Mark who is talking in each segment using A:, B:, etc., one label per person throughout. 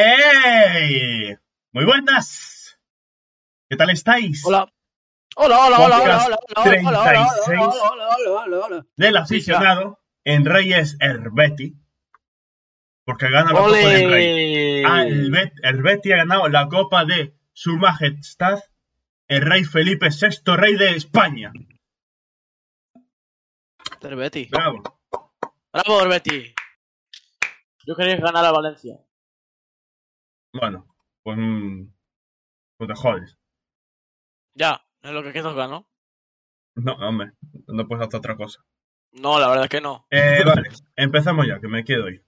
A: ¡Ey! Muy buenas. ¿Qué tal estáis?
B: Hola. Hola, hola, hola, hola, hola, hola, hola, hola,
A: 36.
B: hola, hola, hola, hola, hola.
A: Del aficionado en Reyes Herbeti. Porque gana la Copa del Rey. Ah, el, Bet- el Betis ha ganado la Copa de Su Majestad, el Rey Felipe VI, Rey de España.
B: Del Betis.
A: Bravo.
B: Bravo, del Betis. Yo quería ganar a Valencia.
A: Bueno, pues. mm, pues te jodes.
B: Ya, es lo que queda ganó.
A: No, hombre, no puedes hacer otra cosa.
B: No, la verdad es que no.
A: Eh, vale, empezamos ya, que me quedo hoy.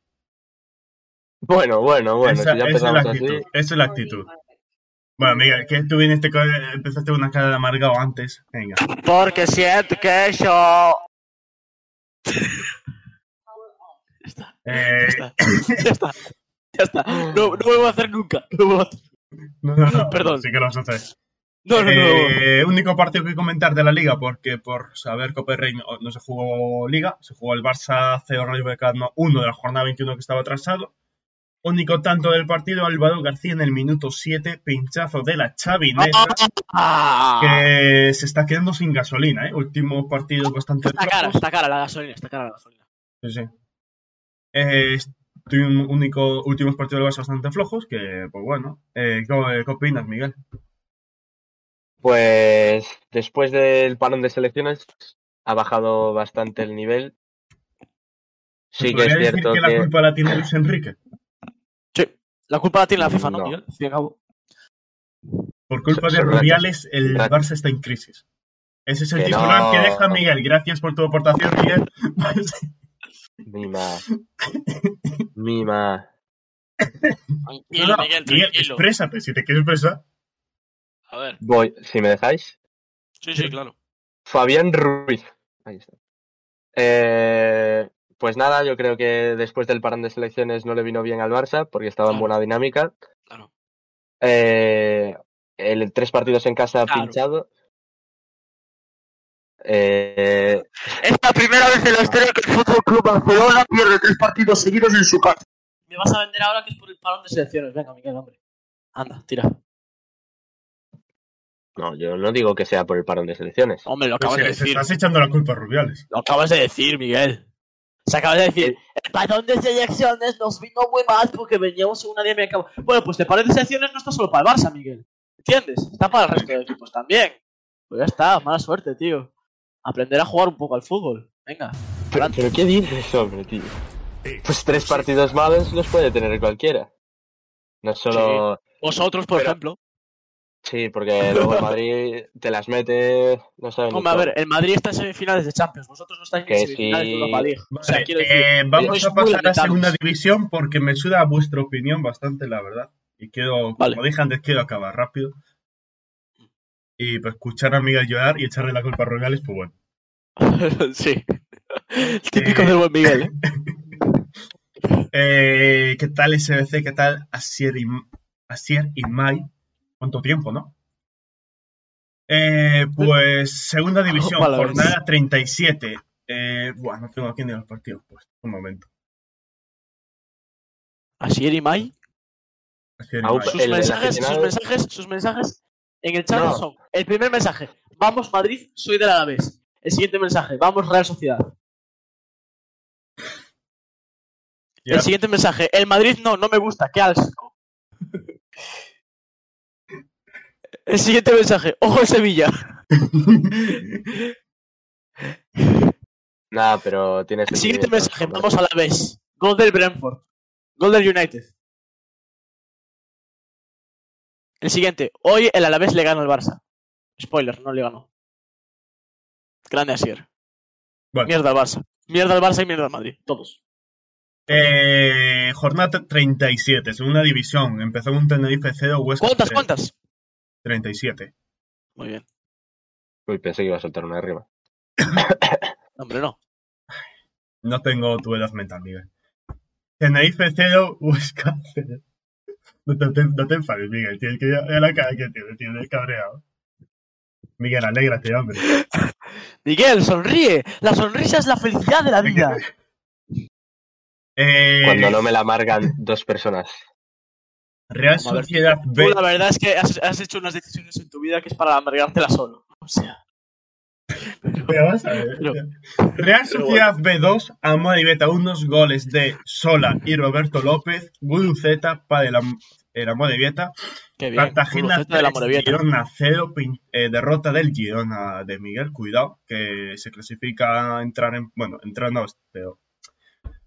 C: Bueno, bueno, bueno,
A: esa,
C: si ya
A: esa es la
C: empezamos
A: actitud.
C: así.
A: Esa es la actitud. Bueno, Miguel, que tú viniste con, empezaste con una cara de amargado antes. Venga.
B: Porque siento que yo...
A: Eh,
B: Ya está. Ya está. Ya está. No, no vuelvo a hacer nunca. No vuelvo a hacer-
A: no, no, no,
B: Perdón.
A: Sí que lo vas a hacer.
B: No, no, no.
A: Eh, único partido que comentar de la liga, porque por saber Copa del Rey no, no se jugó liga, se jugó el Barça 0 Rayo Vallecano 1 de la jornada 21 que estaba atrasado. Único tanto del partido, Álvaro García en el minuto 7, pinchazo de la chavineta,
B: Ah.
A: que se está quedando sin gasolina, ¿eh? Último partido bastante
B: Está cara,
A: flojos.
B: está cara la gasolina, está cara la gasolina.
A: Sí, sí. Eh, estoy un único, últimos partidos del Barça bastante flojos, que, pues bueno. Eh, ¿qué, qué opinas, Miguel?
C: Pues después del parón de selecciones ha bajado bastante el nivel. Sí que es
A: ¿Podría decir
C: cierto
A: que la culpa la tiene Luis Enrique?
B: La culpa la tiene la FIFA, ¿no,
C: No.
B: Miguel? Al fin y al cabo.
A: Por culpa de
C: So- son ratas.
A: Rubiales, el
C: Ratas.
A: Barça está en crisis. Ese es el
C: Que
A: titular
C: no.
A: que deja Miguel. Gracias por tu aportación, Miguel.
C: Mima. Mima.
B: Tranquilo,
A: No, no, Miguel,
B: Miguel, tranquilo.
A: exprésate. Si te quieres expresar,
B: A ver.
C: Voy, si me dejáis.
B: Sí, sí, claro.
C: Fabián Ruiz. Ahí está. Eh, pues nada, yo creo que después del parón de selecciones no le vino bien al Barça porque estaba en
B: Claro.
C: buena dinámica.
B: Claro.
C: Eh, el tres partidos en casa
B: Claro.
C: pinchado. Eh,
B: Es la primera vez en la historia que el Fútbol Club Barcelona pierde tres partidos seguidos en su casa. Me vas a vender ahora que es por el parón de selecciones. Venga, Miguel, hombre. Anda, tira.
C: no, yo no digo que sea por el parón de selecciones.
B: Hombre, lo
A: pues,
B: acabas
A: eh,
B: de
A: se
B: decir.
A: estás echando la culpa a Rubiales.
B: Lo acabas de decir, Miguel. Se acabas de decir. El parón de selecciones nos vino muy mal porque veníamos en una dinámica. Bueno, pues el parón de selecciones no está solo para el Barça, Miguel. ¿Entiendes? Está para el resto de equipos también. Pues ya está, mala suerte, tío. Aprender a jugar un poco al fútbol. Venga.
C: Pero, pero ¿qué dices, hombre, tío? Pues tres partidos malos los puede tener cualquiera. No solo.
B: Vosotros, por
C: Pero-
B: ejemplo.
C: Sí, porque luego el Madrid te las mete. No sabes.
B: Hombre, a ver, el Madrid está en semifinales de Champions. Vosotros no estáis en
C: Que
B: semifinales
C: sí.
B: de Europa League. O sea,
A: Vale,
B: quiero decir.
A: eh, vamos
B: sois
A: a
B: muy
A: pasar a
B: lamentables.
A: segunda división porque me suda vuestra opinión bastante, la verdad. Y quiero,
B: Vale.
A: como dije antes, quiero acabar rápido. Y pues escuchar a Miguel llorar y echarle la culpa a Rubiales, pues bueno.
B: sí. Típico del buen Miguel, ¿eh?
A: Eh, ¿Qué tal SBC? ¿Qué tal Asier y, Asier y Mai? ¿Cuánto tiempo, no? Eh, pues segunda división,
B: Ojalá ves.
A: jornada 37. Eh, buah, no tengo aquí ni los partidos puestos. Un momento.
B: Asier y Mai.
A: Asier y
C: Au,
A: Mai.
C: El-
B: Sus
C: el
B: mensajes, sus
C: aficionado-
B: mensajes, sus mensajes en el chat
C: No.
B: son. El primer mensaje, vamos Madrid, soy del Alavés. El siguiente mensaje, vamos Real Sociedad.
A: Ya.
B: El siguiente mensaje, el Madrid no, no me gusta, qué asco. el siguiente mensaje, ojo en Sevilla.
C: Nada, pero tienes.
B: El siguiente
C: sentimientos,
B: mensaje,
C: hombre.
B: vamos Alavés. Gol del Brentford. Gol del United. El siguiente, hoy el Alavés le gana al Barça. Spoiler, no le ganó. Grande Asier.
A: Vale.
B: Mierda al Barça. Mierda al Barça y mierda al Madrid. Todos.
A: Eh, jornada 37, segunda división. Empezó un Tenerife 0, Huesca
B: ¿Cuántas,
A: 3,
B: cuántas?
A: 37.
B: Muy bien.
C: Uy, pensé que iba a soltar una arriba.
B: No, Hombre, no.
A: No tengo tu edad mental, Miguel. Tenerife 0, Huesca 0. No te, te- no te enfades, Miguel. Tienes que ver la cara que tiene, tiene cabreado. Miguel, alégrate, hombre.
B: Miguel, sonríe. La sonrisa es la felicidad de la vida.
A: Eh,
C: Cuando no me la amargan dos personas.
A: Real
B: Vamos a ver.
A: Sociedad
B: Tú,
A: B.
B: la verdad es que has, has hecho unas decisiones en tu vida que es para amargártela solo. O sea.
A: Pero vas a ver.
B: Pero-
A: Real Sociedad B2, Amor y Beta 1, goles de Sola y Roberto López, Guruceta para el, Am- el Amor y Beta,
B: Qué bien.
A: Cartagena
B: Guruceta de la
A: 3,
B: Morevieta.
A: Girona 0, pin- eh, derrota del Girona de Miguel, cuidado, que se clasifica a entrar en, bueno, entrar no, pero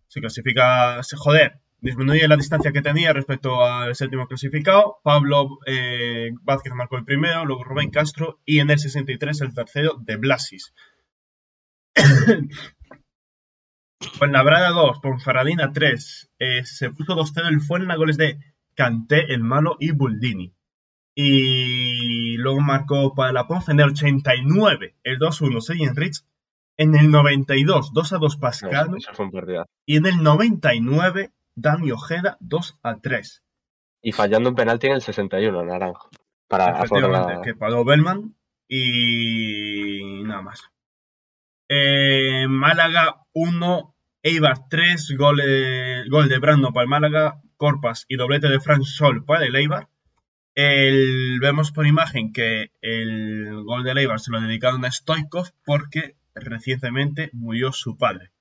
A: se clasifica, se joder, disminuye la distancia que tenía respecto al séptimo clasificado, Pablo eh, Vázquez marcó el primero, luego Rubén Castro y en el 63 el tercero de Blasis. Fuenlabrada 2, Ponferradina 3, eh, se puso 2-0 el Fuenla, goles de Canté, el malo y Buldini. Y luego marcó para la Ponce en el 89 el 2-1 Seyen Rich. En el 92, 2 2
C: No,
A: Pascal.
C: eso, eso fue un partido.
A: Y en el 99, Dani Ojeda 2 3.
C: Y fallando un penalti en el 61, Naranjo. Para a favor de
A: Efectivamente,
C: Ah, la-
A: que pagó Bellman y nada más. Eh, Málaga 1, Eibar 3, gol, eh, gol de Brando para el Málaga, Corpas y doblete de Fran Sol para el Eibar. El- vemos por imagen que el gol del Eibar se lo dedicaron a Stoikov porque recientemente murió su padre.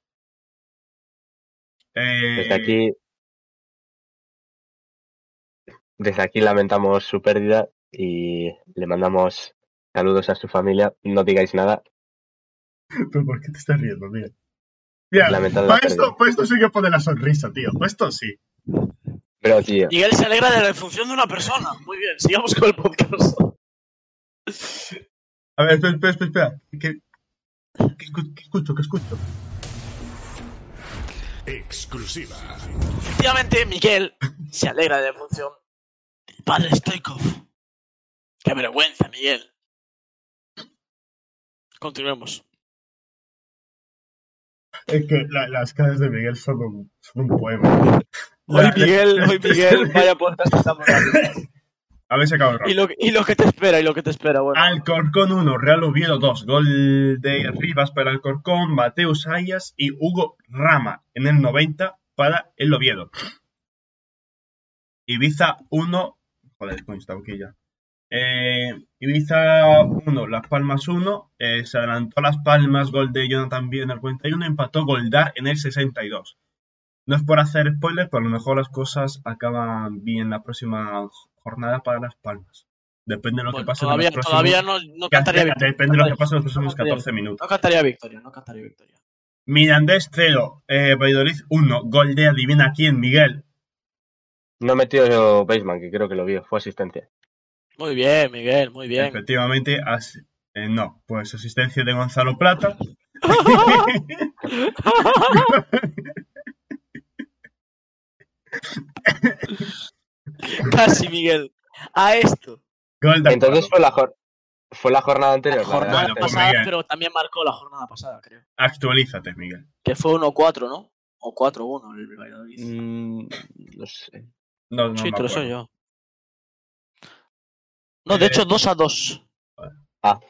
A: Eh,
C: Desde aquí. Desde aquí lamentamos su pérdida y le mandamos saludos a su familia. No digáis nada.
A: ¿Pero por qué te estás riendo, tío? Mira,
C: Lamentable
A: para
C: la
A: esto,
C: pérdida.
A: pa' esto sí que pone la sonrisa, tío. Para esto sí.
C: Pero, tío,
B: Miguel se alegra de la función de una persona. Muy bien, sigamos con el podcast.
A: A ver, espera, espera, espera, espera. ¿Qué, qué escu- qué escucho? ¿Qué escucho?
D: Exclusiva.
B: Efectivamente, Miguel se alegra de la función del padre de Stoikov. Qué vergüenza, Miguel. Continuemos.
A: Es que la- las caras de Miguel son un, son un poema.
B: Hoy
A: La-
B: Miguel, hoy Miguel, vaya podcast que estamos dando.
A: A ver si acabo el rato.
B: Y lo, y lo que te espera, y lo que te espera,
A: Ah,
B: bueno.
A: Alcorcón 1, Real Oviedo 2. Gol de Rivas para Alcorcón, Mateus Ayas y Hugo Rama en el 90 para el Oviedo. Ibiza 1. Joder, coño, esta boquilla. Eh, Ibiza 1, Las Palmas 1. eh, se adelantó Las Palmas, gol de Jonathan Bien en el 41. Empató Goldar en el 62. No es por hacer spoilers, pero a lo mejor las cosas acaban bien la próxima jornada para Las Palmas. Depende de lo
B: Bueno,
A: que pase. en los
B: todavía,
A: próximos-
B: todavía no, no
A: que
B: cantaría
A: espérate,
B: victoria.
A: Depende de lo que
B: no
A: pase en los próximos
B: cantaría-
A: 14 minutos.
B: No cantaría victoria, no cantaría victoria.
A: Mirandés 0, eh, Valladolid 1, gol de adivina quién, Miguel.
C: no metió Baseman, que creo que lo vio. Fue asistencia.
B: Muy bien, Miguel, muy bien.
A: Efectivamente, as- eh, no, pues asistencia de Gonzalo Plata.
B: Casi, Miguel. A esto.
A: gol de
C: Entonces
A: Pablo.
C: fue la, jor- fue la jornada
B: La
C: anterior. la verdad.
B: jornada
A: por
B: pasada,
A: Miguel.
B: pero también marcó la jornada pasada, creo.
A: Actualízate, Miguel.
B: Que fue 1-4, ¿no? O 4-1 el Valladolid.
C: Mm, no sé.
A: No, no
B: sí,
A: me
B: te
A: acuerdo.
B: lo soy yo. No, de
A: Eh,
B: hecho, 2 a 2.
C: Ah.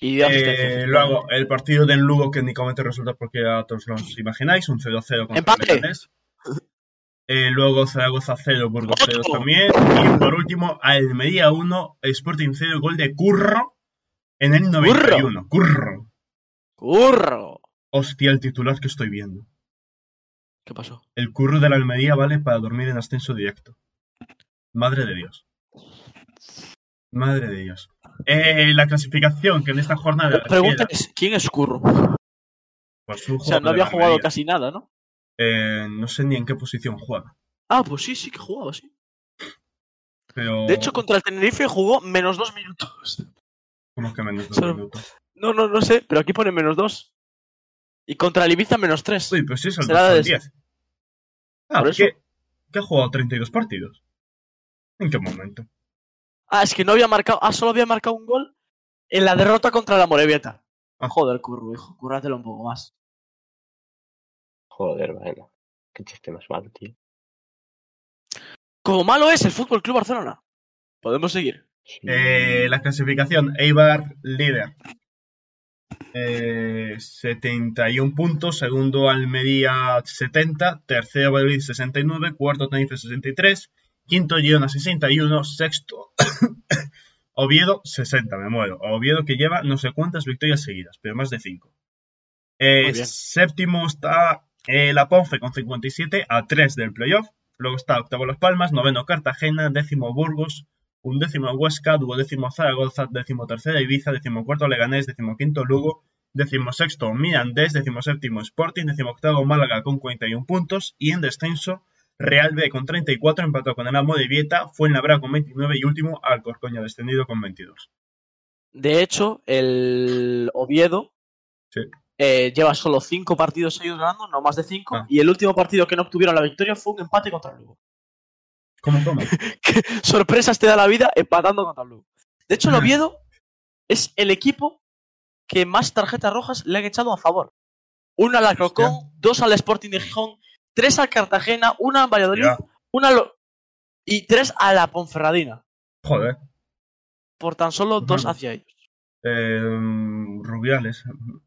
B: Y dio asistencia,
A: Eh,
B: sí.
A: luego, el partido del Lugo que ni comete resulta porque a todos los imagináis, un 0-0 contra
B: ¡Empate!
A: Leganés. Eh, luego Zaragoza 0, Burgos 0
B: ¡Otro!
A: también. Y por último, Almería 1, Sporting 0, gol de Curro en el 91. Curro.
B: ¡Curro!
A: Hostia, el titular que estoy viendo.
B: ¿Qué pasó?
A: El curro de la Almería vale para dormir en ascenso directo. Madre de Dios. Madre de Dios. Eh, la clasificación que en esta jornada.
B: La pregunta
A: queda,
B: es: ¿quién es Curro?
A: pues, un
B: O sea,
A: jugador
B: no había
A: de la
B: jugado
A: Almería.
B: casi nada, ¿no?
A: Eh, no sé ni en qué posición juega.
B: Ah, pues sí, sí que jugaba, sí.
A: Pero
B: De
A: Mm.
B: hecho, contra el Tenerife jugó menos dos minutos.
A: ¿cómo que menos de un
B: solo-
A: minuto?
B: No, no, no sé, pero aquí pone menos dos. Y contra el Ibiza menos tres.
A: Uy, pero sí es el
B: Será
A: 2
B: de-
A: al 10. Ah,
B: Por
A: ¿qué-
B: eso.
A: que ha jugado 32 partidos. ¿En qué momento?
B: Ah, es que no había marcado. Ah, solo había marcado un gol en la derrota contra la Morevieta.
A: Ah.
B: Joder, curro, hijo, currátelo un poco más.
C: Joder, bueno. Qué chiste más malo, tío.
B: Como malo es el Fútbol Club Barcelona. Podemos seguir.
C: Sí.
A: Eh, la clasificación, Eibar líder. eh, 71 puntos, segundo Almería 70, tercero Valladolid 69, cuarto Tenerife 63, quinto Girona 61, sexto Oviedo 60, me muero. Oviedo que lleva no sé cuántas victorias seguidas, pero más de 5.
B: Muy bien.
A: séptimo está eh, La Ponce con 57 a 3 del playoff. Luego está octavo Las Palmas, noveno Cartagena, décimo Burgos, undécimo Huesca, duodécimo Zaragoza, décimo tercera Ibiza, décimo cuarto Leganés, décimo quinto Lugo, décimo sexto Mirandés, décimo séptimo Sporting, décimo octavo Málaga con 41 puntos y en descenso Real B con 34, empatado con el Amo de Vieta, Fuenlabrada con 29 y último Alcorcoña descendido con 22.
B: De hecho, el Oviedo
A: Sí.
B: eh, lleva solo cinco partidos seguidos ganando, no más de cinco,
A: Ah.
B: y el último partido que no obtuvieron la victoria fue un empate contra el Lugo.
A: ¿Cómo cómo?
B: Sorpresas te da la vida empatando contra el Lugo. De hecho, el
A: Ah.
B: Oviedo es el equipo que más tarjetas rojas le han echado a favor. Una al Alcorcón, dos al Sporting de Gijón, tres al Cartagena, una al Valladolid,
A: Ya,
B: una al- y tres a la Ponferradina.
A: Joder.
B: Por tan solo dos
A: Ujú.
B: hacia ellos.
A: Eh, Rubiales.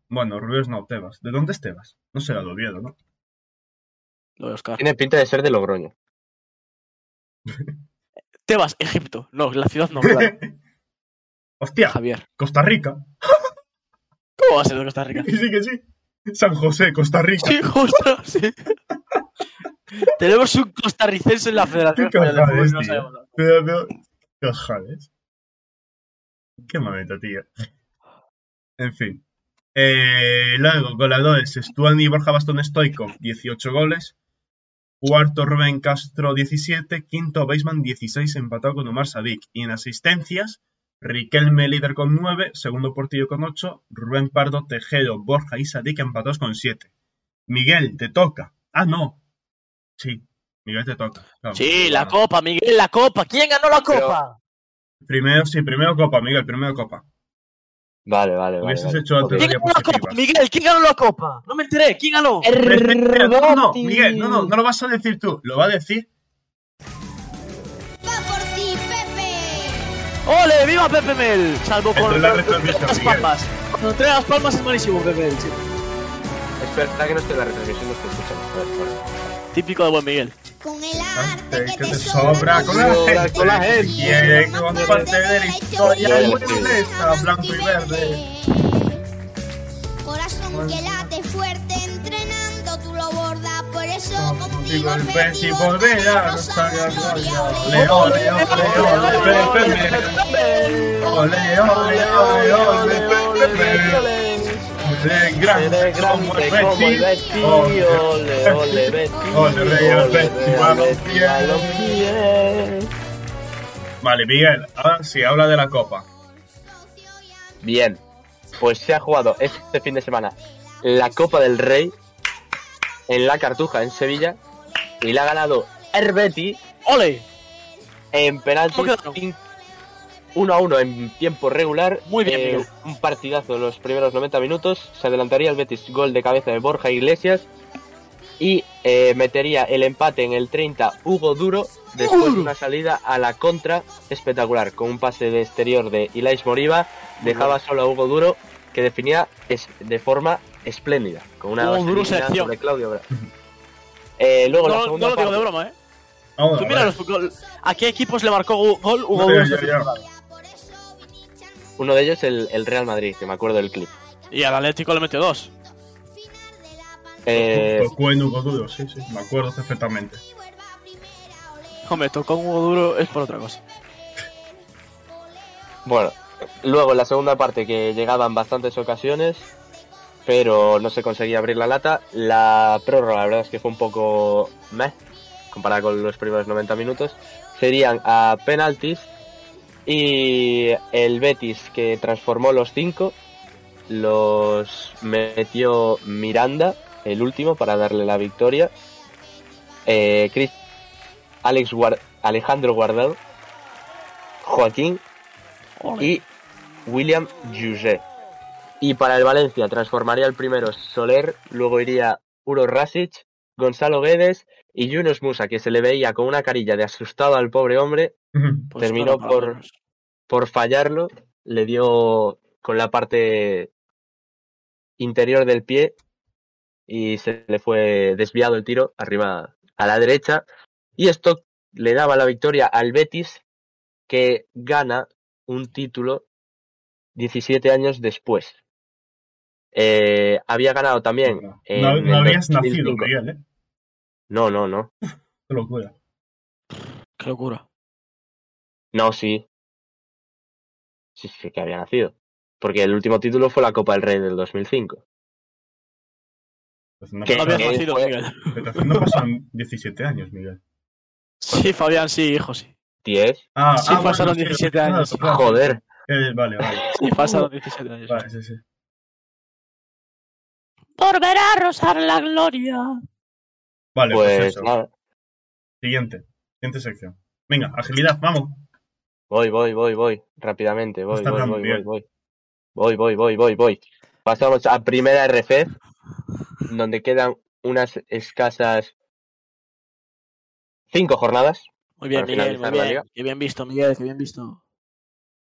A: Bueno, Rubiales no, Tebas. ¿De dónde es Tebas? No será de Oviedo, ¿no?
B: Lo de Oscar.
C: Tiene pinta de ser de Logroño.
B: Tebas, Egipto. No, la ciudad no, claro.
A: Hostia,
B: Javier.
A: Costa Rica.
B: ¿Cómo va a ser de Costa Rica?
A: Que sí, que sí. San José, Costa Rica.
B: Sí, justo, sí. Tenemos un costarricense en la Federación
A: Qué
B: Española de Fútbol y
A: cojones,
B: no
A: tío.
B: sabemos nada.
A: Pero, pero, ¿qué os jales? Qué momento, tío. En fin. Eh, luego, goleadores. Stuani y Borja Bastón Stoico, 18 goles. Cuarto, Rubén Castro, 17. Quinto, Beisman, 16, empatado con Omar Sadik. Y en asistencias, Riquelme, líder con 9. Segundo, Portillo con 8. Rubén Pardo, Tejero, Borja y Sadik, empatados con 7. Miguel, te toca. Ah, no. Sí, Miguel te toca. Claro.
B: Sí, la
A: Bueno.
B: copa, Miguel, la copa. ¿Quién ganó la
C: Pero-
B: copa?
A: Primero, sí, primero Copa, Miguel, primero Copa.
C: Vale, vale, vale.
A: Hubieses
C: vale.
A: hecho antes.
C: Ok.
B: ¿Quién ganó la copa, Miguel? ¿Quién ganó la copa? No me enteré, ¿quién ganó?
A: Espera, espera, No, no, Miguel, no, no, no lo vas a decir tú, lo va a decir.
D: ¡Va por ti, Pepe!
B: ¡Ole, viva Pepe Mel! Salvo por
A: Entre la retransmisión,
B: las
A: Miguel.
B: palmas. Cuando entrega las palmas es malísimo Pepe Mel, sí.
C: Espera que no esté en la retransmisión, no estoy escuchando. A ver, vale.
B: Típico de buen Miguel.
D: Con el
A: Arte
D: arte que te
A: sobra
D: sobra,
A: con
D: con
A: la
D: la
A: gente.
D: con la gente.
A: Quiere parte de la historia
C: y
D: buena
A: burlesca, blanco y
D: Corazón que late fuerte entrenando, tú lo bordas, por eso
A: Contigo
D: contigo
A: el
D: el
A: pez y
D: Betis
A: volverá,
D: volverá,
A: nos
D: nos
A: haga
D: haga gloria.
A: gloria.
D: ole.
A: Ole, ole, ole, ole, Pepe Mel. Ole, ole, ole, ole, Pepe Mel. Ole, grande Ah, como el Betis. Ole,
C: ole,
A: Ole, rey, el Betis, va a los cielos. Vale, Miguel, ahora sí, habla de la Copa.
C: Bien, pues se ha jugado este fin de semana la Copa del Rey en la Cartuja, en Sevilla, y la ha ganado Herbeti
B: ¡Ole!
C: en penalti
B: ¿Cómo quedaron?
C: 1 a 1 en tiempo regular. Eh,
B: Muy bien, Miguel.
C: un partidazo en los primeros 90 minutos. Se adelantaría el Betis, gol de cabeza de Borja Iglesias. Y eh, metería el empate en el 30 Hugo Duro. Después de una salida a la contra espectacular. Con un pase de exterior de Ilais Moriba. Dejaba solo a Hugo Duro. Que definía es- de forma espléndida. Con una
B: Hugo
C: base
B: Duro,
C: divina
B: selección.
C: sobre Claudio Bra- Eh, luego la
B: No, no
C: segunda
B: lo digo
C: parte-
B: de broma, ¿eh?
A: Vamos
B: Tú
A: a
B: mira
A: ver.
B: los gol- ¿A qué equipos le marcó gu- gol Hugo
A: Ya,
B: Gómez?
A: ya, ya.
C: Uno de ellos el, el Real Madrid, que me acuerdo del clip.
B: Y al Atlético le metió dos.
C: Eh,
A: Tocó en Hugo Duro, sí, sí, me acuerdo perfectamente.
B: Hombre, tocó un Hugo Duro es por otra cosa.
C: Bueno, luego en la segunda parte que llegaban bastantes ocasiones, pero no se conseguía abrir la lata. La prórroga, la verdad es que fue un poco meh, comparada con los primeros 90 minutos. Serían a penaltis y el Betis que transformó los cinco los metió Miranda, el último, para darle la victoria. Eh, Chris- Alex Guar- Alejandro Guardado, Joaquín
B: Ole.
C: y William José. Y para el Valencia transformaría el primero Soler, luego iría Uro Rasic, Gonzalo Guedes y Yunus Musa, que se le veía con una carilla de asustado al pobre hombre,
B: Pues
C: terminó
B: para
C: por-
B: menos.
C: por fallarlo, le dio con la parte interior del pie y se le fue desviado el tiro arriba a la derecha. Y esto le daba la victoria al Betis, que gana un título 17 años después. Eh, había ganado también.
A: No,
C: en
A: no
C: el
A: habías nacido,
C: 2005.
A: Miguel, ¿eh?
C: No, no, no.
A: Qué locura.
B: Qué locura.
C: No, sí. Sí, sí, que había nacido. Porque el último título fue la Copa del Rey del 2005.
A: Pues no,
C: ¿Qué?
B: No habías
A: pasan,
C: Eh,
B: nacido,
C: fue-
B: Miguel.
A: pero no pasan 17 años, Miguel.
B: Sí, Fabián, sí, hijo, sí.
C: 10.
A: Ah,
B: Sí, pasaron 17
A: claro,
B: años.
A: claro.
C: Joder.
A: Eh, vale, vale.
B: Sí, pasaron 17 años.
A: Vale, sí, sí.
B: Volverá a rozar la gloria.
A: Vale, pues,
C: Pues
A: eso.
C: nada.
A: Siguiente. Siguiente sección. Venga, agilidad, vamos.
C: Voy, voy, voy, voy. Rápidamente. Voy,
A: Está
C: voy,
A: tan
C: voy, voy,
A: bien.
C: voy. Voy, voy, voy, voy, voy. Pasamos a primera RF, donde quedan unas escasas cinco jornadas.
B: Muy bien,
C: Para
B: Miguel, muy
C: finalizar la
B: bien.
C: liga.
B: Qué bien visto, Miguel, qué bien visto.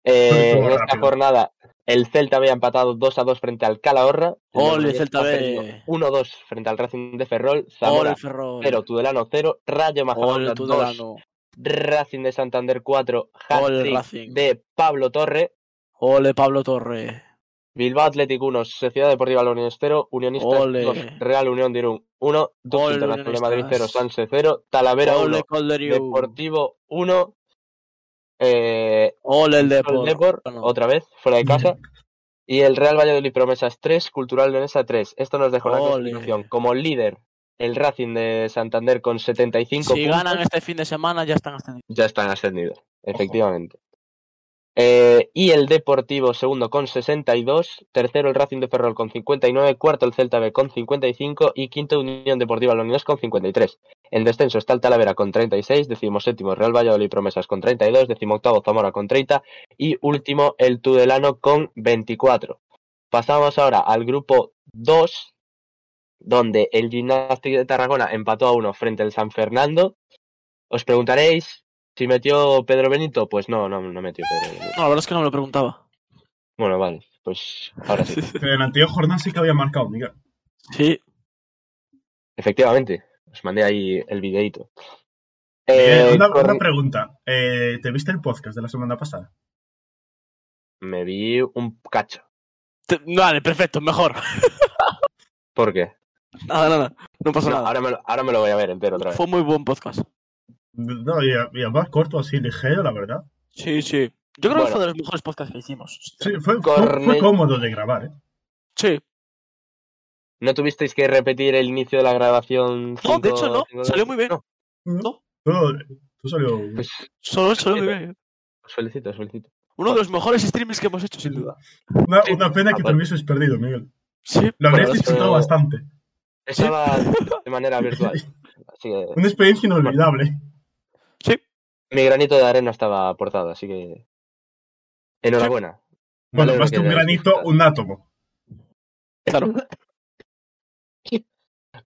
C: Eh,
A: Muy
C: en esta
A: rápido.
C: jornada, el Celta había empatado 2 a 2 frente al Calahorra.
B: Ole,
C: Leganés
B: Celta
C: ha
B: B.
C: perdido 1 a 2 frente al Racing de Ferrol.
B: Ole,
C: Zamora
B: Ferrol.
C: 0, Tudelano 0, Rayo
B: Ole,
C: Majadahonda 2,
B: Tudelano.
C: Racing de Santander 4,
B: Ole,
C: hat
B: Racing.
C: de Pablo Torre,
B: Ole, Pablo Torre.
C: Bilbao Athletic 1, Sociedad Deportiva Logroñés 0, Unionistas
B: Ole.
C: 2, Real Unión de Irún 1,
B: Ole,
C: Internacional de Madrid 0,
B: Unionistas.
C: Sanse 0, Talavera 1,
B: Ole, Colderiu.
C: Deportivo 1, eh,
B: Ole, el
C: Sol
B: Depor.
C: Depor,
B: Bueno,
C: otra vez, fuera de casa. Y el Real Valladolid Promesas 3, Cultural Leonesa 3. Esto nos dejó la
B: Ole.
C: clasificación como líder el Racing de Santander con 75
B: Si
C: puntos.
B: ganan este fin de semana, ya están ascendidos.
C: Ya están ascendidos, efectivamente. Eh, y el Deportivo segundo con 62, tercero el Racing de Ferrol con 59, cuarto el Celta B con 55 y quinto Unión Deportiva Logroñés con 53. En descenso está el Talavera con 36, decimoséptimo Real Valladolid Promesas con 32, decimoctavo Zamora con 30 y último el Tudelano con 24. Pasamos ahora al grupo 2, donde el Gimnástic de Tarragona empató a uno frente al San Fernando. Os preguntaréis si metió Pedro Benito. Pues no, no, no metió Pedro Benito.
B: No, la verdad es que no me lo preguntaba.
C: Bueno, vale, pues ahora sí.
A: Pero Eh, en la anterior jornada sí que había marcado, Miguel.
B: Sí,
C: Efectivamente, os mandé ahí el videito.
A: Miguel,
C: Eh,
A: una,
C: cor-
A: una pregunta. Eh, ¿Te viste el podcast de la semana pasada?
C: Me vi un cacho.
B: Te- Vale, perfecto, mejor.
C: ¿Por qué?
B: Nada, nada, no pasa
C: No,
B: nada.
C: ahora, me lo, ahora me lo voy a ver entero otra vez.
B: Fue muy buen podcast.
A: No, y, y además corto, así, ligero, la verdad.
B: Sí, sí. Yo creo que
C: Bueno.
B: fue de los mejores podcasts que hicimos.
A: Sí, fue, fue-
C: Corne-
A: fue cómodo de grabar, ¿eh?
B: Sí.
C: ¿No tuvisteis que repetir el inicio de la
B: No,
C: grabación?
B: de
C: cinco-
B: hecho no.
C: cinco-
B: Salió muy bien.
C: No,
B: No.
A: Todo, todo salió...
C: pues
B: Solo, solo muy bien.
C: os felicito, os felicito.
B: Uno de los mejores streamings que hemos hecho, sin duda.
A: Una,
C: sí.
A: una pena que te
C: Aparte-
A: hubieses perdido, Miguel.
B: Sí.
A: Lo habrías
C: Bueno, eso-
A: disfrutado bastante.
C: Estaba de manera virtual. Así que
A: Una experiencia inolvidable.
C: mi granito de arena estaba aportado, así que. Enhorabuena.
A: Bueno,
C: Vale,
A: más que
C: lo
A: un
C: que
A: granito,
C: disfrutas.
A: un átomo.
B: Claro.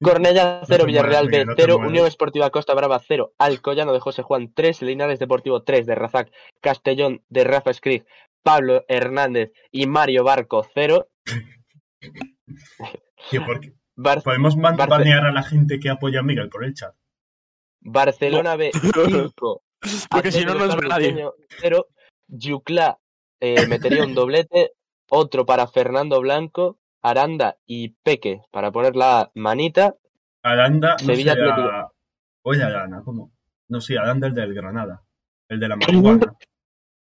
C: Cornella
A: No te
C: 0, Villarreal
A: mueras,
C: B
A: Miguel, no te
C: 0,
A: mueras.
C: Unión Esportiva Costa Brava 0, Alcoyano de José Juan 3, Linares Deportivo 3, de Razac, Castellón de Rafa Skrig, Pablo Hernández y Mario Barco 0.
A: Tío, porque
C: Bar-
A: podemos man-
C: Barce-
A: banear a la gente que apoya a Miguel por el chat.
C: Barcelona B 5,
B: Porque si no, no nos ve nadie.
C: 0, Yucla eh, metería un doblete, otro para Fernando Blanco, Aranda y Peque, para poner la manita.
A: Aranda, no
C: Sevilla
A: sé, a...
C: Atlético.
A: Oye, Arana, ¿cómo? No, sí, Aranda el del Granada. El de la marihuana.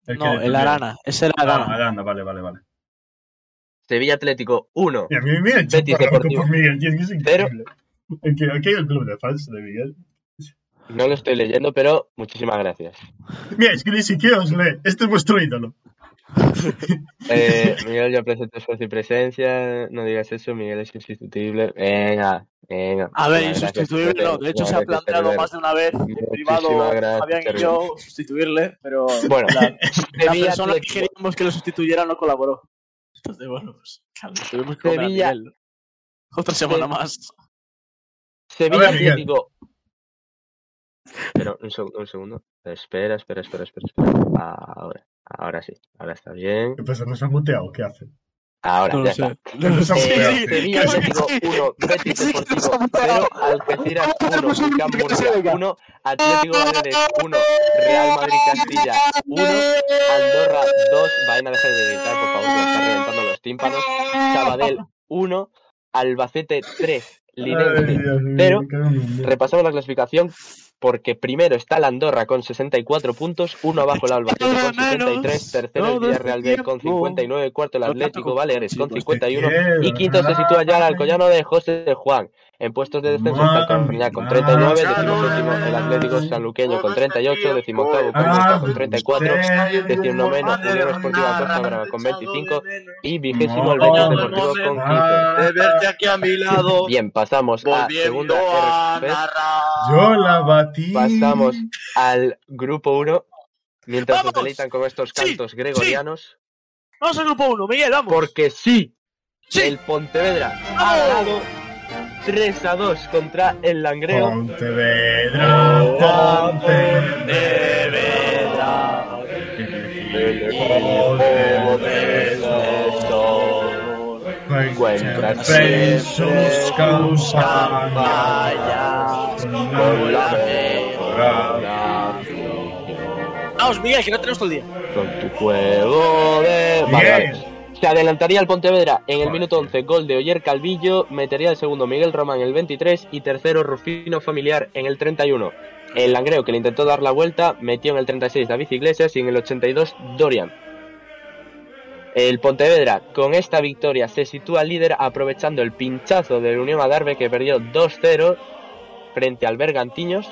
A: que
B: No, el
A: detuvieron.
B: Arana. Es el
A: Ah,
B: Arana.
A: Aranda, vale, vale, vale.
C: Sevilla Atlético 1,
A: Y a mí me echó
C: Betis
A: para loco
C: Deportivo.
A: por Miguel, tío, es que es
C: Pero-
A: increíble. Es que aquí hay el club de fans de Miguel.
C: no lo estoy leyendo, pero muchísimas gracias.
A: Mira, es que ni siquiera os lee. Este es vuestro ídolo.
C: Eh, Miguel, yo aprecio tu esfuerzo y presencia. No digas eso, Miguel es insustituible. Venga, venga.
B: A ver,
C: Muchísimas
B: insustituible
C: gracias,
B: no. De hecho,
C: muchísimas
B: se ha
C: gracias,
B: planteado
C: Herbert.
B: más de una vez en privado
C: Muchísimas gracias,
B: Fabián y
C: Herbert.
B: yo sustituirle, pero
C: Bueno,
B: la, la
C: Sevilla
B: persona que
C: Atlético.
B: queríamos que lo sustituyera no colaboró. Entonces, bueno, pues claro, tuvimos que comer a
C: Sevilla.
B: Miguel. Otra semana más.
C: Sevilla
A: A ver, Miguel.
C: Atlético. Pero un segundo, un segundo. Espera, espera, espera, espera. espera. Ahora, ahora sí, ahora está bien.
A: ¿Qué pasa? ¿Nos ha pues, muteado? ¿Qué hace?
C: Ahora,
B: No
C: ya
B: lo sé.
C: está.
B: No lo sé.
A: Sí,
C: Eh,
A: sí,
C: Sevilla,
B: creo que
C: Deportivo
B: sí.
C: 1,
B: Creo que
C: Betis
B: sí que nos
C: Deportivo
B: hemos
C: 0,
B: enterado.
C: Algeciras
B: ¿Cómo podemos
C: 1,
B: olvidar
C: Camp
B: que se
C: Murcia
B: venga?
C: 1, Atlético de Madrid 1, Real Madrid Castilla 1, Andorra 2, vayan a dejar de gritar, por favor, que me están reventando los tímpanos, Sabadell 1, Albacete 3, Linense Pero, Repasamos la clasificación porque primero está la Andorra con 64 puntos, uno abajo el Albacete con 63, tercero el Villarreal B con 59, cuarto el Atlético Baleares con 51 y quinto se sitúa ya el Alcoyano de José de Juan. En puestos de descenso está el Cornellá con 39, decimoséptimo el Atlético Sanluqueño con 38,
B: pues.
C: decimoctavo Coruña
B: Ah,
C: con 34, decimonoveno Unión Esportiva Costa Brava con 25 y vigésimo el Betis Deportivo con 15.
B: De verte aquí a mi lado.
C: Bien, pasamos a
B: Volviendo
C: segunda
B: a
C: RFP.
B: narrar.
A: Yo la batí.
C: Pasamos al grupo 1. Mientras nos
B: ¡Vamos!
C: deleitan con estos
B: ¡Sí!
C: cantos gregorianos.
B: Vamos al grupo 1, Miguel, vamos.
C: Porque sí,
B: Sí.
C: el Pontevedra ha
B: ¡Vamos!
C: ganado 3 a 2 contra el Langreo.
A: Pontevedra,
B: Pontevedra,
C: encuentras
A: en sus causas.
B: campañas.
A: Con la mejor
B: Vamos, Miguel, que no tenemos todo el día.
C: Con tu juego de. Vale,
A: Bien.
C: vale. Se adelantaría el Pontevedra en el
A: Joder,
C: minuto 11, gol de Oyer Calvillo, metería el segundo Miguel Román en el 23 y tercero Rufino Familiar en el 31. El Langreo, que le intentó dar la vuelta, metió en el 36 David Iglesias y en el 82 Dorian. El Pontevedra, con esta victoria, se sitúa líder aprovechando el pinchazo del Unión Adarve que perdió 2-0 frente al Bergantiños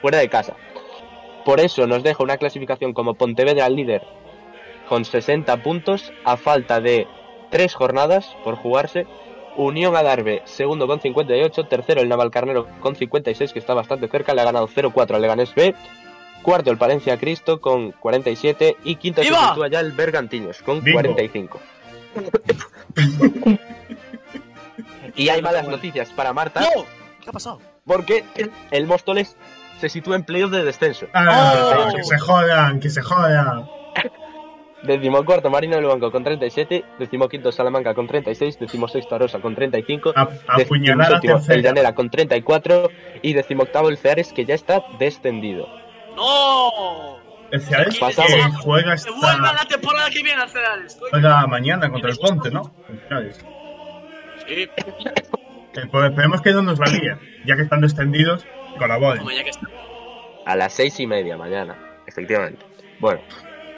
C: fuera de casa. Por eso nos deja una clasificación como Pontevedra líder con 60 puntos a falta de 3 jornadas por jugarse. Unión Adarve, segundo con 58, tercero el Navalcarnero con 56, que está bastante cerca, le ha ganado 0-4 al Leganés B, cuarto el Palencia Cristo con 47 y quinto se
B: ¡Viva!
C: sitúa ya el Bergantiños con
A: Bingo.
C: 45. y hay malas noticias para Marta
B: ¡No! ¿Qué ha pasado?
C: porque el Móstoles se sitúa en playoff de descenso.
A: Ah,
B: Oh.
A: Que se jodan, que se jodan.
C: Decimocuarto Marino del Banco con 37, decimoquinto Salamanca con 36, decimosexto Arosa con 35,
A: A- Apuñalar a
C: decimoséptimo el
A: tercera.
C: Llanera con 34 y decimoctavo el Ceares que ya está descendido.
B: ¡No!
A: El Ceares que
C: Pasamos.
A: juega
B: Se vuelva
A: esta
B: la temporada que viene al Cereales. coño.
A: juega mañana contra el Ponte, ¿no? El Ceares.
B: Sí,
A: Que, pues, esperemos que no nos la líen, ya que están descendidos con la bola.
B: como ya que está.
C: A las seis y media mañana, efectivamente. Bueno,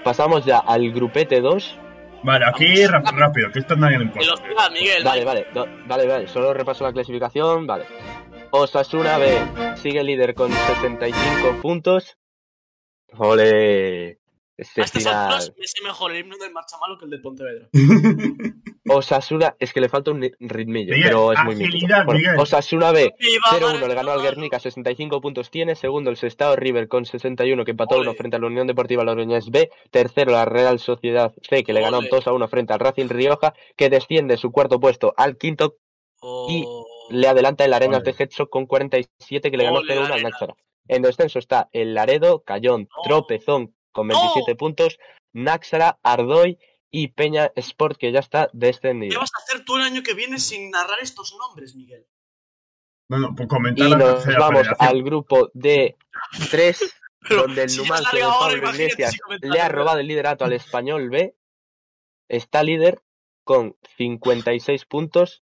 C: pasamos ya al grupete 2.
A: Vale, aquí rap- rápido, que esto nadie le
B: Que los
A: importa.
B: diga Miguel.
C: Vale, vale, do- vale, vale, solo repaso la clasificación, vale. Osasuna B sigue líder con 65 puntos. Ole. Este
B: A estas
C: final.
B: alturas me sé mejor el himno del Marchamalo que el del Pontevedra.
C: Osasuna, es que le falta un ni- ritmillo,
A: Miguel,
C: pero es muy mítico.
A: agilidad,
C: Bueno,
A: Miguel.
C: Osasuna B,
B: ¡Viva
C: 0-1, le
B: Marchamalo!
C: ganó al Guernica, 65 puntos tiene. Segundo, el Sestao River con 61, que empató
B: Ole.
C: 1 frente a la Unión Deportiva Logroñés B. Tercero, la Real Sociedad C, que le ganó
B: Ole.
C: 2-1 frente al Racing Rioja, que desciende su cuarto puesto al quinto.
B: Oh.
C: Le adelanta el Arenas
A: Ole.
C: de Getxo con 47, que le ganó
B: Ole,
C: 0-1 al
B: Arenas.
C: Náxara. En descenso está el Laredo, Cayón,
B: No.
C: Tropezón con
B: No.
C: 27 puntos, Náxara, Ardoy y Peña Sport, que ya está
B: ¿Qué
C: descendido.
B: vas a hacer tú el año que viene sin narrar estos nombres, Miguel?
A: Bueno, pues comentar
C: Y
A: la
C: nos
A: tercera
C: vamos
A: federación.
C: al grupo de tres,
B: Pero
C: donde el
B: si ya
C: Numancia de
B: salga ahora,
C: Pablo
B: imagínate
C: Iglesias
B: si comentamos.
C: le ha robado el liderato al español B. Está líder con 56 puntos.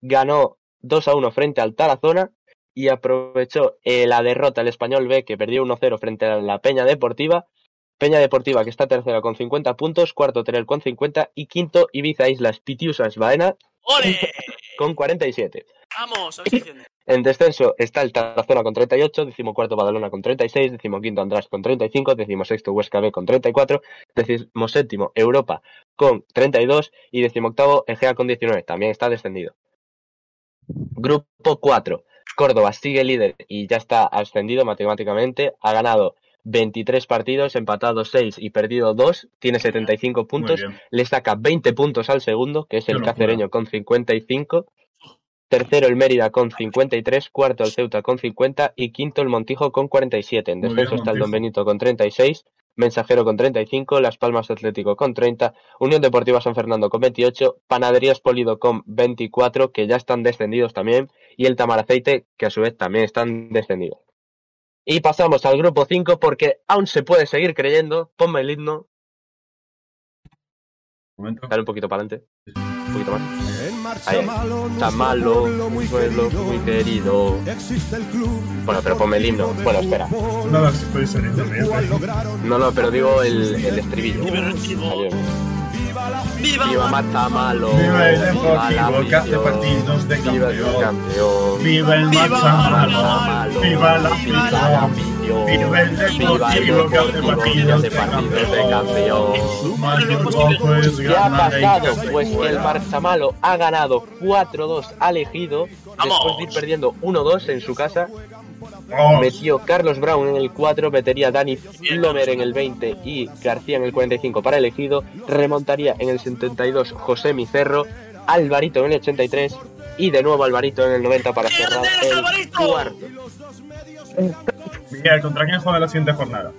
C: Ganó 2 a 1 frente al Tarazona y aprovechó eh, la derrota al español B que perdió 1 0 frente a la Peña Deportiva. Peña Deportiva que está tercera con 50 puntos, cuarto Teruel con 50 y quinto Ibiza Islas Pitiusas Baena
B: ¡Ole!
C: con 47.
B: Vamos, a ver si entiende.
C: En descenso está el Tarazona con 38, decimocuarto Badalona con 36, decimoquinto András con 35, decimosexto Huesca B con 34, decimoséptimo Europa con 32 y decimoctavo Egea con 19, también está descendido. Grupo 4. Córdoba sigue líder y ya está ascendido matemáticamente, ha ganado 23 partidos, empatado 6 y perdido 2, tiene 75
A: Muy
C: puntos,
A: bien.
C: le saca 20 puntos al segundo, que es
A: Qué
C: el
A: locura.
C: Cacereño con 55. Tercero el Mérida con 53, cuarto el Ceuta con 50 y quinto el Montijo con 47. En
A: Muy bien,
C: descenso está el
A: Montijo.
C: Don Benito con 36, Mensajero con 35, Las Palmas Atlético con 30, Unión Deportiva San Fernando con 28, Panaderías Polido con 24, que ya están descendidos también, y el Tamaraceite, que a su vez también están descendidos. Y pasamos al grupo 5 porque aún se puede seguir creyendo. Ponme el himno,
A: Momento.
C: dale un poquito para adelante. Un poquito más.
E: En marcha
C: Ahí,
E: malo,
C: Está
E: nuestro
C: malo,
E: pueblo muy
C: mi pueblo
E: querido.
C: muy querido.
E: Existe el club.
C: Bueno, pero ponme el himno.
E: deportivo
C: Bueno,
E: de
C: espera.
E: fútbol,
A: No, no, sí, Pues puede ser
E: del
A: internet.
E: cual lograron
C: No, no, pero digo el, el estribillo. Adiós.
E: Viva la
B: ¡Viva!
C: Viva Matamalo,
A: Viva el
C: viva la
A: deportivo que hace
C: afición,
A: partidos de
C: viva el
A: campeón.
C: campeón,
A: Viva el
B: Viva
A: Matamala,
C: Matamalo,
A: viva la
C: viva la
A: afición.
C: afición,
A: Viva el deportivo
C: viva el
A: que hace
C: deportivo que
A: partidos pues,
C: hace
A: de
C: partidos de campeón. pues,
A: campeón. Su mayor gozo es
C: ¿Qué ha
A: ganar en
C: pasado?
A: casa y
C: Pues que el
A: fuera.
C: Marzamalo ha ganado 4-2 al Ejido, después de ir perdiendo 1-2 en su casa.
A: Oh,
C: Metió Carlos Brown en el 4, metería Dani Plomer en el 20 y García en el 45 para el Ejido. Remontaría en el 72 José Micerro, Alvarito en el 83 y de nuevo Alvarito en el 90 para cerrar el cuarto.
A: Miguel, ¿contra quién juega la siguiente jornada?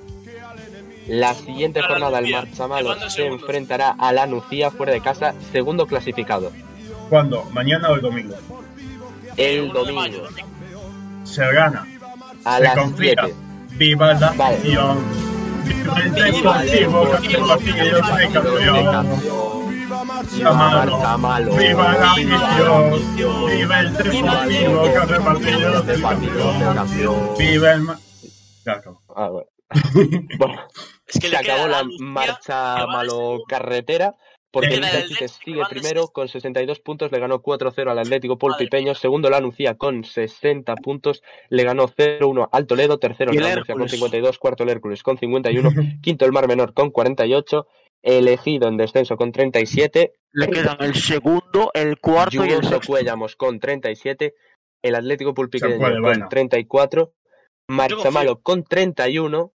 C: La siguiente jornada el Marzamalo se enfrentará a la Nucía fuera de casa, segundo clasificado.
A: ¿Cuándo? ¿Mañana o el domingo?
C: El domingo
A: Se gana.
C: a
A: Se
C: las
A: confía.
C: 7.
A: Viva la
C: Vale.
A: afición. Viva el
C: Viva el
A: deportivo que hace partidos de campeón. Está
C: Está malo.
A: malo. Viva la afición. Viva el
B: Viva el
A: deportivo que hace partidos de campeón. Viva el. ma- Ya acabo.
C: Ah, bueno. Bueno,
B: Es que
C: se
B: le queda
C: acabó la
B: Lucía, que
C: marcha
B: va
C: malo
B: segundo.
C: carretera. Porque
B: Le
C: el
B: queda el
C: Itasite
B: Atlético,
C: sigue
B: van de
C: primero
B: sexto.
C: con 62 puntos, le ganó 4-0 al Atlético Porto
B: Madre
C: y Peño, segundo la Nucía con 60 puntos, le ganó 0-1 al Toledo, tercero
B: Y el
C: la Nucía con
B: Hércules.
C: 52, cuarto el Hércules con 51, quinto el Mar Menor con 48, elegido en descenso con 37,
B: Le quedan el segundo, el cuarto y el
C: Yugoso
B: sexto.
C: Cuellamos con 37, el Atlético
A: Se
C: Pulpiqueño
A: puede,
C: con
A: bueno.
C: 34,
B: Yo
C: Marzamalo con 31,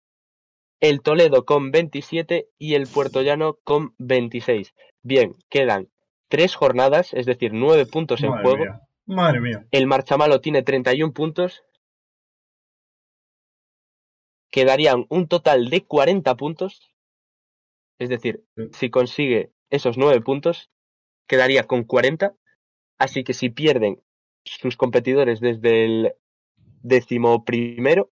C: el Toledo con 27 y el Puertollano con 26. Bien, quedan tres jornadas, es decir, nueve puntos en
A: Madre
C: juego.
A: mía. Madre mía.
C: El Marzamalo tiene 31 puntos. Quedarían un total de 40 puntos. Es decir,
A: Sí.
C: si consigue esos 9 puntos, quedaría con 40. Así que si pierden sus competidores desde el décimo primero,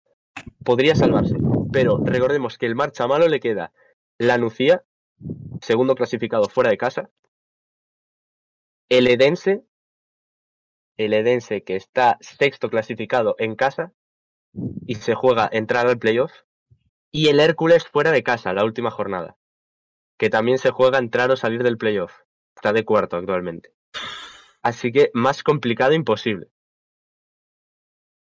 C: podría salvarse. Pero recordemos que el Marzamalo le queda la Nucía, segundo clasificado fuera de casa. El Edense, el Edense que está sexto clasificado en casa y se juega entrar al playoff. Y el Hércules fuera de casa, la última jornada, que también se juega entrar o salir del playoff. Está de cuarto actualmente. Así que más complicado imposible.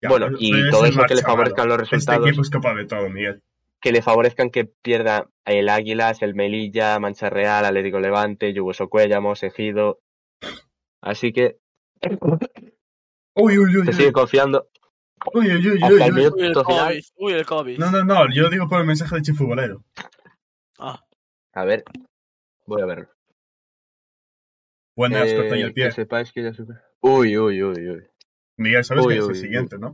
A: Ya,
C: bueno,
A: pero
C: y
A: es
C: todo
A: el
C: eso que le
A: Barça, mano.
C: favorezcan los
A: Este
C: resultados,
A: equipo es capaz de todo, Miguel.
C: que le favorezcan que pierda el Águilas, el Melilla, Mancha Real, Atlético Levante, Yugoso Cuellamos, Ejido. Así que
A: Uy, uy, uy.
C: se sigue confiando
A: Uy, uy, uy, uy,
C: hasta el
A: uy.
B: Uy, el
C: minuto final.
B: COVID. Uy, el COVID.
A: No, no, no. Yo digo por el mensaje de Chifutbolero.
B: Ah,
C: A ver, voy a verlo.
A: Buena
C: Eh,
A: aspecto y el
C: que
A: pie.
C: sepáis que ya supe- Uy, uy, uy, uy.
A: Miguel, sabes
C: Uy,
A: que es el
C: uy,
A: siguiente, ¿no?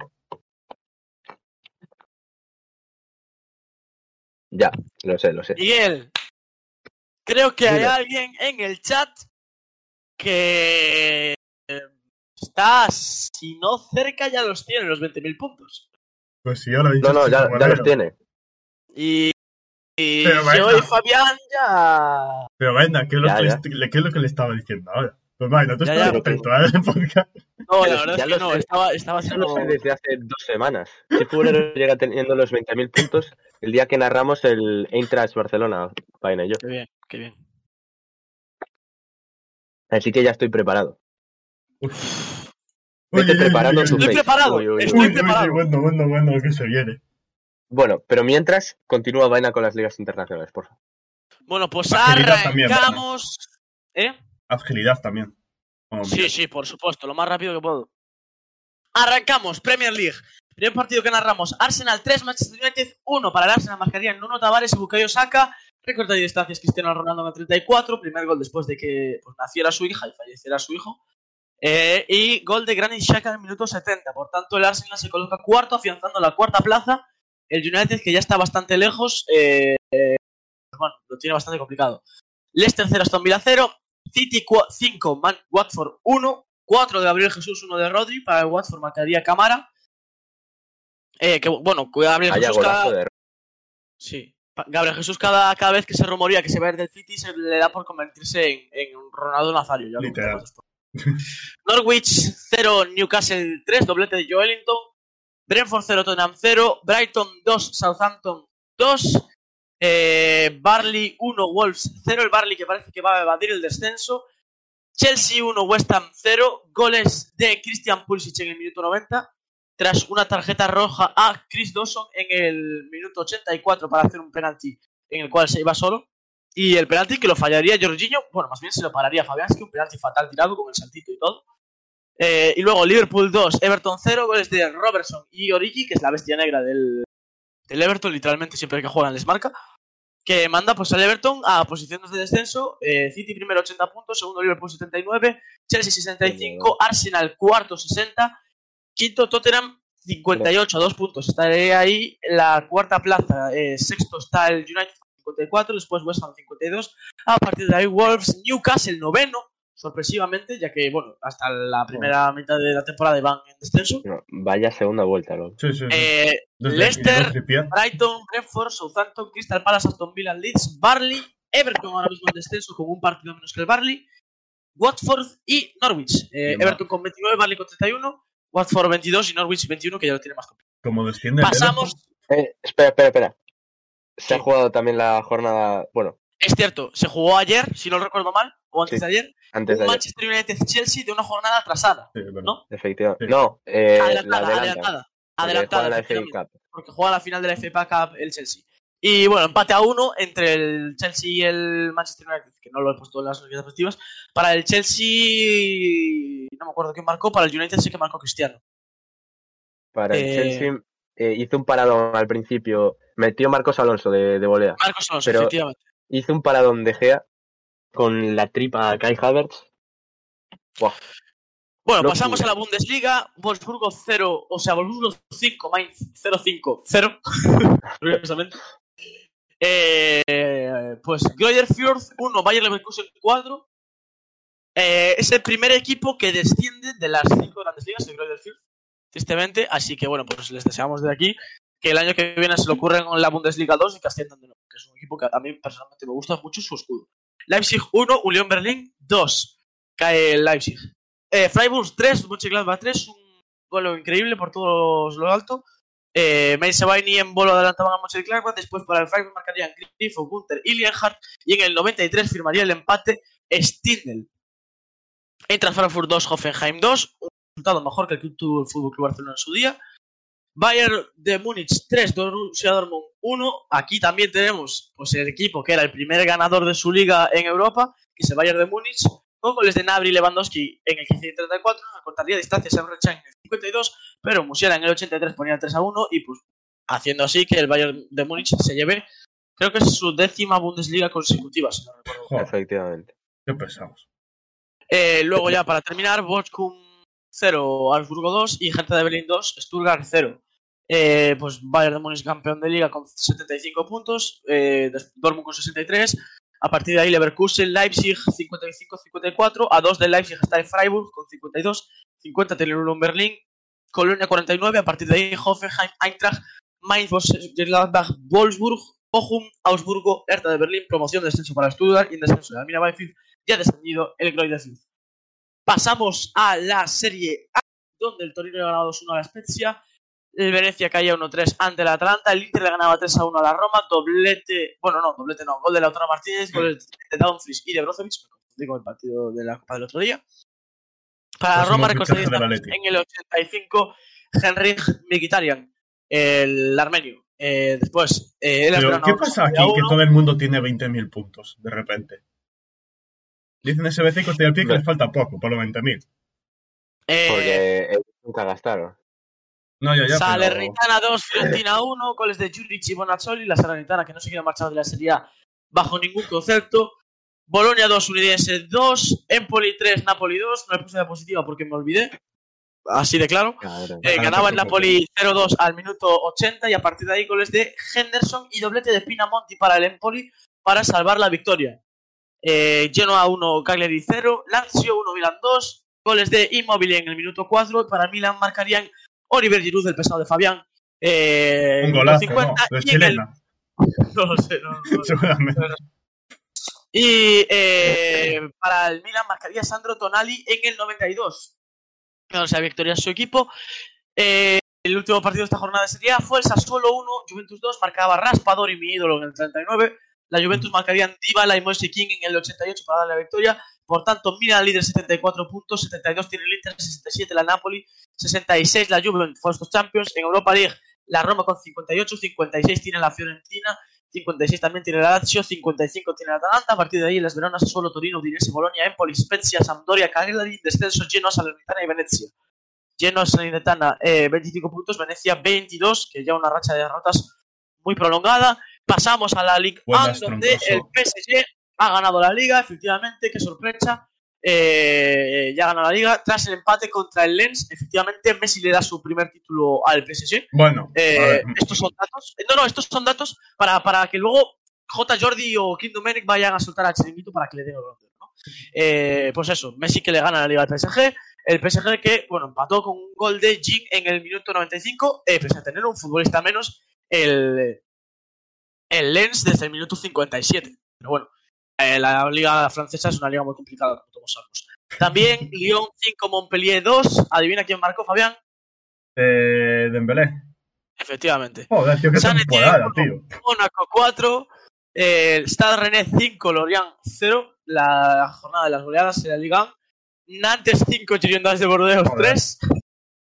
C: Ya, lo sé, lo sé.
B: Miguel, creo que hay
C: Dime.
B: alguien en el chat que eh, está, si no cerca, ya los tiene, los 20.000 puntos.
A: Pues sí, ahora
C: No, no, ya, ya los tiene.
B: Y, y
A: Pero
B: si
A: venga.
B: hoy Fabián ya...
A: Pero venga, ¿qué es, lo
C: Ya,
A: que
C: ya.
A: le- qué es lo que le estaba diciendo ahora? Pues venga, tú
B: Ya,
A: estás
B: ya.
A: atento a la podcast.
B: No, la
C: Ya lo-
B: verdad
C: ya
B: es
C: lo
B: que no,
C: sé.
B: estaba, estaba
C: Ya
B: siendo...
C: lo sé desde hace dos semanas. Si Fulero llega teniendo los 20.000 puntos el día que narramos el Eintracht Barcelona, vaina y yo.
B: Qué bien, qué bien.
C: Así que ya estoy preparado.
A: Uy,
C: Vete
A: uy, uy,
C: preparando
A: uy,
C: tu
A: uy,
B: Estoy
C: face.
B: preparado,
C: Uy, uy, uy.
B: estoy
A: uy,
B: preparado.
A: bueno, bueno, bueno, que se viene.
C: Bueno, pero mientras, continúa vaina con las ligas internacionales, por favor.
B: Bueno, pues
A: Agilidad también,
B: arrancamos... ¿Eh?
A: Agilidad también.
C: Oh,
A: Como
B: Sí,
A: Miguel.
B: sí, por supuesto, lo más rápido que puedo. Arrancamos, Premier League. Primer partido que narramos, Arsenal 3, Manchester United 1. Para el Arsenal marcarían Nuno Tavares y Bukayo Saka. Recorta de distancias Cristiano Ronaldo en el 34. Primer gol después de que pues, naciera su hija y falleciera su hijo. Eh, y gol de Granit Xhaka en el minuto 70. Por tanto, el Arsenal se coloca cuarto, afianzando la cuarta plaza. El United, que ya está bastante lejos, eh, eh, bueno, lo tiene bastante complicado. Leicester 0, Aston Villa 0. City 5, Man Watford 1. 4 de Gabriel Jesús, 1 de Rodri. Para el Watford marcaría Camara. Eh, que bueno, que Gabriel
C: Vaya
B: Jesús cada...
C: golazo de
B: Sí. Pa- Gabriel Jesús cada, cada vez que se rumoría que se va a ir del City se le da por convertirse en, en un Ronaldo Nazario. Ya lo
A: Literal.
B: veremos después. Norwich 0, Newcastle 3, doblete de Joelinton. Brentford 0, Tottenham 0. Brighton 2, Southampton 2. Eh, Barley 1, Wolves 0. El Barley que parece que va a evadir el descenso. Chelsea 1, West Ham 0. Goles de Christian Pulisic en el minuto 90. Tras una tarjeta roja a Chris Dawson en el minuto 84 para hacer un penalti en el cual se iba solo. Y el penalti que lo fallaría Jorginho. Bueno, más bien se lo pararía Fabián, que un penalti fatal tirado con el saltito y todo. Eh, y luego Liverpool 2, Everton 0. Goles de Robertson y Origi, que es la bestia negra del, del Everton, literalmente siempre que juegan les marca que manda pues al Everton a posiciones de descenso. eh, City primero 80 puntos, segundo Liverpool 79, Chelsea 65, Arsenal cuarto 60, quinto Tottenham 58 a dos puntos. Estaría ahí la cuarta plaza. eh, sexto está el United 54, después West Ham 52. A partir de ahí Wolves, Newcastle noveno, sorpresivamente, ya que bueno hasta la primera mitad de la temporada van en descenso.
C: No, vaya segunda vuelta, loco.
A: Sí, sí, sí.
B: Eh,
A: Desde
B: Leicester,
A: aquí, ¿no? Trippier.
B: Brighton, Brentford, Southampton, Crystal Palace, Aston Villa, Leeds, Barley, Everton ahora mismo en descenso con un partido menos que el Barley, Watford y Norwich. Eh,
A: Bien,
B: Everton con 29, Barley con 31, Watford 22 y Norwich 21 que ya lo tiene más complicado.
A: Como desciende. el
B: Pasamos,
C: Eh, espera, espera, espera. Se
B: Sí.
C: ha jugado también la jornada, bueno,
B: es cierto, se jugó ayer, si no recuerdo mal, o antes
C: Sí,
B: de ayer,
C: antes
B: un
C: de ayer,
B: Manchester United-Chelsea de una jornada atrasada.
A: Everton. Sí, verdad.
B: ¿No?
C: efectivamente.
A: Sí.
C: No, eh, la
B: adelantada,
C: adelantan,
B: adelantada.
C: porque
B: Adelantada,
C: juega la FA
B: efectivamente.
C: Cup.
B: porque juega la final de la FA Cup el Chelsea. Y bueno, empate a uno entre el Chelsea y el Manchester United, que no lo he puesto en las noticias positivas. Para el Chelsea, no me acuerdo quién marcó, para el United sí que marcó Cristiano.
C: Para el
B: Eh,
C: Chelsea eh, hizo un paradón al principio, metió Marcos Alonso de, de volea.
B: Marcos Alonso,
C: Pero-
B: efectivamente.
C: Hizo un paradón de Gea con la tripa a Kai Havertz. Buah,
B: Bueno,
C: locura.
B: pasamos a la Bundesliga. Wolfsburgo 0, o sea, Wolfsburgo 5, Mainz 0-5-0. Curiosamente. Eh, pues Gloyer Fjord 1, Bayer Leverkusen 4. Eh, es el primer equipo que desciende de las cinco grandes ligas, el Greuther Fürth, tristemente. Así que bueno, pues les deseamos desde aquí que el año que viene se lo ocurran con la Bundesliga 2 y que asciendan de nuevo, que es un equipo que a mí personalmente me gusta mucho su escudo. Leipzig 1, Unión Berlín 2. Cae el Leipzig. Eh, Freiburg 3, Mönchengladbach 3, un duelo increíble por todos lo alto. Eh, Meisebain y en bolo adelantaban a Mönchengladbach, después para el Freiburg marcarían Griffo, Gunter y Lienhardt, y en el 93 firmaría el empate Stindl. Entra Frankfurt 2, Hoffenheim 2. Un resultado mejor que el que tuvo el Fútbol Club Barcelona en su día. Bayern de Múnich 3, Borussia Dortmund 1. Aquí también tenemos pues, el equipo que era el primer ganador de su liga en Europa, que es el Bayern de Múnich, con goles de Nabri y Lewandowski en el 15 y 34. Acortaría distancias a Brecha en el 52, pero Musiala en el 83 ponía 3 a 1 y pues haciendo así que el Bayern de Múnich se lleve, creo que es su décima Bundesliga consecutiva, si no recuerdo
A: Joder,
C: efectivamente.
A: qué pesados.
B: eh, luego ya para terminar, Bochum 0, Augsburgo 2 y Hertha de Berlín 2, Stuttgart 0. Eh, pues Bayern de Múnich campeón de liga con 75 puntos, eh, des- Dortmund con 63. A partir de ahí Leverkusen, Leipzig 55-54, a 2 de Leipzig está el Freiburg con 52, 50 tiene en Berlín, Colonia 49, a partir de ahí Hoffenheim, Eintracht, Mainz, Gladbach, Wolfsburg, Bochum, Augsburgo, Hertha de Berlín, promoción, descenso para Stuttgart y en descenso de la Mina Bielefeld ya ha descendido el Glory Fürth. Pasamos a la Serie A, donde el Torino le ha ganado 2-1 a la Spezia, el Venecia caía 1-3 ante el Atalanta, el Inter le ganaba 3-1 a la Roma, doblete, bueno, no, doblete no, gol de Lautaro Martínez, gol de Dumfries y de Brozovic, me confundí con el partido de la Copa del otro día. Para la
A: Pues
B: Roma
A: hemos dicho
B: reconstruida
A: que del Atleti.
B: en el 85, Henry Mkhitaryan, el armenio. Eh, después, eh, el
A: Pero,
B: Atalanta
A: ¿qué
B: uno,
A: pasa aquí
B: Sevilla
A: que
B: uno.
A: todo el mundo tiene 20.000 puntos de repente? Dicen SBC y Costa del Pie que
C: Ve.
A: les falta poco, por los 20.000.
B: Eh,
C: Porque ellos nunca gastaron.
A: No, ya, ya. pero-
B: Salernitana 2, Fiorentina 1, goles de Juric y Bonazzoli, la Salernitana que no se queda marchada de la Serie A bajo ningún concepto. Bolonia 2, Unidense 2, Empoli 3, Napoli 2, no le puse la positiva porque me olvidé, así de claro.
C: Cabrón.
B: Eh,
A: Ah,
B: ganaba el
A: perfecto.
B: Napoli 0-2 al minuto 80 y a partir de ahí goles de Henderson y doblete de Pinamonti para el Empoli. para salvar la victoria. Eh, Genoa 1, Cagliari 0, Lazio 1, Milan 2, goles de Immobile en el minuto 4, para Milan marcarían Oliver Giroud, el pesado de Fabián, eh,
A: Un golazo,
B: minuto
A: ¿no? De
B: y en el...
A: chilena,
B: No lo sé, no, no, no.
A: seguramente.
B: Y eh, para el Milan marcaría Sandro Tonali en el 92. O sea, victoria a su equipo. Eh, el último partido de esta jornada sería fue el Sassuolo 1, Juventus 2, marcaba Raspador y mi ídolo en el 39. La Juventus marcarían Dybala y Moise King en el 88 para darle la victoria. Por tanto, Milan líder 74 puntos, 72 tiene el Inter, 67 la Napoli, 66 la Juve en Fostos Champions. En Europa League, la Roma con 58, 56 tiene la Fiorentina, 56 también tiene la Lazio, 55 tiene la Atalanta, a partir de ahí las Veronas, Sassuolo, Torino, Udinese, Bolonia, Empoli, Spezia, Sampdoria, Cagliari, descenso Genoa, Salernitana y Venecia. Genoa, Salernitana, eh, 25 puntos, Venecia 22, que ya una racha de derrotas muy prolongada. Pasamos a la Ligue 1,
A: Buenas,
B: donde el
A: troncoso.
B: PSG ha ganado la Liga, efectivamente, qué sorpresa. Eh, ya ganó la Liga tras el empate contra el Lens. Efectivamente, Messi le da su primer título al PSG.
A: Bueno, a
B: Eh,
A: ver,
B: estos son datos. eh, No, no, estos son datos para, para que luego J. Jordi o Kim Domenic vayan a soltar a Chiringuito para que le den el balón de oro, ¿no? Eh, Pues eso, Messi que le gana la liga al PSG. El PSG que, bueno, empató con un gol de Jin en el minuto 95, eh, pese a tener un futbolista menos, el, el Lens desde el minuto 57. Pero bueno, eh, la liga francesa es una liga muy complicada, como todos sabemos. También Lyon 5, Montpellier 2. Adivina quién marcó, Fabián.
A: eh, Dembélé.
B: Efectivamente.
A: Joder, tío, qué
B: San Etienne,
A: temporada, tío.
B: bueno. Mónaco 4, eh, Stade René 5, Lorient 0, la jornada de las goleadas en la Liga 1, Nantes 5, Girondins de Bordeaux
A: Joder.
B: 3.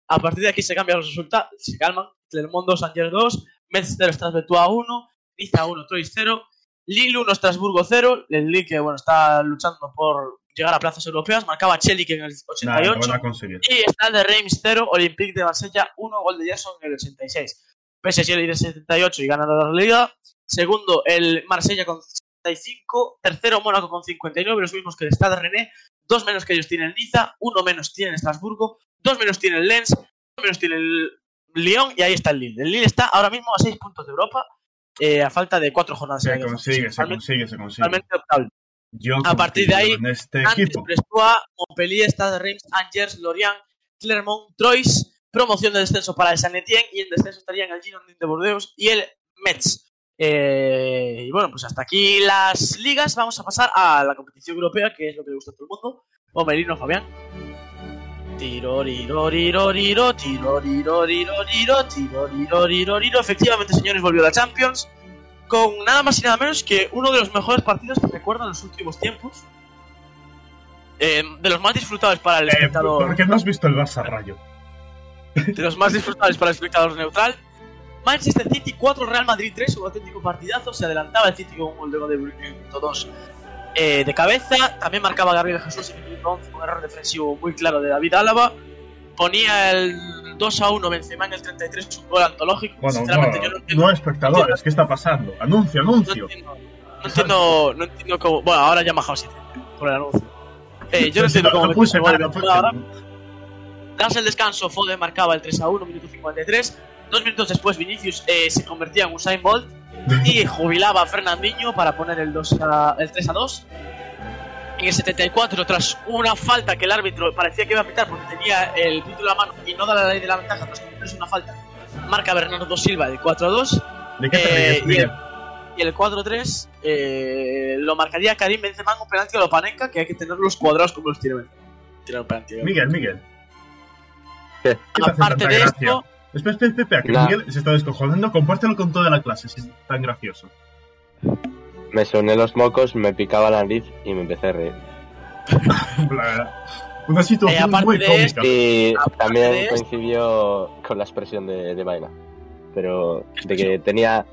B: A partir de aquí se cambian los resultados, se calman. Clermont 2, Angers 2, Metz 0, Strasbourg 1, Niza 1, Troyes 0, Lille 1, Estrasburgo 0. El Lille que bueno, está luchando por llegar a plazas europeas. Marcaba Chelik en el
A: Nada, lo
B: 88.
A: van a conseguir.
B: Y está el de Reims 0, Olympique de Marsella 1, gol de Gerson en el 86. PSG líder 78 y ganando la Liga. Segundo, el Marsella con 55. Tercero, Mónaco con 59, los mismos que el Stade René. Dos menos que ellos tienen Niza, uno menos tienen Estrasburgo, dos menos tienen Lens, dos menos tienen el Lyon y ahí está el Lille. El Lille está ahora mismo a 6 puntos de Europa, eh, a falta de cuatro jornadas.
A: Se
B: en la liga.
A: consigue, se
B: Totalmente-
A: consigue, se consigue.
B: totalmente optable.
A: Yo
B: A partir de
A: confío
B: ahí,
A: en este
B: Nantes,
A: equipo.
B: Brestois, Montpellier, Stade Reims, Angers, Lorient, Clermont, Troyes, promoción de descenso para el San Etienne y en descenso estarían el Girondin de Bordeaux y el Metz. Eh, y bueno, pues hasta aquí las ligas. Vamos a pasar a la competición europea, que es lo que le gusta a todo el mundo. Homerino, Fabián. Tiroriroriroriro, tiroriroriroriro, tiroriroriroriro. Efectivamente, señores, volvió la Champions con nada más y nada menos que uno de los mejores partidos que recuerdo en los últimos tiempos. Eh, de los más disfrutados para el
A: Eh,
B: espectador
A: ¿Por qué no has visto el Barça Rayo?
B: de los más disfrutables para el espectador neutral. Manchester City 4, Real Madrid 3, un auténtico partidazo. Se adelantaba el City con un gol de gol de Bruyne en el minuto 2 eh, de cabeza. También marcaba Gabriel Jesús en el minuto 11 con un error defensivo muy claro de David Álava. Ponía el 2 a 1 Benzema en el 33, un gol antológico.
A: Bueno,
B: Sinceramente, yo no
A: no,
B: entiendo.
A: no espectadores, ¿qué está pasando? Anuncio,
B: no
A: anuncio.
B: entiendo- no entiendo, no entiendo cómo. Bueno, ahora ya ha bajado 7 por el anuncio. Eh, yo no
A: Sí,
B: entiendo cómo.
A: lo puse,
B: metió el
A: vale, pues,
B: gol
A: lo
B: de
A: puse.
B: Benzema ahora. Tras el descanso, Foden marcaba el 3 a 1, minuto 53. Dos minutos después, Vinicius eh, se convertía en Usain Bolt
A: eh,
B: y jubilaba a Fernandinho para poner el, 2 a- el 3 a 2. En el 74, tras una falta que el árbitro parecía que iba a pitar porque tenía el título a mano y no da la ley de la ventaja tras cumplirse una falta, marca Bernardo Silva el 4 a 2.
A: ¿De qué te
B: Eh,
A: ríes,
B: y
A: Miguel?
B: Y el 4-3 eh, lo marcaría Karim Benzema en un penalti a Lopanenka, que hay que tener los cuadrados como los tiene Benzema. Tiene el penalti.
A: Miguel, Miguel.
C: ¿Qué?
A: ¿Qué te hace
B: Aparte
A: tanta
B: de
A: gracia?
B: esto,
A: Espera, espera, espera, espera, que
C: La-
A: Miguel se está descojonando. Compártelo con toda la clase, si es tan gracioso.
C: Me soné los mocos, me picaba la nariz y me empecé a reír.
A: La verdad. Una situación
B: Eh, aparte
A: muy
B: de este,
A: cómica.
C: Y
B: Aparte de
C: también
B: esto-
C: coincidió con la expresión de, de Vaina. Pero de que tenía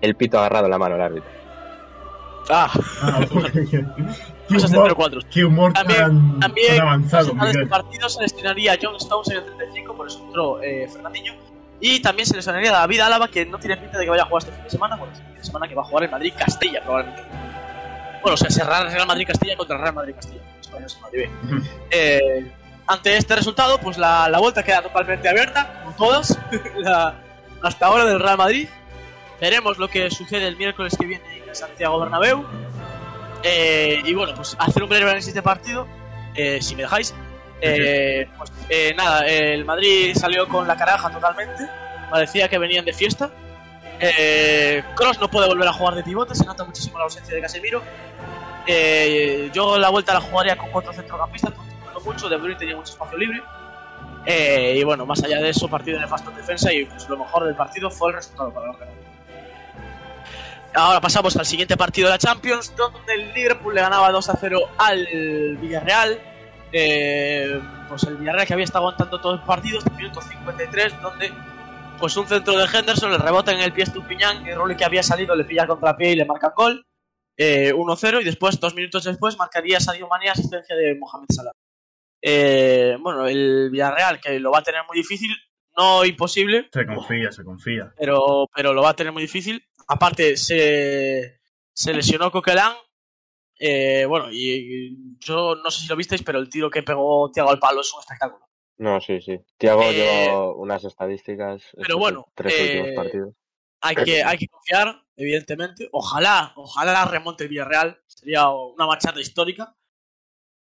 C: el pito agarrado en la mano el árbitro.
B: Ah,
A: Ah, ok. qué
B: cosas de
A: humor,
B: 4
A: qué humor
B: También-
A: tan,
B: también
A: tan
B: Tras
A: avanzado,
B: el final de
A: Miguel.
B: este partido se lesionaría John Stones en el 35, por eso entró eh, Fernandinho. Y también se lesionaría David Álava, que no tiene pinta de que vaya a jugar este fin de semana. Bueno, este fin de semana que va a jugar el Madrid-Castilla, probablemente. Bueno, o sea, cerrar Real Madrid-Castilla contra Real Madrid-Castilla. España se Madrid B.
A: Ujú.
B: Eh, ante este resultado, pues la, la vuelta queda totalmente abierta, como todas, la- hasta ahora del Real Madrid. veremos lo que sucede el miércoles que viene en el Santiago Bernabéu. Eh, y bueno, pues hacer un breve análisis de partido, eh, si me dejáis. Eh, pues, eh, nada, el Madrid salió con la caraja totalmente. Parecía que venían de fiesta. Eh, Cross no puede volver a jugar de pivote, se nota muchísimo la ausencia de Casemiro. Eh, yo la vuelta la jugaría con cuatro centrocampistas, no mucho, De Bruyne tenía mucho espacio libre. Eh, y bueno, más allá de eso, partido nefasto en defensa y pues, lo mejor del partido fue el resultado para el Arsenal. Ahora pasamos al siguiente partido de la Champions, donde el Liverpool le ganaba 2 a 0 al Villarreal. Eh, pues el Villarreal que había estado aguantando todos los partidos, minuto 53, donde pues un centro de Henderson le rebota en el pie Estupiñán, que Rulli que había salido le pilla contra pie y le marca gol. Eh, 1-0 y después, dos minutos después, marcaría Sadio Mané asistencia de Mohamed Salah. Eh, bueno, el Villarreal, que lo va a tener muy difícil, no imposible,
A: Se confía, se confía.
B: pero, pero lo va a tener muy difícil. Aparte, se, se lesionó Coquelin. Eh, bueno, y, y yo no sé si lo visteis, pero el tiro que pegó Thiago al palo es un espectáculo.
C: No, sí, sí. Tiago
B: Eh,
C: lleva unas estadísticas. estos
B: bueno,
C: Tres
B: eh,
C: últimos partidos.
B: Hay que, hay que confiar, evidentemente. Ojalá, ojalá remonte el Villarreal. Sería una marchada histórica.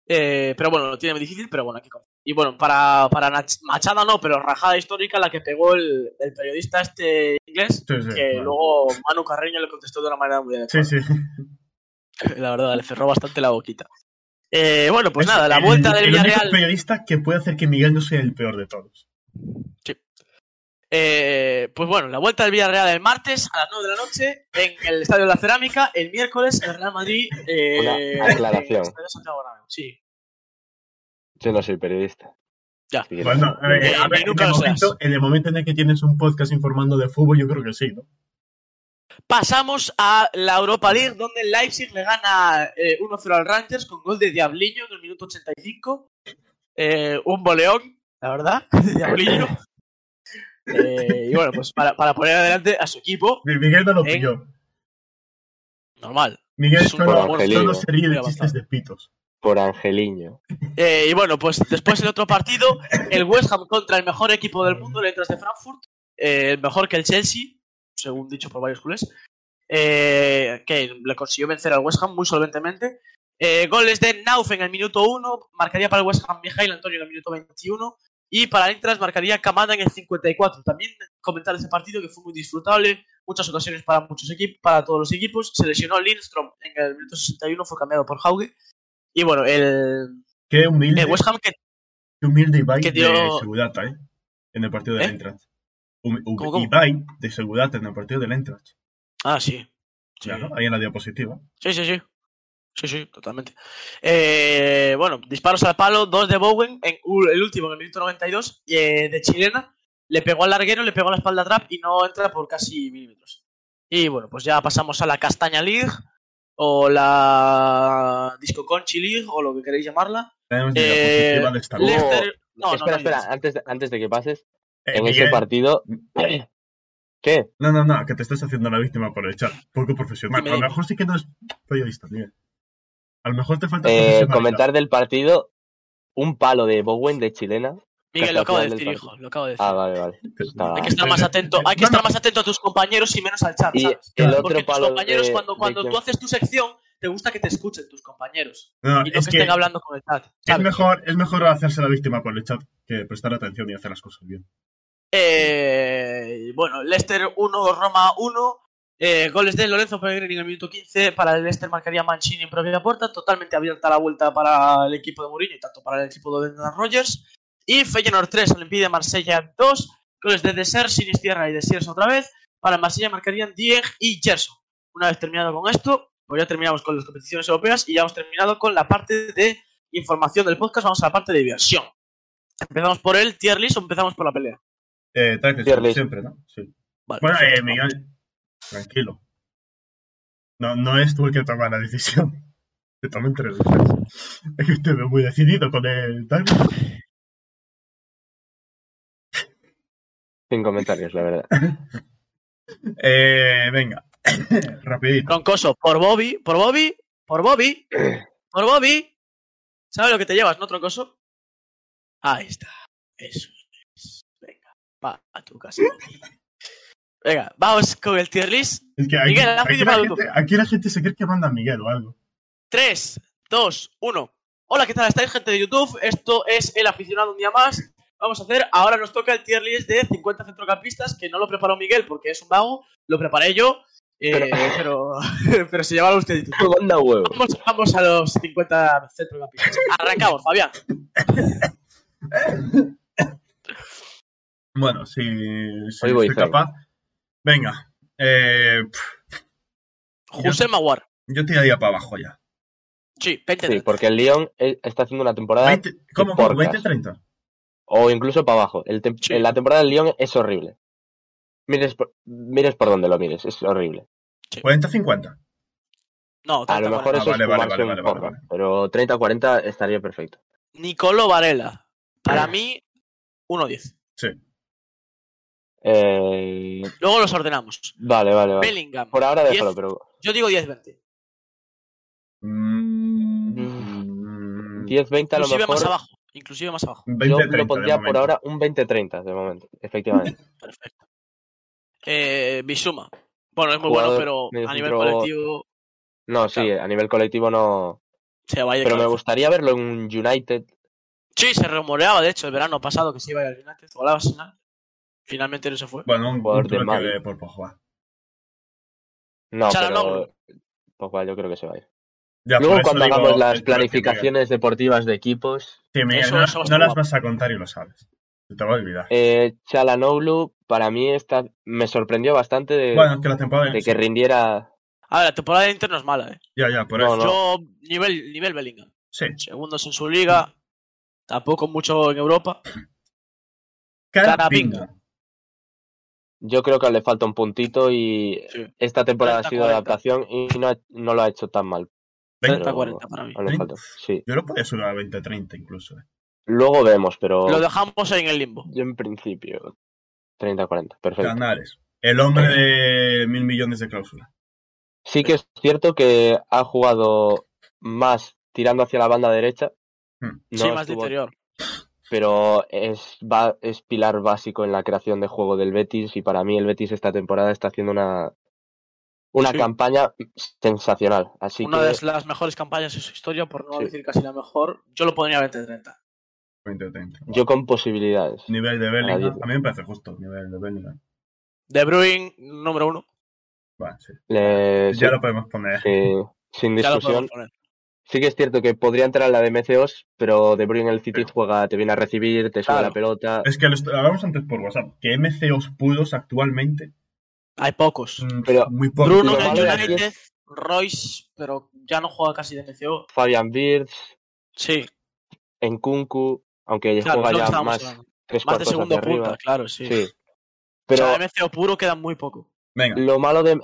B: Eh, pero bueno, lo tiene muy difícil, pero bueno, hay que confiar. Y bueno, para, para Nach- Machada no, pero rajada histórica la que pegó el, el periodista este inglés,
A: Sí, sí,
B: que
A: claro.
B: luego Manu Carreño le contestó de una manera muy adecuada.
A: Sí, sí.
B: La verdad, le cerró bastante la boquita. Eh, bueno, pues
A: Es
B: nada, la
A: el-
B: vuelta del
A: el único
B: Villarreal.
A: periodista que puede hacer que Miguel no sea el peor de todos.
B: eh, pues bueno, la vuelta del Villarreal el martes a las 9 de la noche en el Estadio de la Cerámica. El miércoles el Real Madrid. Eh,
C: Una
B: en el
C: aclaración.
B: Estadio Santiago Bernabéu. Sí,
C: Yo no soy periodista.
B: Ya.
C: Si quieres.
A: Bueno, a ver,
B: Eh,
A: a ver, en,
B: nunca
A: el
B: lo serás.
A: momento, en el momento en el que tienes un podcast informando de fútbol, yo creo que sí, ¿no?
B: Pasamos a la Europa League, donde el Leipzig le gana eh, 1-0 al Rangers con gol de Diabliño en el minuto 85. Eh, un boleón, la verdad, de Diabliño. Eh, y bueno, pues para, para poner adelante a su equipo,
A: Mi- Miguel no lo
B: Eh,
A: pilló.
B: normal.
A: Miguel
B: es un
A: solo,
C: buen
A: solo
C: angelino.
A: se ríe de
B: Muy
A: chistes
B: avanzado.
A: de pitos.
C: Por Angeliño.
B: Eh, y bueno, pues después el otro partido, el West Ham contra el mejor equipo del mundo, el Eintracht de Frankfurt, eh, el mejor que el Chelsea, según dicho por varios culés, eh, que le consiguió vencer al West Ham muy solventemente. Eh, goles de Nauf en el minuto 1, marcaría para el West Ham Mijail Antonio en el minuto 21 y para el Eintracht marcaría Kamada en el 54. También comentar ese partido que fue muy disfrutable, muchas ocasiones para muchos equipos, para todos los equipos. Se lesionó Lindstrom en el minuto 61, fue cambiado por Hauge. Y bueno, el,
A: Qué humilde,
B: el Eh, West Ham que
A: qué humilde Ibai
B: pues, que
A: de
B: dio-
A: Segudata, ¿eh? En el partido
B: ¿Eh?
A: del Eintracht. Hum- hum-
B: ¿Cómo, cómo?
A: Ibai de Segudata en el partido del Eintracht.
B: Ah, sí. Sí,
A: Claro, ahí en la diapositiva.
B: sí, sí. Sí, sí, sí, totalmente. Eh, bueno, disparos al palo, dos de Bowen, en u- el último en el minuto 92, eh, de chilena. Le pegó al larguero, le pegó a la espalda atrás y no entra por casi milímetros. Y bueno, pues ya pasamos a la Castaña League o la Disco Conchi League o lo que queréis llamarla.
A: Tenemos la
B: Eh,
A: diapositiva de esta
C: Luego-
A: lista.
B: Leicester... No, no,
C: espera,
B: no,
C: espera.
B: no.
C: Antes de, antes de que pases,
A: Eh,
C: en
A: Miguel,
C: ese partido. ¿Qué?
A: No, no, no, que te estás haciendo la víctima por el chat. Poco profesional.
B: Dime,
A: a lo
B: dime.
A: mejor sí que no es periodista, Miguel. A lo mejor te falta
C: Eh,
A: profesionalidad.
C: comentar del partido. Un palo de Bowen de chilena.
B: Miguel, lo acabo de
C: Castaña
B: decir,
C: del
B: hijo, lo acabo de decir.
C: Ah, vale, vale.
B: Hay que
C: Ah,
B: estar más atento, hay que
A: No, no.
B: estar más atento a tus compañeros y menos al chat,
C: Y
B: ¿sabes?
C: el otro
B: Porque tus
C: palo
B: compañeros
C: de-
B: cuando,
C: de
B: cuando tú
C: quién-
B: haces tu sección, te gusta que te escuchen tus compañeros
A: No,
B: y no
A: es
B: que,
A: que
B: estén hablando con el chat.
A: es
B: ¿sabes?
A: mejor, es mejor hacerse la víctima por el chat que prestar atención y hacer las cosas bien.
B: Eh, bueno, Leicester 1, Roma 1. eh, goles de Lorenzo Pellegrini en el minuto 15. Para el Leicester marcaría Mancini en propia puerta. Totalmente abierta la vuelta para el equipo de Mourinho y tanto para el equipo de Brendan Rogers. Y Feyenoord 3, Olympique de Marsella 2. Goles de Dessert, Sinistierra y Desiers otra vez. Para el Marsella marcarían Dieg y Gerson. Una vez terminado con esto, pues ya terminamos con las competiciones europeas y ya hemos terminado con la parte de información del podcast. Vamos a la parte de diversión. Empezamos por el tier list o empezamos por la pelea.
A: Eh, trackers,
C: Tier
A: como
C: list.
A: siempre, ¿no? Sí.
B: Vale,
A: Bueno,
B: perfecto,
A: eh, Miguel, tranquilo. No, no es tú el que toma la decisión. Te tomen tres veces. Es que te veo muy decidido con el tal.
C: Sin comentarios, la verdad.
A: Eh, venga, rapidito.
B: Troncoso, por Bobby, por Bobby, por Bobby, por Bobby. ¿Sabes lo que te llevas, no, Troncoso? Ahí está. Eso es. Venga, pa a tu casa. Venga, vamos con el tier list.
A: Es que aquí,
B: Miguel, ha
A: aquí
B: pedido
A: la
B: algo.
A: gente, aquí la gente se cree que manda Miguel o algo.
B: 3, 2, 1. Hola, ¿qué tal estáis, gente de YouTube? Esto es El Aficionado un día más. Vamos a hacer, ahora nos toca el tier list de 50 centrocampistas, que no lo preparó Miguel porque es un vago, lo preparé yo, eh, pero... pero, se llevaron ustedes.
C: Manda huevo.
B: Vamos, Pues vamos a los 50 centrocampistas. Arrancamos, Fabián.
A: Bueno, si, si
C: Hoy voy
A: soy
C: feo.
A: capaz. Venga, eh, pf,
B: José Maguar.
A: yo tiraría para abajo ya.
B: Sí, 20
C: Sí, porque el Lyon eh, está haciendo una temporada
A: 20, ¿Cómo? cómo?
C: porcas.
A: ¿20, 30?
C: o incluso para abajo. El tem-
B: Sí.
C: La temporada del Lyon es horrible. Mires por, mires por donde lo mires, es horrible.
A: ¿40, 50?
B: No,
C: A
B: 30,
C: lo mejor
B: vale.
C: eso
A: Ah, vale, vale,
C: es fumarse
A: vale,
C: un
A: vale,
C: porro,
A: vale.
C: pero 30-40 estaría perfecto.
B: Nicolo Varela.
C: Ah.
B: Para mí, 1-10.
C: Eh,
B: Luego los ordenamos.
C: vale, vale, vale.
B: Bellingham.
C: Por ahora
B: Diez.
C: déjalo, pero
B: Yo digo 10-20.
A: Mm,
C: 10-20 a lo
B: Inclusive más
C: mejor.
B: abajo. Inclusive más abajo.
A: 20,
C: Yo
A: 30 de
C: propondría por
A: momento.
C: ahora un 20-30 de momento, efectivamente.
B: Perfecto. Eh, Bisuma. Bueno, es muy
C: Jugador,
B: bueno, pero a nivel
C: mediocentro-
B: colectivo
C: No, sí, a nivel colectivo no.
B: se va a ir
C: Pero me
B: cabeza.
C: gustaría verlo en un United.
B: Sí, se rumoreaba, de hecho, el verano pasado que se iba a ir al United o al Arsenal. Finalmente no se fue.
A: Bueno, un,
C: Jugador
A: un
C: del
A: trueque
C: Madrid.
A: de por Pogba.
C: No,
B: Chalanoglu.
C: pero. Pogba yo creo que se va a ir.
A: Ya, por
C: Luego
A: eso
C: cuando
A: digo
C: hagamos
A: el
C: las
A: trueque, Miguel.
C: planificaciones deportivas de equipos,
A: Sí, Miguel,
B: Eso-
A: no,
B: eso es
A: no las
B: guapo.
A: vas a contar y lo sabes. Se Te lo voy a olvidar.
C: eh, Chalanoglu para mí está, me sorprendió bastante de,
A: bueno, es que la temporada...
C: Eh, de que rindiera.
B: A ver, la temporada de Inter no es mala, eh.
A: Ya, ya, por
C: No,
A: eso.
C: no.
B: Yo, nivel, nivel Bellingham.
A: Sí.
B: Segundos en su liga. Tampoco mucho en Europa.
A: Carapinga.
B: Carapinga.
C: Yo creo que le falta un puntito y
B: Sí.
C: esta temporada ha
B: 30-40.
C: sido de adaptación y no, ha- no lo ha hecho tan mal.
A: Venga.
B: 30-40 para mí.
C: Aún le
A: Ven.
C: falta. Sí.
A: Yo lo podía subir a 20-30 incluso. eh.
C: Luego vemos, pero
B: Lo dejamos en el limbo.
C: yo en principio 30-40, perfecto.
A: Canales. El hombre de mil millones de cláusula.
C: Sí que es cierto que ha jugado más tirando hacia la banda derecha.
A: Hmm.
C: No
B: sí, más de
C: estuvo-
B: interior.
C: pero es, ba- es pilar básico en la creación de juego del Betis y para mí el Betis esta temporada está haciendo una, una
B: Sí.
C: campaña sensacional. Así
B: Una
C: que
B: de las mejores campañas de su historia, por no
C: Sí.
B: decir casi la mejor. Yo lo pondría 20-30.
A: 20-30.
C: yo con posibilidades.
A: Nivel de Bellingham.
C: Nadie.
A: A mí me parece justo. Nivel de Bellingham.
B: De Bruyne, número uno.
A: Vale, sí.
C: Le-
A: Ya
C: sí,
A: lo podemos poner.
C: eh, sin
B: Ya lo
C: discusión.
B: podemos poner.
C: Sí que es cierto que podría entrar la de MCOs, pero De Bruyne en el City juega, te viene a recibir, te sube
B: Claro.
C: la pelota.
A: Es que lo est- hablamos antes por WhatsApp. Que MCOs puros actualmente.
B: Hay pocos.
A: mm,
C: Pero
A: muy pocos.
B: Bruno
C: lo
B: en
C: malo de
B: el
C: aquí
B: United, Royce, pero ya no juega casi de MCO.
C: Fabian Birds,
B: Sí,
C: en Kunku, aunque
B: claro, es lo que
C: juega ya
B: estábamos
C: más,
B: hablando.
C: tres
B: Más de
C: cuartos hacia
B: segundo
C: arriba.
B: punta, claro, sí.
C: Sí.
B: Pero
C: Pero
B: MCO puro queda muy poco.
A: Venga.
C: lo malo de
A: sí,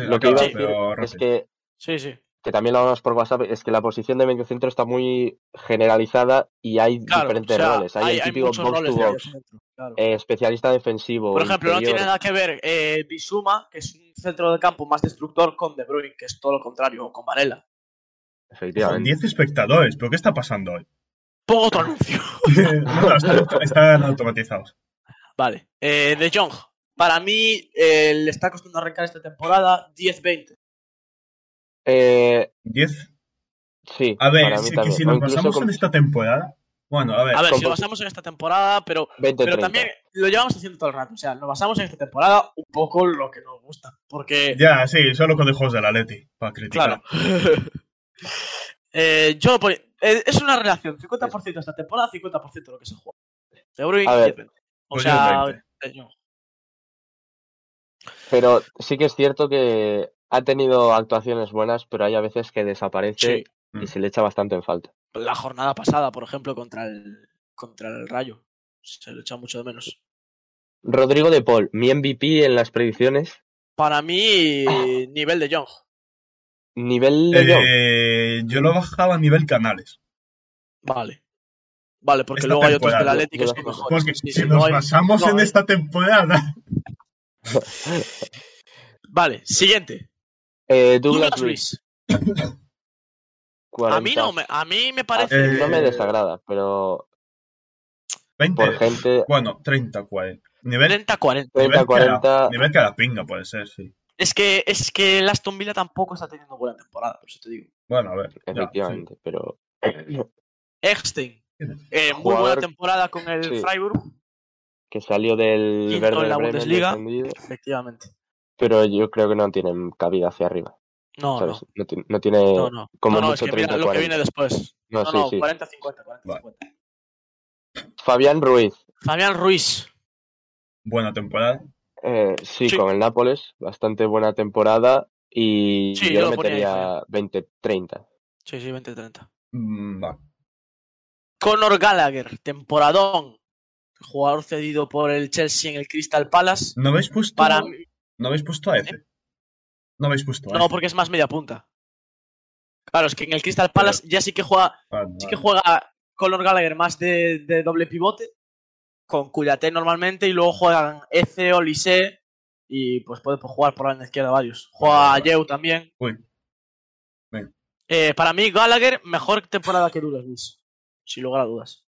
A: sí,
C: lo que
A: acaba,
C: iba a decir
A: pero
C: es
A: rápido.
C: que
B: Sí, sí.
C: que también lo hablamos por WhatsApp, es que la posición de mediocentro está muy generalizada y hay
B: Claro,
C: diferentes
B: o sea,
C: roles. Hay, el típico
B: muchos
C: box
B: roles
C: to
B: de
C: box,
B: mediocentro, claro.
C: eh, especialista defensivo.
B: Por ejemplo, no
C: interior.
B: tiene nada que ver eh, Bisuma, que es un centro de campo más destructor, con De Bruyne, que es todo lo contrario, o con Varela.
A: Con
C: Efectivamente.
A: 10 espectadores. ¿Pero qué está pasando hoy?
B: Pongo otro anuncio.
A: No, están, están automatizados.
B: Vale. Eh, de Jong. Para mí, eh, le está costando arrancar esta temporada 10-20.
C: Eh,
A: 10
C: sí,
A: A ver,
C: para mí
A: si, que
C: también.
A: si
C: O
A: nos
C: incluso
A: basamos
C: con
A: en esta temporada. Bueno, a ver.
B: A ver,
C: Con
B: si lo
C: posi-
B: basamos en esta temporada, pero
C: 20,
B: Pero
C: 30.
B: también lo llevamos haciendo todo el rato. O sea, nos basamos en esta temporada un poco lo que nos gusta. Porque,
A: Ya, sí, solo con juegos de la Leti. Para criticar.
B: claro. Eh, yo lo pon- eh, Es una relación: 50% esta temporada, 50% lo que se juega. De Bruyne,
C: A ver,
B: 10-20. O
A: pues
B: sea,
A: 10-20.
B: eh, no.
C: Pero sí que es cierto que ha tenido actuaciones buenas, pero hay a veces que
B: sí.
C: desaparece
A: Mm.
C: y se le echa bastante en falta.
B: La jornada pasada, por ejemplo, contra el, contra el Rayo. Se le echa mucho de menos.
C: Rodrigo de Paul, mi MVP en las predicciones,
B: Para mí, nivel de Young.
C: nivel de Jong.
A: Eh, yo lo bajaba a nivel canales.
B: Vale. Vale, porque
A: Esta
B: luego hay otros del
A: temporada,
B: Atlético que
C: yo-
B: son
C: yo-
B: mejores.
A: Porque
B: Sí, sí,
A: si
B: luego
A: nos
B: hay-
A: basamos
B: no
A: en
B: hay.
A: esta temporada.
B: Vale, siguiente.
C: Eh,
B: Douglas,
C: Douglas Luis,
B: Luis. A mí
C: 40.
B: no, me, a mí me parece.
A: Eh,
C: No me desagrada, pero
A: 20.
B: Eh,
C: por gente
A: Bueno, 30, 40. Nivel,
B: 30-40.
A: nivel
C: 30,
A: que a la-
C: 40.
A: nivel que a la pinga puede ser, sí.
B: Es que, es que el Aston Villa tampoco está teniendo buena temporada, por eso te digo.
A: Bueno, a ver. ya, sí.
C: Efectivamente, pero.
B: Eckstein.
A: ¿Quién es?
B: eh, muy buena
C: Jugador-
B: temporada con el
C: sí.
B: Freiburg.
C: Que salió del
B: Quinto
C: Werder
B: en la
C: Bremen
B: Bundesliga.
C: descendido,
B: Efectivamente.
C: pero yo creo que no tienen cabida hacia arriba.
B: No, no.
C: ¿sabes? No, ti- no tiene.
B: No, no.
C: eh, como
B: no, no,
C: mucho
B: es que mira
C: 30,
B: lo que
C: 40.
B: viene después.
C: No,
B: No,
C: sí,
B: no,
C: sí.
B: 40-50, 40-50.
C: Fabián Ruiz.
B: Fabián Ruiz.
A: Buena temporada.
C: eh, sí,
B: Sí.
C: con el Nápoles. Bastante buena temporada. Y
B: Sí,
C: yo
B: yo
C: le
B: lo ponía ahí,
C: metería 20-30.
B: Sí, sí, 20-30.
A: Mm, va.
B: Conor Gallagher, temporadón. Jugador cedido por el Chelsea en el Crystal Palace.
A: ¿No habéis puesto,
B: Para mí-
A: ¿no habéis puesto a Eze? No habéis puesto a
B: No,
A: Eze.
B: porque es más media punta. Claro, es que en el Crystal Palace ya sí que juega,
A: Vale,
B: sí que
A: Ah, vale.
B: juega Conor Gallagher más de, de doble pivote, con Cuyate normalmente, y luego juegan Eze, Olise, y pues puede pues, jugar por la banda izquierda varios. Juega
A: Vale, vale.
B: Yeu también.
A: Uy. Bien.
B: Eh, para mí, Gallagher, mejor temporada que Duras, Luis. Sin lugar a dudas.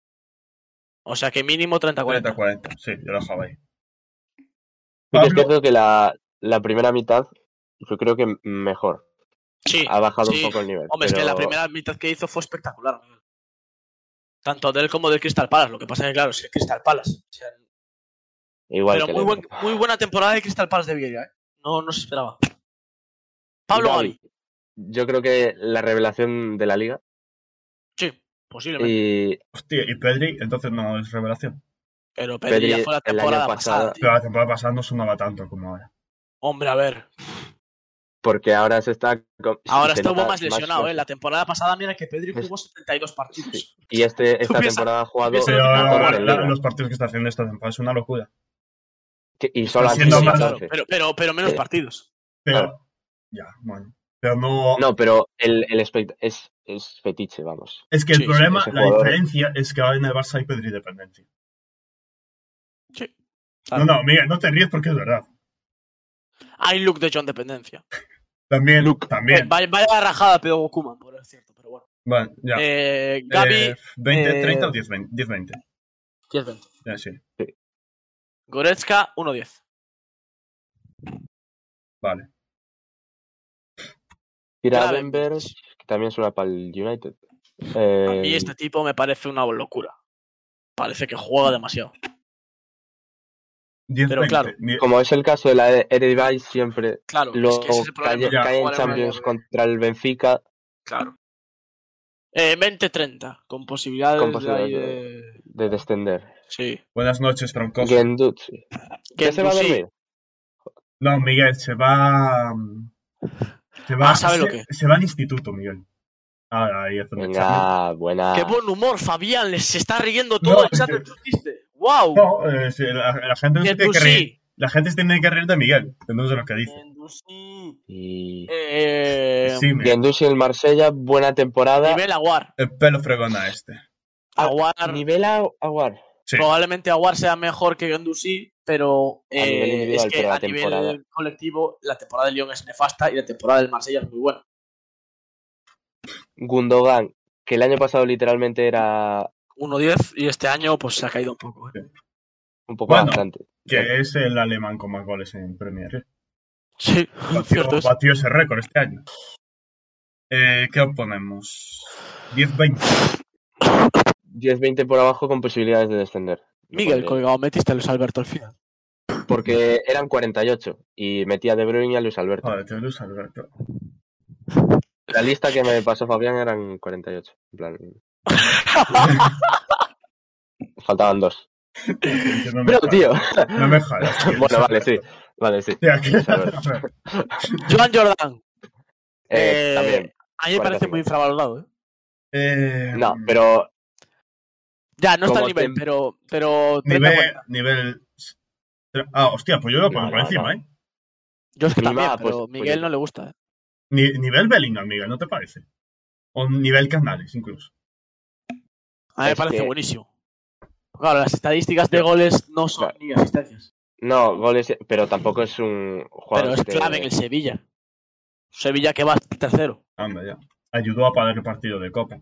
B: O sea que mínimo 30-40.
A: 40-40. Sí, yo lo dejaba ahí.
C: Sí que es
A: Pablo.
C: cierto que la, la primera mitad, yo creo que mejor.
B: Sí.
C: Ha bajado
B: sí.
C: un poco el nivel.
B: Hombre, es que la
C: pero-
B: primera mitad que hizo fue espectacular, Miguel. Tanto de él como del Crystal Palace. Lo que pasa es que, claro, es el Crystal Palace. O sea,
C: Igual
B: pero
C: que
B: muy,
C: el
B: buen-
C: otro.
B: muy buena temporada de Crystal Palace de Villa, ¿eh? No, no se esperaba. Pablo
C: Gavi.
B: Gavi.
C: Yo creo que la revelación de la liga.
B: Sí, posiblemente.
C: Y
A: Hostia, y Pedri, entonces no es revelación.
B: Pero Pedri,
C: Pedri
B: ya fue la
C: el año
B: temporada
C: pasado-
B: pasada. tío.
A: Pero la temporada pasada no sonaba tanto como ahora.
B: Hombre, a ver.
C: porque ahora se está. co-
B: Ahora
C: se
B: estuvo
C: nota
B: más lesionado,
C: fuerte.
B: ¿eh? La temporada pasada, mira que Pedri
C: Es-
B: jugó 72 partidos.
C: Sí. Y este, esta
B: piensas-
C: temporada ha jugado.
B: piensas-
A: Pero
B: Pero
A: la-
C: como en
A: la-
C: Liga.
A: los partidos que está haciendo esta temporada es una locura.
C: que- Y solo
A: está
C: han
A: siendo
C: sido
A: más-
B: claro,
C: 11.
B: pero, pero, pero menos
C: Sí.
B: partidos.
A: Pero,
C: Claro.
A: ya, bueno. Pero no.
C: No, pero el, el espect- es, es fetiche, vamos.
A: es que el
B: Sí, sí,
A: problema,
C: ese
A: la
C: jugador-
A: diferencia es que ahora en el Barça hay Pedri dependencia.
B: Sí.
A: No, no, Miguel, no te ríes porque es verdad.
B: Hay look de John Dependencia.
A: También,
C: Luke.
A: también.
B: Eh, Vaya, vaya rajada, pero Kuman, por cierto. Pero bueno.
A: Bueno, ya.
B: Eh,
A: Eh,
B: Gavi,
A: 20,
B: eh,
A: 30 o 10, 20. 10, 20.
B: 10-20.
A: Ya, sí.
B: Goretzka, 1-10.
A: Vale.
C: Tira
B: Gravenberch.
C: Denver, que también suena para el United.
B: A
C: Eh,
B: mí este tipo me parece una locura. Parece que juega demasiado.
A: 10,
B: Pero claro,
A: ni-
C: Como es el caso de la E-, Eredivisie, siempre
B: Claro, es
C: luego
B: que ese es el problema.
C: cae,
A: Ya,
C: cae en
B: jugar en una
C: Champions
B: liga.
C: contra el Benfica.
B: Claro. Eh, 20-30, con posibilidades,
C: Con posibilidades
B: de... ahí de-
C: de descender.
B: Sí.
A: Buenas noches, troncoso.
C: Guendouzi. ¿Ya se va a
B: Guendouzi,
C: dormir?
A: No, Miguel, se va. mm, Se va,
B: Ah, ¿sabe
A: se,
B: lo que?
A: se va al instituto, Miguel. Ahora, ahí hace un examen.
C: Venga, buena.
B: ¡Qué buen humor, Fabián! Les se está riendo todo
A: No,
B: el chat
A: es que-
B: de tu chiste. ¡Wow!
A: No, eh, se- la, la gente no se tiene que
B: pues
A: reír.
B: Guendouzi.
A: La gente se tiene que reír de Miguel, que no es de lo que dice.
B: Guendouzi.
C: Y...
B: Eh,
A: Sí, me-
C: Guendouzi en el Marsella, buena temporada.
B: Nivel Aguar.
A: el pelo fregona este.
B: Aguar.
C: Ah, Nivel a Aguar.
A: Sí.
B: Probablemente Aguar sea mejor que Gandusi, pero
C: A nivel
B: eh, es
C: individual,
B: que
C: pero la
B: a nivel
C: temporada.
B: colectivo la temporada de Lyon es nefasta y la temporada del Marsella es muy buena.
C: Gundogan, que el año pasado literalmente era
B: 1-10 y este año pues se ha caído un poco. ¿eh?
C: un poco
A: Bueno,
C: bastante.
A: Que es el alemán con más goles en Premier. League.
B: Sí,
A: Batió,
B: cierto es.
A: batió ese récord este año. Eh, ¿Qué ponemos? 10-20.
C: 10-20 por abajo con posibilidades de descender.
B: Miguel,
C: Porque,
B: colgado, metiste a Luis Alberto al final.
C: porque eran 48 y metía a De Bruyne y a Luis Alberto.
A: Joder, te Luis Alberto.
C: La lista que me pasó Fabián eran 48. En plan... Faltaban dos.
A: No me
C: Pero,
A: jodas.
C: tío.
A: No me jodas. tío, Luis
C: Bueno, vale, sí.
A: Alberto.
C: Vale, sí. Eh,
A: Tío, aquí-
C: Luis Alberto.
B: Joan Jordan.
C: Eh,
B: Eh,
C: también.
B: A mí me parece
C: 45.
B: muy infravalorado. ¿eh?
A: Eh,
C: No, pero
B: Ya, no está al
C: Como
B: nivel,
C: tem-
B: pero, pero 30
A: Nivel,
B: cuarenta.
A: nivel. Ah, hostia, pues yo lo pongo
C: No,
A: por
C: no,
A: encima,
C: no.
A: ¿eh?
B: Yo es que
C: Mima,
B: también,
C: pues-
B: pero
C: pues
B: Miguel
C: yo-
B: no le gusta. ¿eh?
A: Ni- nivel Bellingham, Miguel, ¿no te parece? O nivel Canales, incluso.
B: A mí me
C: Es
B: parece
C: que-
B: buenísimo. Claro, las estadísticas de goles no son
C: Claro.
B: ni asistencias.
C: No, goles, pero tampoco es un
B: Pero
C: jugador.
B: es
C: que-
B: clave en el Sevilla. Sevilla que va tercero.
A: Anda, ya. Ayudó a parar el partido de Copa.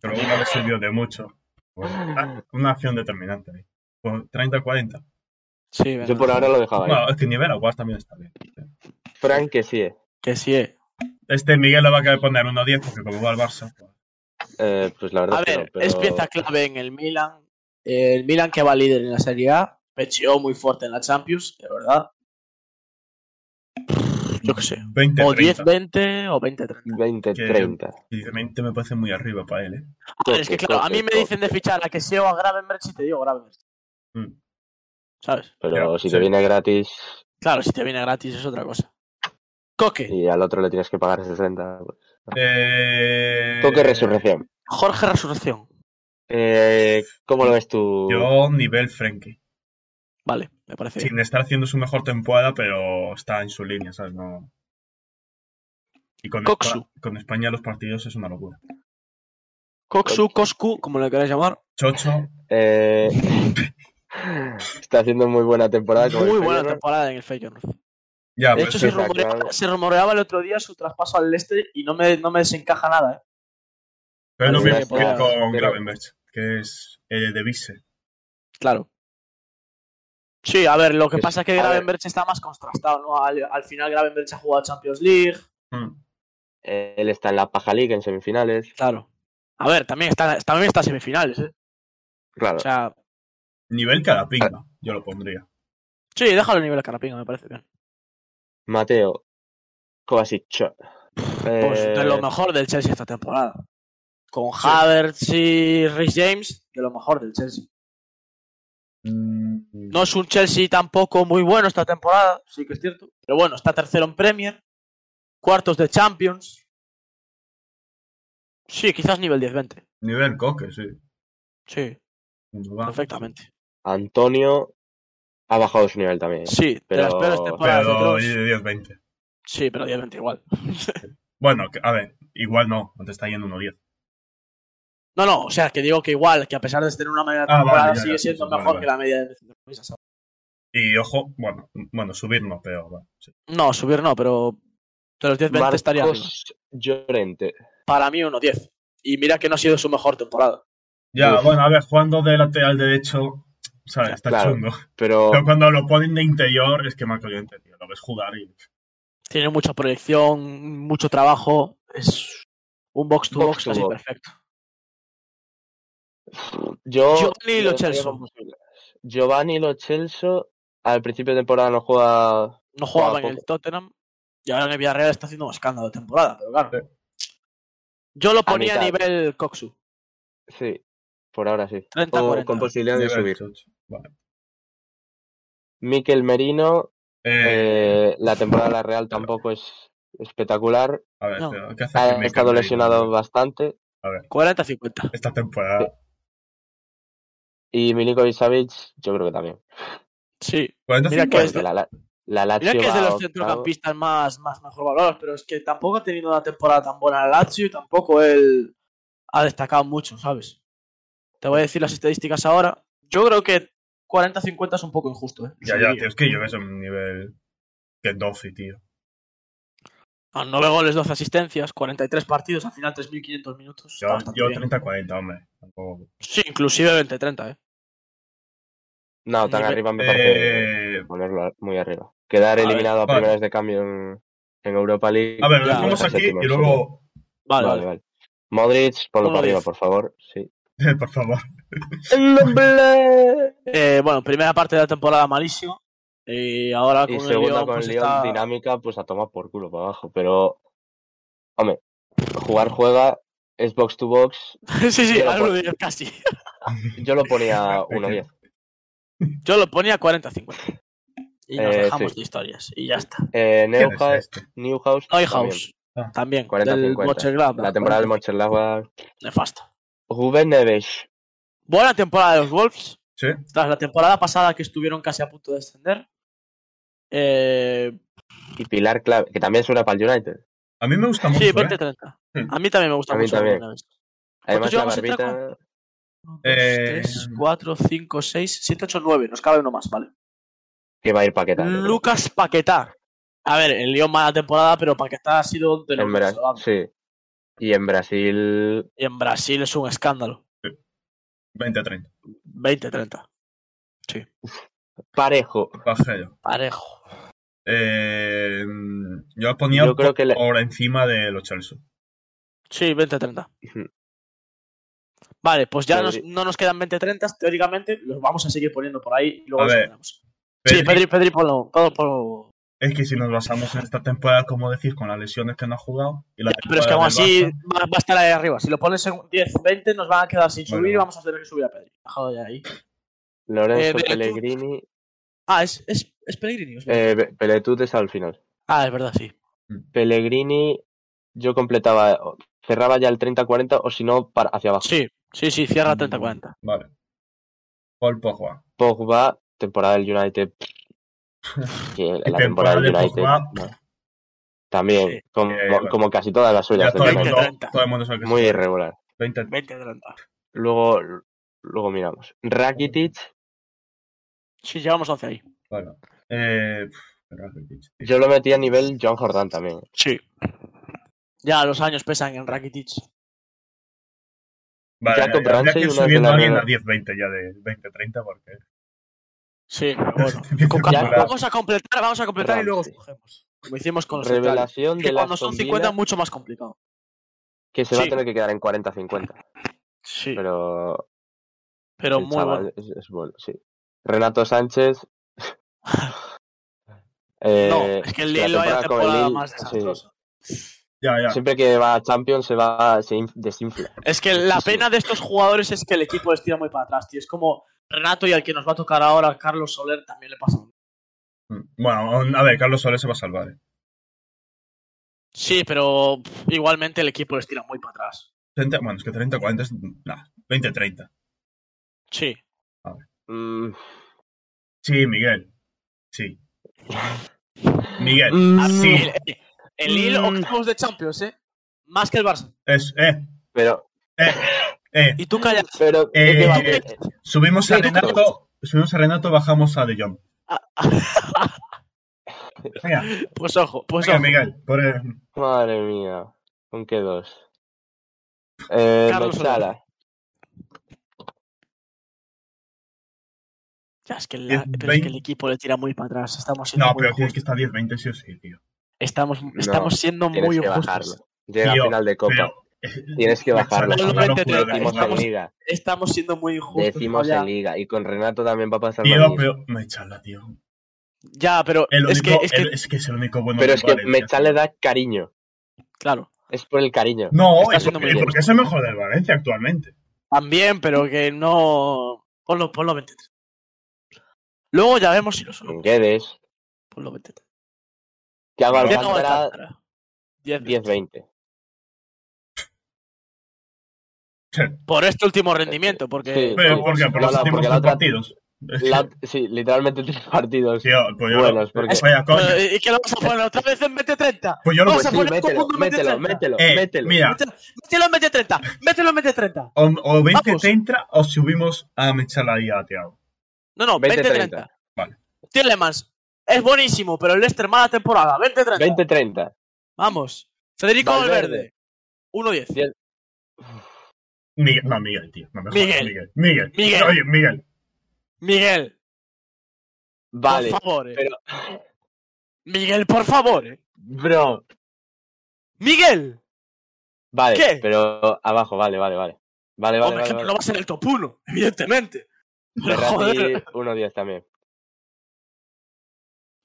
A: Pero no le sirvió de mucho. Bueno, ah, una acción determinante ahí. Pues 30-40.
B: Sí, venga.
C: Yo por ahora lo dejaba
A: Bueno,
C: ahí.
A: es que nivel aguas también está bien.
C: Frank, que sí.
B: Que sí, eh.
A: Este Miguel lo va a querer poner 1-10 porque como va al Barça. pues,
C: Eh, pues la verdad
B: A
C: es que
B: ver,
C: no, pero-
B: es pieza clave en el Milan. El Milan que va líder en la Serie A, pecheó muy fuerte en la Champions, de verdad. Yo qué sé.
A: 20,
B: O
A: 30.
B: 10-20 o 20-30.
C: 20,
A: Que-
C: 30.
A: Y 20 me parece muy arriba para él, ¿eh?
B: A ver, es que
C: Toque,
B: claro, a mí
C: toque,
B: me
C: toque.
B: dicen de fichar a que sea o a Gravenberch y te digo Gravenberch,
A: Mm.
B: ¿sabes?
C: Pero
A: Ya,
C: si
A: sí.
C: te viene gratis
B: Claro, si te viene gratis es otra cosa. Coque,
C: y al otro le tienes que pagar 60. Pues.
B: Ah.
A: Eh,
C: Toque resurrección.
B: Jorge Resurrección.
C: Eh, ¿Cómo lo ves tú?
A: Yo nivel Frenkie.
B: Vale, me parece bien.
A: Sin estar haciendo su mejor temporada, pero está en su línea, ¿sabes? No... Y con,
B: Coxu.
A: Espa- con España los partidos es una locura.
B: Coxu, Coscu, como lo queráis llamar.
A: Chocho,
C: Eh, está haciendo muy buena temporada. con el
B: Muy buena
C: Feyenoord.
B: temporada en el Feyenoord.
A: ya,
B: De
A: pues,
B: hecho,
A: sí,
B: se
C: está
B: rumoreaba,
C: claro.
B: se rumoreaba el otro día su traspaso al Leicester y no me, no me desencaja nada, ¿eh?
A: pero es lo
B: sí,
A: mismo
B: podía-
A: que con
C: pero-
A: Gravenberch, que es eh, de Vise.
B: Claro. Sí, a ver, lo que
C: Es-
B: pasa es que
C: a ver.
B: Gravenberch está más contrastado, ¿no? Al, al final Gravenberch ha jugado Champions League.
A: Mm.
C: Eh, él está en la Paja League en semifinales.
B: Claro. A ver, también está, también está en semifinales, ¿eh?
C: Claro.
B: O sea,
A: Nivel Carapinga, yo lo pondría.
B: sí, déjalo a nivel de Carapinga, me parece bien.
C: Mateo Kovacic. Eh,
B: Pues de lo mejor del Chelsea esta temporada. Con Havertz y Rich James, de lo mejor del Chelsea.
A: Mm,
B: No es un Chelsea tampoco muy bueno esta temporada, sí que es cierto. Pero bueno, está tercero en Premier, cuartos de Champions. Sí, quizás nivel 10-20.
A: Nivel Coque, sí.
B: Sí,
A: No va.
B: perfectamente.
C: Antonio ha bajado su nivel también.
B: Sí,
C: Pero-
B: de las peores temporadas de
A: Pero
B: todos.
A: oye, 10-20.
B: Sí, pero 10-20 igual.
A: Bueno, que- a ver, igual no, no te está yendo 1-10.
B: No, no, o sea, que digo que igual, que a pesar de tener una media de
A: Ah,
B: temporada,
A: vale, ya,
B: sigue
A: ya,
B: siendo
A: sí, sí,
B: mejor
A: vale,
B: que la media de Luisa, ¿sabes?
A: Y ojo, bueno, bueno, subir no, pero bueno, sí.
B: No, subir no, pero de los 10-20 estaría arriba.
C: Marcos Llorente.
B: Para mí, 1-10. Y mira que no ha sido su mejor temporada.
A: Ya,
C: Uf.
A: bueno, a ver, jugando de lateral derecho, ¿sabes?
B: Ya,
A: Está
C: claro. Oh.
A: chungo.
C: Pero
A: Pero cuando lo ponen de interior, es que Marco Llorente, tío, lo ves jugar y...
B: Tiene mucha proyección, mucho trabajo. Es un box to box,
C: Box to
B: casi
C: box.
B: perfecto.
C: yo.
B: Giovanni Lo Celso.
C: Giovanni Lo Celso, al principio de temporada no juega.
B: No jugaba
C: Jugaba
B: en el
C: poco.
B: Tottenham y ahora en el Villarreal está haciendo un escándalo de temporada, pero claro.
A: Sí.
B: Yo lo ponía a,
C: mitad.
B: nivel Coxu.
C: Sí, por ahora sí.
B: 30,
C: O
B: 40.
C: con posibilidad de
A: Nivel
C: subir.
A: chocho. Vale.
C: Miquel Merino,
A: Eh,
C: eh, la temporada de la Real tampoco es espectacular.
A: a ver,
B: no.
A: pero ¿qué hace
C: Ha
A: Mikel
C: Ah, estado
A: Merino?
C: lesionado bastante.
B: 40-50.
A: Esta temporada.
C: Y Milinkovic Savic, yo creo que también.
B: Sí. Mira
A: 40-50.
B: que es de-
C: Porque la, la, la Lazio
B: Mira que es de
C: va
B: los
C: octavo.
B: centrocampistas más, más mejor valorados, pero es que tampoco ha tenido una temporada tan buena el Lazio y tampoco él ha destacado mucho, ¿sabes? Te voy a decir las estadísticas ahora. Yo creo que 40-50 es un poco injusto, ¿eh?
A: Ya, ya, tío, es que yo ves un nivel... Que Dofi, tío.
B: A 9 Ah, goles, 12 asistencias, 43 partidos, al final 3.500 minutos. está
A: Yo,
B: bastante
A: yo
B: bien.
A: 30-40, hombre. Tampoco-
B: Sí, inclusive 20-30, ¿eh?
C: No, tan
B: Nivel-
C: arriba me parece
A: Eh,
C: ponerlo muy arriba. Quedar
A: Vale,
C: eliminado a
A: vale.
C: primeras de cambio en, en Europa League.
A: a ver, lo
B: Ya,
A: dejamos
C: está
A: aquí
C: séptimo,
A: y
C: en serio.
A: luego...
B: Vale,
C: Vale,
B: vale.
C: vale. Modric, ponlo para
B: Modric.
C: arriba, por favor. Sí.
A: Por favor.
B: Eh, bueno, primera parte de la temporada malísimo. Y ahora con
C: Y
B: el
C: segunda
B: Lyon,
C: con
B: pues
C: el Lyon,
B: está-
C: dinámica, pues a tomar por culo para abajo. Pero, hombre, jugar juega, es box to box.
B: sí, sí,
C: Yo lo
B: algo
C: pon-
B: de casi.
C: Yo lo ponía 1-10.
B: Yo lo ponía 40-50. Y nos
C: Eh,
B: dejamos
C: sí.
B: de historias. Y ya está.
C: Eh,
A: ¿Quién es
C: Neuhaus,
A: este?
C: Newhouse.
B: Neuhaus.
A: Ah.
B: También.
C: 40-50.
B: del Mönchengladbach.
C: La temporada del Mönchengladbach.
B: Nefasta.
C: Rubén Neves.
B: Buena temporada de los Wolves.
A: Sí.
B: Tras la temporada pasada que estuvieron casi a punto de descender. Eh,
C: Y Pilar Clave, que también suena para el United.
B: Pues
A: A mí me gusta mucho,
B: sí,
A: ¿eh?
B: 20-30.
A: Hmm.
B: A mí también me gusta
C: A mí
B: mucho.
C: también.
B: alguna vez.
C: Además, la
B: llevamos otra
C: barbita.
B: 1, 2,
A: Eh,
B: 3, 4, 5, 6, 7, 8, 9. Nos cabe uno más, ¿vale?
C: Que va a ir paquetando. creo.
B: Lucas Paquetá. A ver, el Lyon mala temporada, pero Paquetá ha sido de los
C: En Bra-
B: más salvables.
C: sí. Y en Brasil,
B: Y en Brasil es un escándalo.
A: 20-30.
B: 20-30.
C: Parejo.
A: Pajero.
B: Parejo.
A: Eh, yo ponía
C: Yo creo que le-
A: por encima de los Chelsea.
B: Sí, 20-30.
C: Ujú.
B: Vale, pues ya nos-
C: Pedri.
B: no nos quedan 20-30, teóricamente los vamos a seguir poniendo por ahí y luego
A: A
B: los
A: ver,
B: cambiamos. Sí,
A: Pedri-
B: Pedri, Pedri, ponlo, ponlo, ponlo.
A: Es que si nos basamos en esta temporada, como decís, con las lesiones que no ha jugado. Y la
B: Pero es que
A: temporada
B: aún
A: del
B: así
A: Barça,
B: va, va a estar ahí arriba. Si lo pones en 10-20 nos van a quedar sin
A: Bueno.
B: subir y vamos a tener que subir a Pedri. Bajado ya ahí.
C: Lorenzo
B: Eh, Beretut.
C: Pellegrini.
B: Ah, es, es, es Pellegrini. es verdad.
C: Eh, Be- Beretut está al final.
B: Ah, es verdad, sí.
C: Pellegrini, yo completaba, cerraba ya el 30-40 o si no, para- hacia abajo.
B: Sí, sí, sí, cierra 30-40.
A: Vale. Paul Pogba.
C: Pogba, temporada del United. Que
A: temporada
C: la temporada del
A: de
C: United.
A: Pogba.
C: bueno, También,
B: Sí.
C: como,
A: Eh, bueno.
C: como casi todas las
A: Ya
C: suyas.
A: todo el,
C: del
B: United.
A: mundo,
B: 20-30.
A: todo el mundo sabe que
C: United. pues Muy irregular.
A: 20.
B: 20-30.
C: Luego, luego miramos. Rakitic,
B: Sí, llevamos 11 ahí.
A: Bueno. Eh, pf, pero Rakitic.
C: yo lo metí a nivel John Jordan también.
B: Sí. Ya los años pesan en Rakitic.
A: Vale,
C: Jacob
A: ya, ya
C: Ramsey,
A: que ir
C: una de
A: subiendo a
C: las-
A: alguien a 10-20 ya de 20-30 porque...
B: Sí, pero bueno. Con
A: Empieza a
B: calma.
C: Jacob-
A: acumular.
B: vamos a completar, vamos a completar y luego
C: Ramsey.
B: cogemos. Como hicimos con los centrales.
C: Revelación
B: Que
C: de
B: cuando
C: las
B: son 50 es
C: combinas,
B: mucho más complicado.
C: que se va
B: sí.
C: a tener que quedar en 40-50.
B: Sí, pero,
C: Pero, el
B: muy
C: chaval
B: bueno.
C: Es, es bueno, sí. Renato Sánchez. Eh,
B: No, es que el
C: la
B: Lilo haya
C: temporada con
B: temporada
C: el Lille,
B: más
C: sí.
B: desastrosa.
A: Ya, ya.
C: Siempre que va a Champions se va se inf- desinfla.
B: Es que la
C: Sí, sí.
B: pena de estos jugadores es que el equipo les tira muy para atrás, tío. Es como Renato y al que nos va a tocar ahora, Carlos Soler, también le pasa. lo mismo.
A: Mm, Bueno, a ver, Carlos Soler se va a salvar. ¿eh?
B: Sí, pero pff, igualmente el equipo les tira muy para atrás.
A: 30, bueno, es que 30-40 es... Nah, 20-30.
B: Sí.
C: Mm,
A: Sí, Miguel. Sí. Miguel.
B: Ah,
A: Sí.
B: El, el- el Lille,
C: Mm.
B: octavos de Champions, ¿eh? Más que el Barça.
A: Es, eh,
C: pero
A: eh, eh.
B: Y tú callas.
C: pero
A: Eh,
C: ¿de qué va?
A: eh, Subimos a
B: Sí, Ah. tú
A: Renato, subimos a Renato, bajamos a De Jong. Venga,
B: Pues ojo, pues
A: venga,
B: ojo.
A: Miguel. por el-
C: Madre mía. ¿Con qué dos? Eh,
B: Carlos
C: Metsala.
B: Ya, es que, la-
A: Diez,
B: pero es que el
A: veinte.
B: equipo le tira muy para atrás. Estamos siendo
A: No,
B: muy
A: pero tienes que estar
B: injustos.
A: 10-20 sí o sí, tío.
B: Estamos, estamos siendo
C: Tienes
B: muy
C: que
B: injustos.
C: bajarlo. Llega
A: Tío,
C: a final de Copa.
A: Pero- eh,
C: Tienes que bajarlo.
A: Exacto, no lo puedo
B: Pero-
C: Decimos
A: ganar.
B: Estamos-
C: en Liga.
B: Estamos siendo muy injustos.
C: Decimos
B: Julián.
C: en Liga. Y con Renato también va a pasar lo
A: Tío,
C: mismo.
A: pero Mechala, tío.
B: Ya, pero
A: El
B: es
A: único-
B: que, es que
A: el- es que es el único bueno
C: Pero
A: del
C: es que
A: Valencia.
C: Mechal le da cariño.
B: claro,
C: Es por el cariño.
A: No,
B: está
A: y
B: siendo
A: porque,
B: muy bien.
A: porque es el mejor del Valencia actualmente.
B: también, pero que no. Ponlo, ponlo 23. Luego ya vemos si lo sube.
C: Guedes.
B: Ponlo 23.
C: Thiago
A: Vale,
B: Thiago
C: Alcántara.
B: Alcántara. 10,
C: 10-20.
B: Por este último rendimiento, porque.
C: Sí.
A: Pero, ¿por qué? Por
C: No,
A: los
C: no,
A: últimos
C: porque la
A: dos
C: otra-
A: partidos. Es que,
C: La- sí, literalmente tres partidos.
A: tío, pues yo.
C: Buenos, porque-
A: Vaya, coño.
B: Pero, ¿Y qué lo vamos a poner otra vez en 20-30?
A: Pues yo lo
B: vamos
C: Pues
B: a
C: sí,
B: poner todo el
C: mételo,
B: mundo
C: mételo,
B: 20-30.
C: mételo,
A: Eh,
C: mételo.
A: Mira,
B: Mételo mételo en 20-30. Mételo en 20-30.
A: o, o 20
B: Vamos.
A: 30 o subimos a Mechala y a Thiago.
B: No, no, 20-30.
C: 20-30.
A: Vale.
B: Tillemans es buenísimo, pero el Leicester mala temporada. 20-30.
C: 20-30.
B: Vamos. Federico Valverde.
C: Valverde.
B: 1-10.
A: Miguel, no, Miguel, tío. No me jodas,
B: Miguel.
A: Miguel. Miguel.
B: Miguel.
A: Oye, Miguel.
B: Miguel,
C: Vale.
B: por favor. eh.
C: pero-
B: Miguel, por favor. eh.
C: Bro.
B: Miguel.
C: Vale,
B: ¿Qué?
C: pero abajo, vale, vale, vale. Vale, vale,
B: Hombre,
C: vale.
B: que no
C: vale.
B: va a ser el top 1, evidentemente. Pero
C: Ferrati,
B: joder.
C: 1-10 también.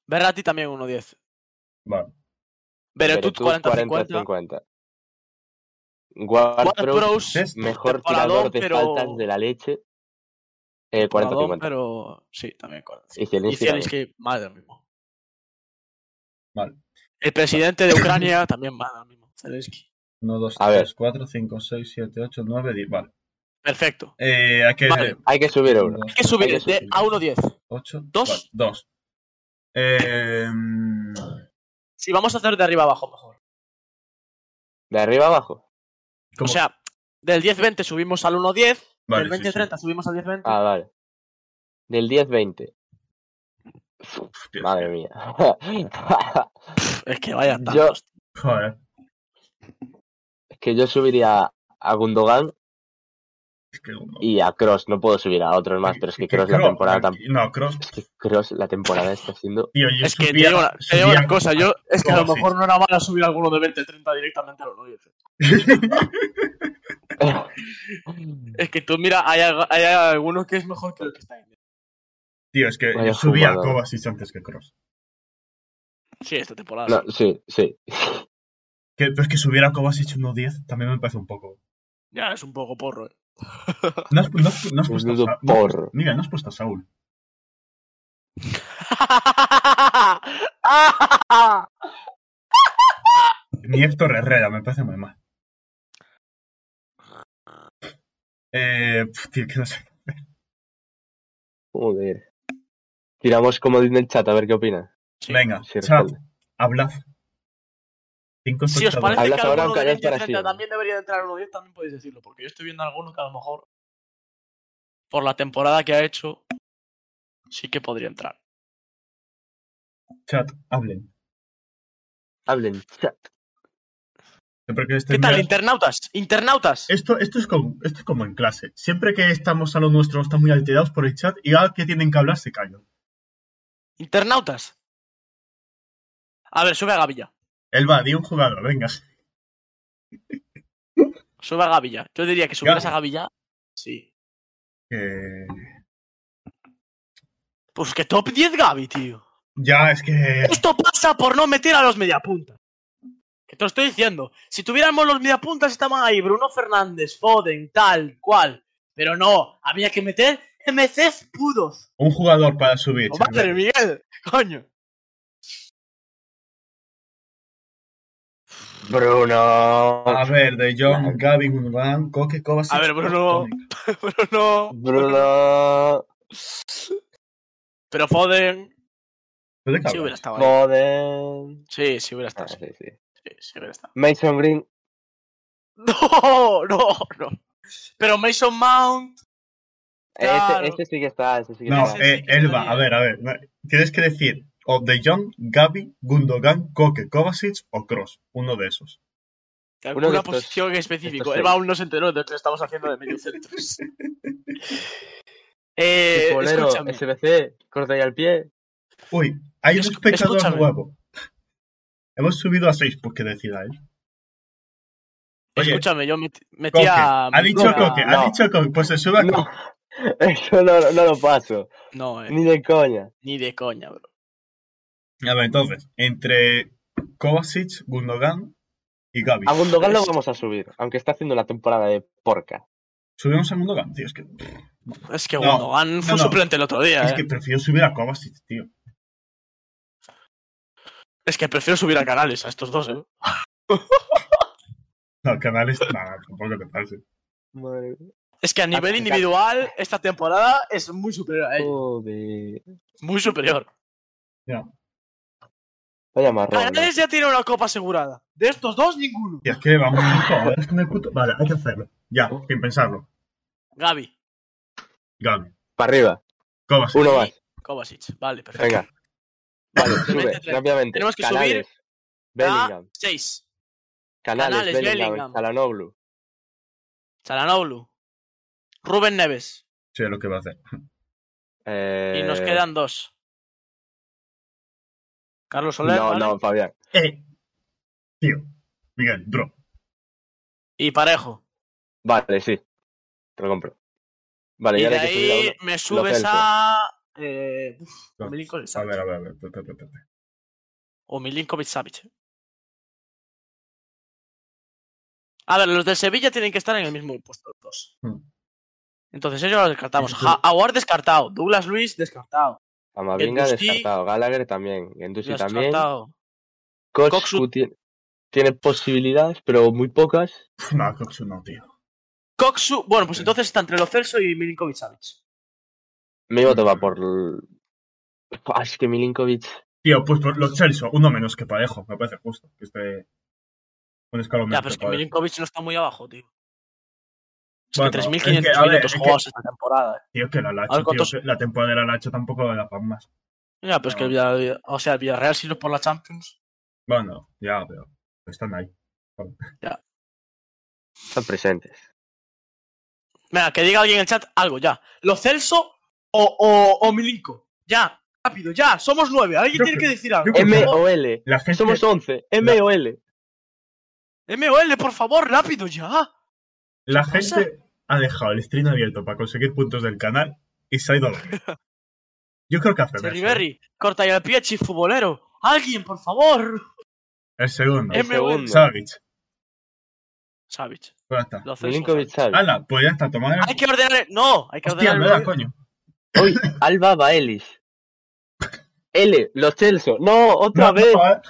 B: Berratti también 1-10.
A: Vale.
B: Beretut
C: Beretut,
B: 40-50.
C: 40-50. Ward
B: Ward
C: Prowse,
B: Prowse,
A: es
C: mejor
B: temporadón,
C: tirador de
B: pero-
C: faltas de la leche. Eh,
B: Perdón,
C: 40-50.
B: pero sí, también 40.
C: Y
B: Y
C: Zielinski también.
B: Zelensky, más del mismo.
A: Vale.
B: El presidente de Ucrania también más del mismo. Zelensky.
A: 1, 2,
C: A ver.
A: 3, 4, 5, 6, 7, 8, 9, 10. Vale.
B: Perfecto.
A: Eh, ¿A qué?
B: Vale.
C: Hay que subir a uno.
B: Hay que subir
C: Hay que
B: el de
C: subir.
B: a 1-10.
A: 8,
B: Dos.
A: 2. 2. Eh, mm,
B: Si vamos a hacer de arriba abajo, mejor.
C: De arriba abajo.
A: ¿cómo?
B: O sea, del 10-20 subimos al 1-10.
A: Vale,
B: del
A: sí, sí.
B: 20-30 subimos al 10-20.
C: Ah, vale. Del 10-20.
A: Dios.
C: Madre mía.
B: es que vaya
C: Yo-
B: tantos.
A: Joder.
C: Es que yo subiría a Gundogan
A: Es que uno-
C: Y a Cross, no puedo subir a otros más, pero es que Cross la
A: Kroos-
C: temporada tam-
A: No, Cross,
C: Es que Cross la temporada está siendo.
A: tío, yo
B: Es que te
A: subía-
B: digo una, te digo
A: subía-
B: una cosa, yo es que a lo
A: Kovacic.
B: mejor no era malo subir alguno de 20 30 directamente a los Nuggets. Es que tú mira, hay, alg- hay algunos que es mejor que el que está ahí.
A: Tío, es que
C: Vaya
A: yo subía a
C: jugador.
A: Kovacic antes que Cross.
B: Sí, esta temporada.
C: No, sí, sí.
A: Que, pero es que subiera a Kovacic 1-10 también me parece un poco.
B: Ya es un poco porro. eh.
A: No has, no has- no has puesto a
C: Menudo
A: Sa- no-
C: porro.
A: mira, no has puesto a Saúl. Ni Héctor Herrera, me parece muy mal. Eh, pf, tío, que no sé.
C: Joder. Tiramos como en el chat, a ver qué opina.
B: Sí.
A: Venga,
C: Sí,
A: chat,
C: responde.
A: hablad. Cinco
B: Si os
A: espectadores.
B: parece que
C: Hablas ahora,
B: alguno
C: aunque
B: de
C: hables
B: 20
C: para
B: 30
C: sí.
B: también debería de entrar a los 10, también podéis decirlo, porque yo estoy viendo alguno que a lo mejor por la temporada que ha hecho sí que podría entrar.
A: Chat, hablen.
C: Hablen, chat.
A: Siempre que este
B: ¿Qué
A: estéis
B: tal,
A: mirando-
B: internautas? Internautas.
A: Esto, esto, es como, esto es como en clase. Siempre que estamos a lo nuestro, están muy alterados por el chat y ahora que tienen que hablar se callan.
B: Internautas. A ver, sube a Gavilla.
A: Elba, di un jugador, venga.
B: Sube a Gavilla. Yo diría que subieras a
A: Gavi.
B: Gavilla. Sí.
A: Que-
B: Pues que top 10 Gavi, tío.
A: Ya, es que.
B: Esto pasa por no meter a los mediapuntas. Que te lo estoy diciendo. Si tuviéramos los mediapuntas estaban ahí Bruno Fernández, Foden, tal, cual. Pero no, había que meter MCs pudos.
A: Un jugador para subir.
B: ¡Oh,
A: chat.
B: madre, Miguel! ¡Coño!
C: Bruno.
A: A ver, De Jong,
C: Vale.
A: Gaby, Gundogan, Coque, Kovacic.
B: A ver, pues Bruno. Bruno.
C: Bruno.
B: Pero Foden.
A: ¿De qué
B: Sí hubiera
A: hablas?
B: estado ahí.
C: Foden.
B: Sí, sí hubiera
C: Ah,
B: estado. Sí,
C: sí, sí.
B: sí hubiera estado.
C: Mason Green.
B: No, no, no. Pero Mason Mount. Claro.
C: Este, este sí que está, este sí que
A: No,
C: está.
B: sí,
A: eh,
B: sí, que
A: Elba,
B: podría.
A: a ver, a ver. no, Tienes que decir o De Jong, Gaby, Gundogan, Coque, Kovacic o Cross. Uno de esos.
B: Alguna
C: de estos-
B: posición específica.
C: estos
B: Él
C: seis.
B: aún no se enteró de lo que estamos haciendo de medio centros. eh,
C: Futbolero,
B: escúchame.
C: SBC, corta ahí al pie.
A: Uy, hay un
B: Es-
A: espectador
B: escúchame.
A: nuevo. Hemos subido a seis, pues que decida él. Oye,
B: escúchame, yo met- metí
A: Coque.
B: a.
A: Ha dicho
B: metí a-
A: Coque, ha
C: no.
A: dicho Coque. Pues se sube a
C: No,
A: Coque.
C: eso no, no lo paso,
B: No, eh,
C: ni de coña.
B: ni de coña, bro.
A: A ver, entonces, entre Kovacic, Gundogan y Gaby.
C: A Gundogan lo vamos a subir, aunque está haciendo una temporada de porca.
A: Subimos a Gundogan, tío. Es que,
B: Es que
A: No,
B: Gundogan fue
A: no, no.
B: suplente el otro día.
A: es
B: eh.
A: que prefiero subir a Kovacic, tío.
B: prefiero subir a canales a estos dos, eh.
A: No, canales, nada, tampoco te pase.
C: Madre
B: Es que a nivel
C: me encanta.
B: individual, esta temporada es muy superior a
C: Oh.
B: ellos.
C: Joder.
B: Muy superior.
C: Oh, Vaya marrón. ¿no?
B: Canales ya tiene una copa asegurada. De estos dos, ninguno.
A: Y es que vamos, joder, es que me puto. Vale, hay que hacerlo. ¿eh? Ya, sin pensarlo.
B: Gaby,
A: Gaby,
C: Para arriba,
A: Kovacic.
C: uno más.
B: Kovacic. Vale, perfecto.
C: Venga. Vale,
B: Vente,
C: sube,
B: vente.
C: rápidamente.
B: Tenemos que
C: Canales, Bellingham,
B: 6.
C: Canales,
B: Canales,
C: Bellingham,
B: Bellingham.
C: Chalanoglu.
B: Chalanoglu. Rubén Neves.
A: Sé lo que va a hacer.
B: Y nos
C: Eh,
B: quedan dos. Carlos Soler
C: No,
B: ¿vale?
C: no, Fabián.
A: Eh, tío, Miguel, bro.
B: y Parejo.
C: Vale, sí. Te lo compro. Vale,
B: y
C: y
B: de
C: ahora hay que subir a
B: ahí
C: uno.
B: me subes
C: Celso.
B: a. Eh, uf, o Milinkovic
A: A
B: Savic.
A: ver, a ver, a ver. pe- pe- pe- pe- pe.
B: O Milinkovic Savic. ¿eh? A ver, los de Sevilla tienen que estar en el mismo puesto, los dos.
A: Hmm.
B: Entonces ellos los descartamos.
A: Sí, sí.
B: Ja- Aguar descartado. Douglas Luis descartado.
C: Amavinga
B: Guendouzi.
C: descartado, Gallagher también, Gendusi también.
B: Descartado.
C: Cox,
B: Coxu-
C: Gu tiene, tiene posibilidades, pero muy pocas.
A: Pff, No, Coxu no, tío.
B: Coxu. Bueno, pues
A: Sí.
B: entonces está entre los Celso y Milinkovic Savic.
C: Mi voto va por. l- Ah, Es que Milinkovic.
A: Tío, pues por los Chelsea, uno menos que Parejo, me parece justo. Que esté un escalón
B: Ya,
A: menos
B: pero es que
A: Parejo.
B: Milinkovic no está muy abajo, tío. Es
A: Bueno,
B: que
A: es que,
B: 3.500
A: a ver,
B: minutos
A: es que-
B: jugados esta temporada. eh.
A: Tío, que la
B: A
A: Lacho,
B: ver, ¿cuántos-
A: tío, que la temporada de la Lacho tampoco da para más.
B: Ya, pero es que el
A: No.
B: Villarreal, o sea, el Villarreal si no es por la Champions.
A: Bueno, ya, pero están ahí.
C: Están presentes.
B: Venga, que diga alguien en el chat algo ya. ¿Lo Celso o, o, o Milinko? Ya, rápido, ya. Somos nueve. Alguien
A: Yo
B: tiene que
A: creo-
B: decir algo.
A: yo creo-
C: M o L.
A: La gente,
C: Somos 11. M o L.
B: MOL, por favor, rápido, ya.
A: la
B: ¿qué pasa?
A: gente ha dejado el stream abierto para conseguir puntos del canal y se ha ido a dormir. Yo creo que hace más,
B: Serri
A: ¿eh?
B: Berry, corta ya el pie, futbolero. Alguien, por favor.
A: El segundo.
B: El
C: El
B: MOL.
C: segundo.
A: Savic.
B: Savic.
A: Pues ya está.
B: Lo Celso,
C: Milinkovic
B: Savic.
C: Savic.
A: Hala, pues ya está, tomad el-
B: Hay que ordenar. No, hay que
A: Hostia,
B: ordenar.
A: no da, coño.
C: Hoy, Alba Baelis. L, los Chelsea. No, otra
A: No,
C: vez.
A: no, eh.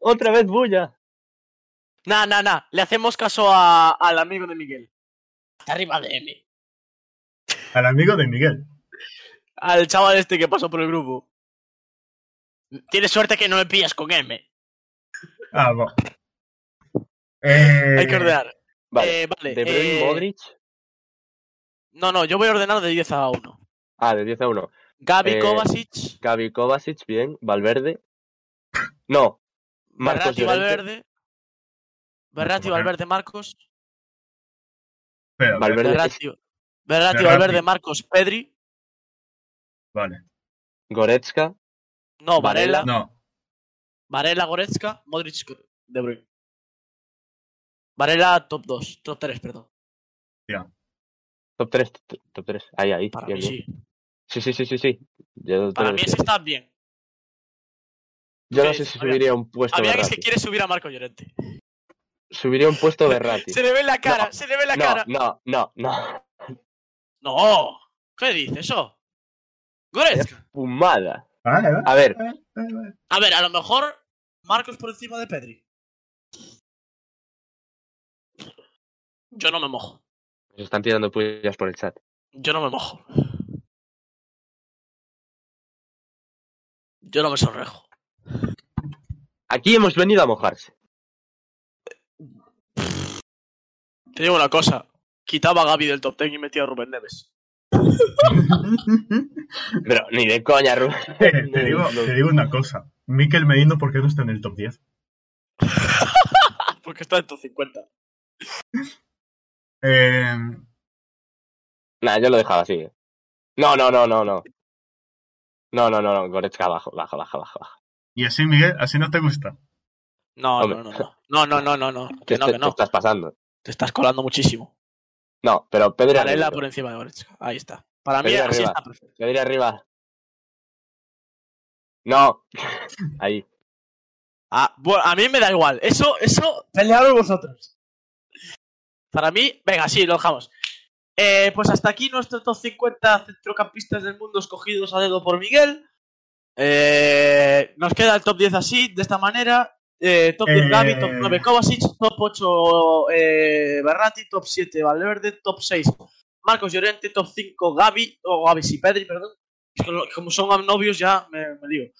C: Otra vez bulla.
B: Nah, nah, nah. Le hacemos caso a- al amigo de Miguel. Hasta arriba de M.
A: Al amigo de Miguel.
B: Al chaval este que pasó por el grupo. Tienes suerte que no me pillas con M.
A: Ah, va. Eh,
B: Hay que ordenar.
C: Vale.
B: Eh, vale,
C: de Bruyne
B: eh,
C: Modric.
B: No, no, yo voy a ordenar de 10 a 1.
C: Ah, de 10 a 1.
B: Gaby
C: Eh,
B: Kovacic,
C: Gaby Kovacic, bien. Valverde. No. Marcos
B: Berratti
C: Llorente.
B: Valverde. Berratti
A: Marco Valverde.
B: Valverde Marcos.
A: espera,
C: Valverde.
B: Berratti, Berratti
A: Berratti.
B: Valverde Marcos Pedri.
A: Vale.
C: Goretzka.
B: No, Varela.
A: No,
B: Varela Goretzka, Modric De Bruyne. Varela top 2, top 3, perdón.
C: Top 3. Top 3. Ahí, ahí.
B: Para
C: bien,
B: mí
C: bien.
B: sí.
C: Sí, sí, sí, sí. sí. Yo,
B: Para
C: te-
B: mí sí está bien.
C: yo no
B: sí,
C: sé si
B: había-
C: subiría un puesto
B: Había que es
C: Berratti.
B: que quiere subir a Marco Llorente.
C: Subiría un puesto Berratti.
B: Se le ve en la cara,
C: No,
B: se le ve en la
C: no,
B: cara.
C: no, no, no.
B: No. ¿Qué dice eso? Goretzka.
C: Fumada.
A: Vale, vale,
C: A ver,
A: vale, vale.
B: A ver, a lo mejor Marcos por encima de Pedri. Yo no me mojo.
C: se están tirando pullas por el chat.
B: Yo no me mojo. Yo no me sonrejo.
C: Aquí hemos venido a mojarse.
B: Te digo una cosa. Quitaba a Gaby del top 10 y metía a Rubén Neves.
C: Pero ni de coña, Rubén.
A: Eh, te, digo, te digo una cosa. Miquel Merino, ¿por qué no está en el top 10?
B: Porque está en top 50.
A: Eh,
C: Nah, yo lo dejaba así. eh. No, no, no, no, no. No, no, no, no. Goretzka abajo, baja, baja, baja, baja.
A: y así, Miguel, así no te gusta.
B: No,
C: Hombre.
B: no, no, no. No, no, no, no, no.
C: ¿Qué
B: Que no,
C: te,
B: que
C: te
B: no.
C: estás pasando?
B: Te estás colando muchísimo.
C: No, pero Pedri
B: Varela
C: arriba.
B: por encima de Goretzka. Ahí está. Para mí
C: Pedri
B: así
C: arriba.
B: está perfecto.
C: Pedri arriba. No. Ahí.
B: Ah, bueno, a mí me da igual. Eso, eso, pelearos vosotros. Para mí, venga, sí, lo dejamos. Eh, pues hasta aquí nuestros top 50 centrocampistas del mundo escogidos a dedo por Miguel. Eh, nos queda el top 10 así, de esta manera. Eh, top 10
A: Eh.
B: Gavi, top 9 Kovacic, top 8 eh, Berratti, top 7 Valverde, top 6 Marcos Llorente, top 5 Gavi, o Gavi y Pedri, perdón. Es que lo- Como son novios ya me, me digo.
A: Eh,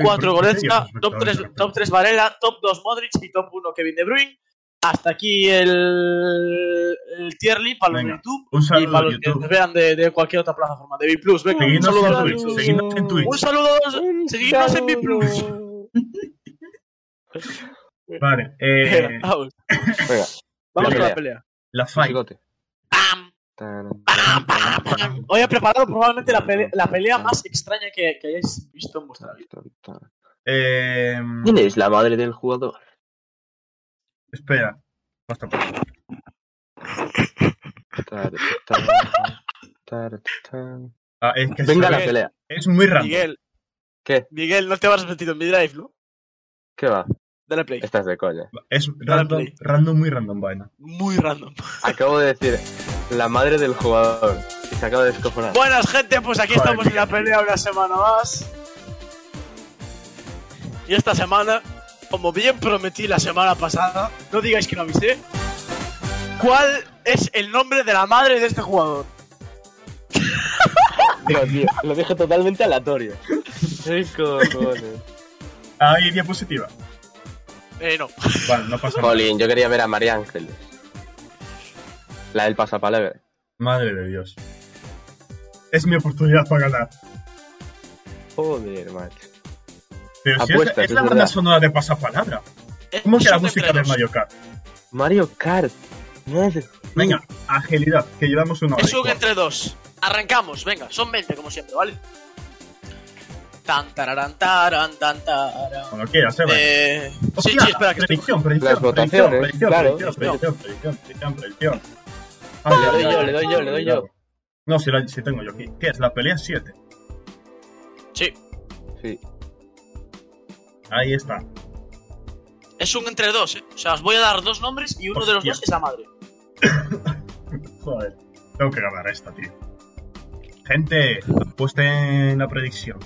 B: 4
A: ¿por qué te
B: Goretzka,
A: llamas
B: top 3,
A: Bertrand?
B: top 3 Varela, top 2 Modric y top 1 Kevin De Bruyne. Hasta aquí el, el tier list para los de
A: Venga,
B: YouTube
A: Un
B: y
A: saludo
B: para
A: a
B: los que nos
A: YouTube.
B: vean de, de cualquier otra plataforma. De B Plus, venga, un
A: Seguidnos
B: saludo
A: en
B: a
A: Twitch.
B: todos.
A: Seguidnos en
B: Un
A: Twitch.
B: saludo, seguidnos en B Plus.
A: Vale. eh,
B: Vamos,
C: Venga,
B: vamos con la
C: la pelea.
B: pelea.
A: la fight.
C: chicote.
B: Pam, pam, pam, pam. Hoy he preparado probablemente la pelea, la pelea más extraña que, que hayáis visto en vuestra vida.
A: Eh,
C: ¿Quién es la madre del jugador?
A: espera. Basta, basta. Ah, es que
C: Venga la
A: sabe-
C: pelea.
A: es muy raro.
B: Miguel,
C: ¿Qué?
B: Miguel, no te habrás metido en mi drive, ¿no?
C: ¿Qué va?
B: Dale play.
C: Estás de coña.
A: Es
B: Dale
A: random,
B: play.
A: random, muy random vaina.
B: Muy random.
C: Acabo de decir la madre del jugador. Y se acaba de descojonar.
B: Buenas, gente, pues aquí
A: Joder,
B: estamos en la
A: tío.
B: pelea una semana más. Y esta semana, como bien prometí la semana pasada, no digáis que no avisé. ¿Cuál es el nombre de la madre de este jugador?
C: Digo, tío, lo dije totalmente aleatorio. Ay, cojones.
A: Ah, y diapositiva.
B: Eh, no.
A: Vale, no pasa nada.
C: Jolín, yo quería ver a María Ángeles. La del pasapalabra.
A: Madre de Dios. Es mi oportunidad para ganar.
C: Joder, macho.
A: Pero si
C: Apuestas,
A: es, es
C: es
A: la banda
C: verdad.
A: sonora de pasapalabra. ¿Cómo que la
B: Son
A: música
B: entre
A: de
B: dos.
A: Mario Kart?
C: Mario Kart. Madre.
A: Venga, agilidad, que llevamos una hora.
B: Es un entre dos. Arrancamos, venga, son 20 como siempre, ¿vale? Tan tararán, tarán, tan tarán.
A: Cuando quieras, eh. vale.
B: Eh, sí,
A: Hostia,
B: sí, espera que estoy.
A: predicción, predicción,
C: Las
A: predicción,
C: votaciones,
A: predicción,
C: claro. Ah,
A: predicción, predicción, predicción, predicción, predicción. Ah,
C: Le
A: Ay,
C: doy
A: ay,
C: yo,
A: ay.
C: le doy yo, le doy yo.
A: No, si, la, si tengo yo aquí. ¿Qué es? La pelea 7.
B: Sí.
C: Sí.
A: Ahí está.
B: Es un entre dos, ¿eh? O sea, os voy a dar dos nombres y uno de los
A: Hostia.
B: dos es la madre.
A: Joder. Tengo que ganar esta, tío. Gente, apuesten la predicción.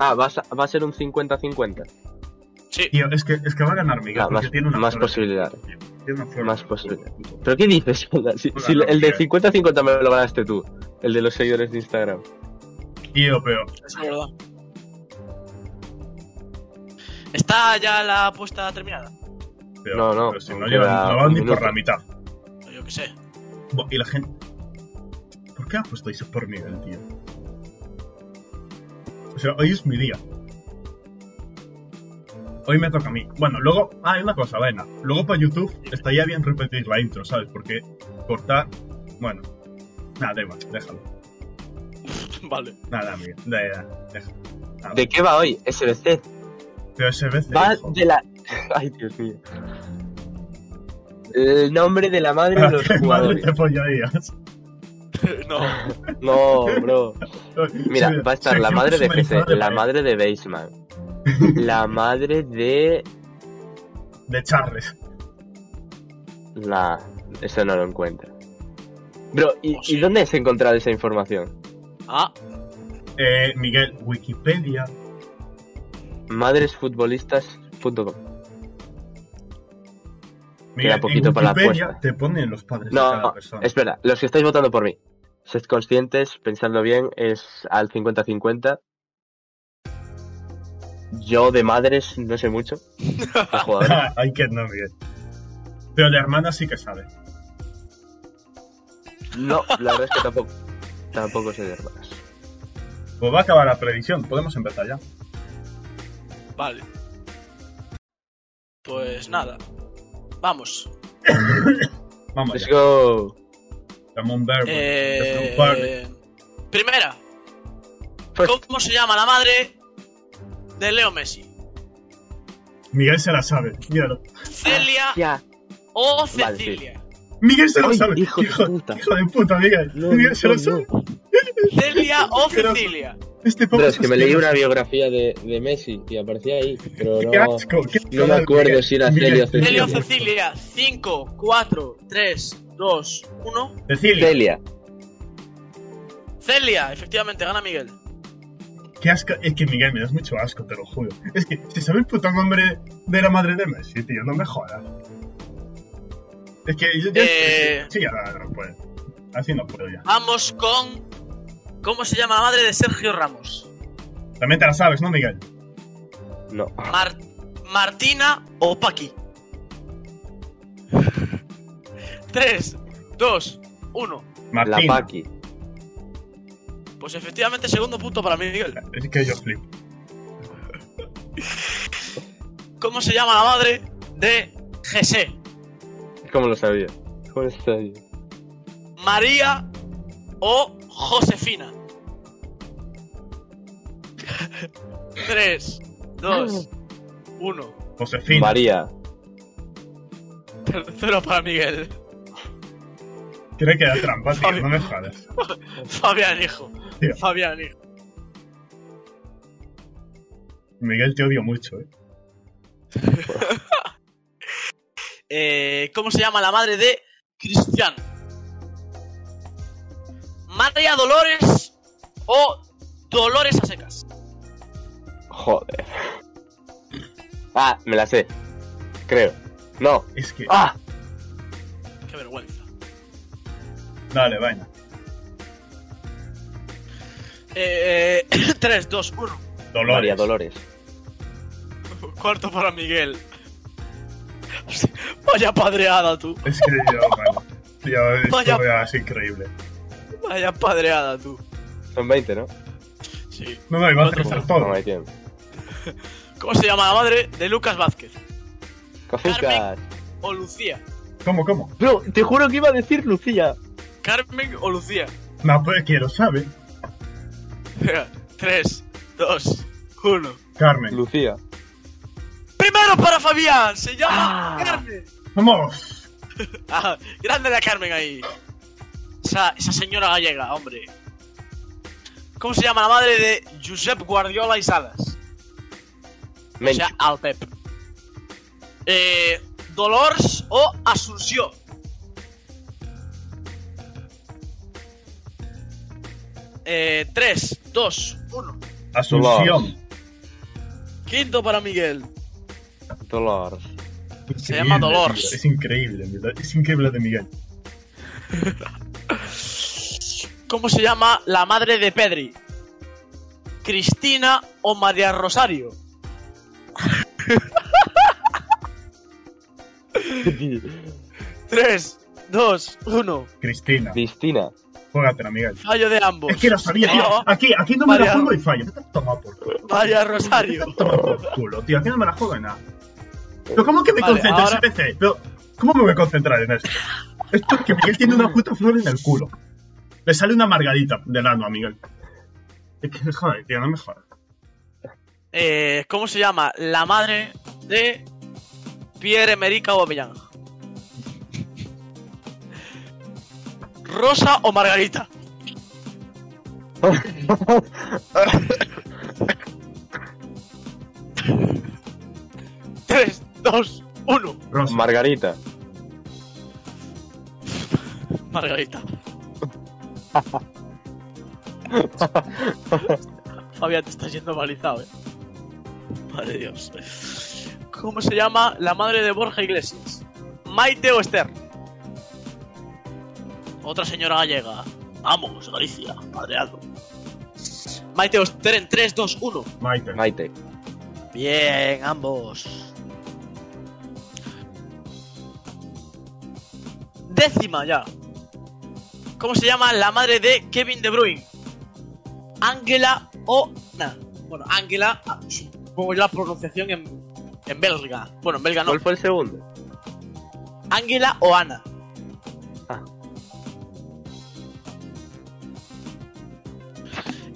C: Ah, vas a- va a ser un 50-50.
B: Sí.
A: Tío, es que, es que va a ganar Miguel.
C: Ah,
A: porque
C: más-
A: tiene una
C: más
A: flor.
C: posibilidades.
A: Tiene una flor.
C: Más posibilidades. ¿Pero qué dices? Si- si el de
A: Miguel.
C: 50-50 me lo ganaste tú. El de los seguidores de Instagram.
A: Tío, pero.
B: Es la verdad. ¿Está ya la apuesta terminada?
A: pero-
C: No, no,
A: pero si no
C: aún
A: llevan
C: queda
A: no van
C: un
A: ni por
C: minuto.
A: la mitad.
B: O Yo qué sé.
A: Bo- Y la gente. ¿Por qué apostáis por Miguel, tío? O sea, hoy es mi día. Hoy me toca a mí. Bueno, luego. Ah, hay una cosa, venga. Luego para YouTube estaría bien repetir la intro, ¿sabes? Porque cortar. Bueno. Nada, da igual, déjalo.
B: vale.
A: Nada, Miguel. Da, da, déjalo. Nada.
C: ¿De qué va hoy? SBC.
A: Pero ese veces.
C: Va de la. Ay, Dios mío. El nombre de la madre de los
A: ¿Qué madre
C: jugadores.
A: te follarías?
B: no.
C: No, bro. Mira, va a estar la madre de PC, la madre de Baseman, la madre de.
A: De Charles.
C: La. Eso no lo encuentro. Bro, ¿y,
B: Oh, sí.
C: ¿y dónde has encontrado esa información?
B: Ah,
A: Eh, Miguel, Wikipedia.
C: Madresfutbolistas.com.
A: Miguel, en
C: poquito para la
A: Wikipedia
C: apuesta.
A: te ponen los padres de
C: No,
A: cada
C: no,
A: persona.
C: espera, los que estáis votando por mí, sed conscientes, pensadlo bien, es al 50-50. Yo de madres no sé mucho. de jugadores.
A: Hay que no, Miguel. Pero de hermana sí que sabe.
C: No, la verdad es que tampoco, tampoco sé de hermanas.
A: Pues va a acabar la predicción. Podemos empezar ya.
B: vale. Pues nada. Vamos.
A: Vamos
C: Let's
A: ya.
C: go.
A: Ramón Berber.
B: Eh,
A: Desmond Parley.
B: Primera.
C: First.
B: ¿Cómo se llama la madre de Leo Messi?
A: Miguel se la sabe. Míralo.
B: ¿Celia
C: Ya.
B: o
C: sí.
B: Cecilia?
A: Miguel se lo
C: Ay,
A: sabe.
C: hijo de puta.
A: hijo de puta, Miguel.
C: No,
A: Miguel
C: no,
A: se lo
C: no.
A: sabe.
B: Celia o
A: Pero-
B: Cecilia.
A: Este poco
C: Bro, es que me leí
A: asqueroso.
C: una biografía de, de Messi y aparecía ahí, pero
A: Qué
C: no,
A: asco. qué asco,
C: no me
A: Miguel.
C: acuerdo si era
A: Miguel,
C: Celia o
B: Celia o Cecilia.
C: Cecilia.
B: 5, 4, 3, 2, 1.
A: Cecilia.
C: Celia.
B: Celia, efectivamente, gana Miguel.
A: Qué asco. Es que Miguel me das mucho asco, te lo juro. Es que se sabe el puto nombre de la madre de Messi, tío, no me jodas. Es que yo ya.
B: Eh.
A: Sí, ya no puedo. Así no puedo ya.
B: Vamos con. ¿Cómo se llama la madre de Sergio Ramos?
A: También te la sabes, ¿no, Miguel?
C: No.
B: Mar- Martina o Paqui. 3, 2, 1.
C: La
A: Martín.
C: Paqui.
B: Pues efectivamente, segundo punto para mí, Miguel.
A: Es que yo flipo.
B: ¿Cómo se llama la madre de Jesse?
C: ¿Cómo lo sabía? ¿Cómo lo sabía?
B: ¿María o Josefina? 3, 2, 1.
A: Josefina.
C: María.
B: Tercero para Miguel.
A: Creo que era trampa, tío,
B: Fabi-
A: no me jodas.
B: Fabián Hijo.
A: Tío.
B: Fabián Hijo.
A: Miguel, te odio mucho, eh.
B: Eh, ¿Cómo se llama la madre de Cristian? ¿María Dolores o Dolores a secas?
C: Joder. Ah, me la sé. Creo. No.
A: Es que.
C: Ah,
B: Qué vergüenza.
A: Dale, vaya.
B: Eh, 3, 2, 1.
A: Dolores.
C: María Dolores.
B: Cuarto para Miguel. Vaya padreada tú.
A: Es que yo, bueno. Tío, esto
B: Vaya.
A: es increíble.
B: Vaya padreada tú.
C: Son 20, ¿no?
B: Sí.
A: No, no, iba a
B: Otro.
A: acertar
C: No
A: todo.
C: hay tiempo.
B: ¿Cómo se llama la madre de Lucas Vázquez?
C: Cositas.
B: O Lucía.
A: ¿Cómo, cómo?
C: No, te juro que iba a decir Lucía.
B: Carmen o Lucía.
A: No, pues que lo sabe.
B: Espera, 3, 2, 1.
A: Carmen.
C: Lucía.
B: Primero para Fabián, se llama
C: Ah.
B: Carmen.
A: Vamos.
B: Ah, grande la Carmen ahí. Esa, esa señora gallega, hombre. ¿Cómo se llama la madre de Josep Guardiola y Salas? O
C: Menchu.
B: sea, al Pep. Eh, Dolors o Asunción. Eh, 3, 2, 1.
A: Asunción.
B: Quinto para Miguel.
C: Dolores.
B: Se
A: Increíble,
B: llama Dolores.
A: tío. Es increíble, en verdad. Es increíble lo de Miguel.
B: ¿Cómo se llama la madre de Pedri? ¿Cristina o María Rosario? Tres, dos, uno.
A: Cristina.
C: Cristina.
A: Juégatela, Miguel.
B: Fallo de ambos.
A: Es que lo sabía,
B: Oh,
A: tío. Aquí, aquí no me la
B: María.
A: juego y fallo. Vete a tomar por culo.
B: María
A: Vete
B: Rosario.
A: a tomar por culo, tío. Aquí no me la juego en nada. Pero ¿cómo que me
B: Vale,
A: concentro
B: ahora-
A: en PC? Pero, ¿Cómo me voy a concentrar en esto? Es porque Miguel tiene una puta flor en el culo. Le sale una margarita del ano a Miguel. Es que, joder, tío, no me jodas.
B: Eh, ¿Cómo se llama la madre de Pierre Emerick Aubameyang? ¿Rosa o Margarita? Tres, dos, uno.
A: Rosa.
C: Margarita.
B: Margarita. Fabián, te estás yendo balizado, eh. Madre Dios. ¿Cómo se llama la madre de Borja Iglesias? ¿Maite o Esther? Otra señora gallega. Vamos, Galicia, padreado. Maite o Esther en 3, 2, 1.
A: Maite.
C: Maite.
B: Bien, ambos. Décima ya. ¿Cómo se llama la madre de Kevin De Bruyne? Ángela o Ana. Bueno, Ángela, ah, supongo yo la pronunciación en, en belga. Bueno, en belga no.
C: ¿Cuál fue el segundo?
B: Ángela o Ana.
C: Ah.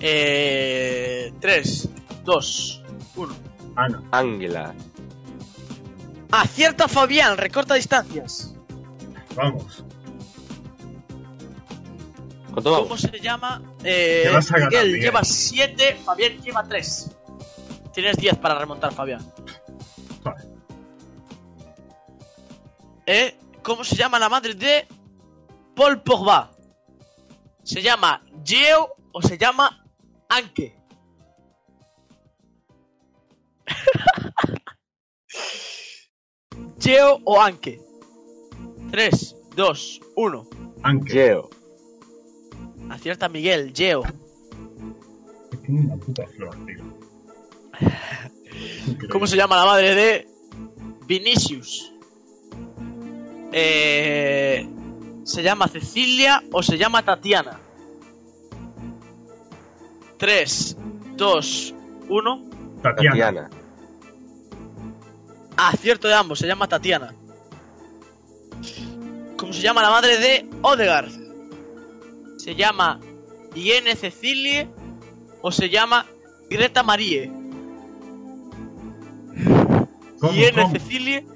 B: Eh, 3, 2, 1.
A: Ana.
C: Ángela.
B: Acierta Fabián, recorta distancias.
A: Vamos.
C: ¿Cuánto vamos?
B: ¿Cómo se llama? Eh,
A: Te vas a ganar, Miguel.
B: lleva 7, Fabián lleva 3. Tienes 10 para remontar, Fabián.
A: Vale.
B: Eh, ¿Cómo se llama la madre de Paul Pogba? ¿Se llama Geo o se llama Anke? Geo o Anke. 3, 2, 1.
A: Anke.
C: Geo.
B: Acierta Miguel, Geo.
A: Tiene una puta flor, tío. Increíble.
B: ¿Cómo se llama la madre de Vinicius? Eh, ¿Se llama Cecilia o se llama Tatiana? 3, 2, 1.
A: Tatiana.
C: Tatiana.
B: Acierto Ah, de ambos, se llama Tatiana. ¿Cómo se llama la madre de Odegaard? ¿Se llama Iene Cecilie o se llama Greta Marie?
A: ¿Cómo,
B: IN
A: cómo?
B: Cecilie.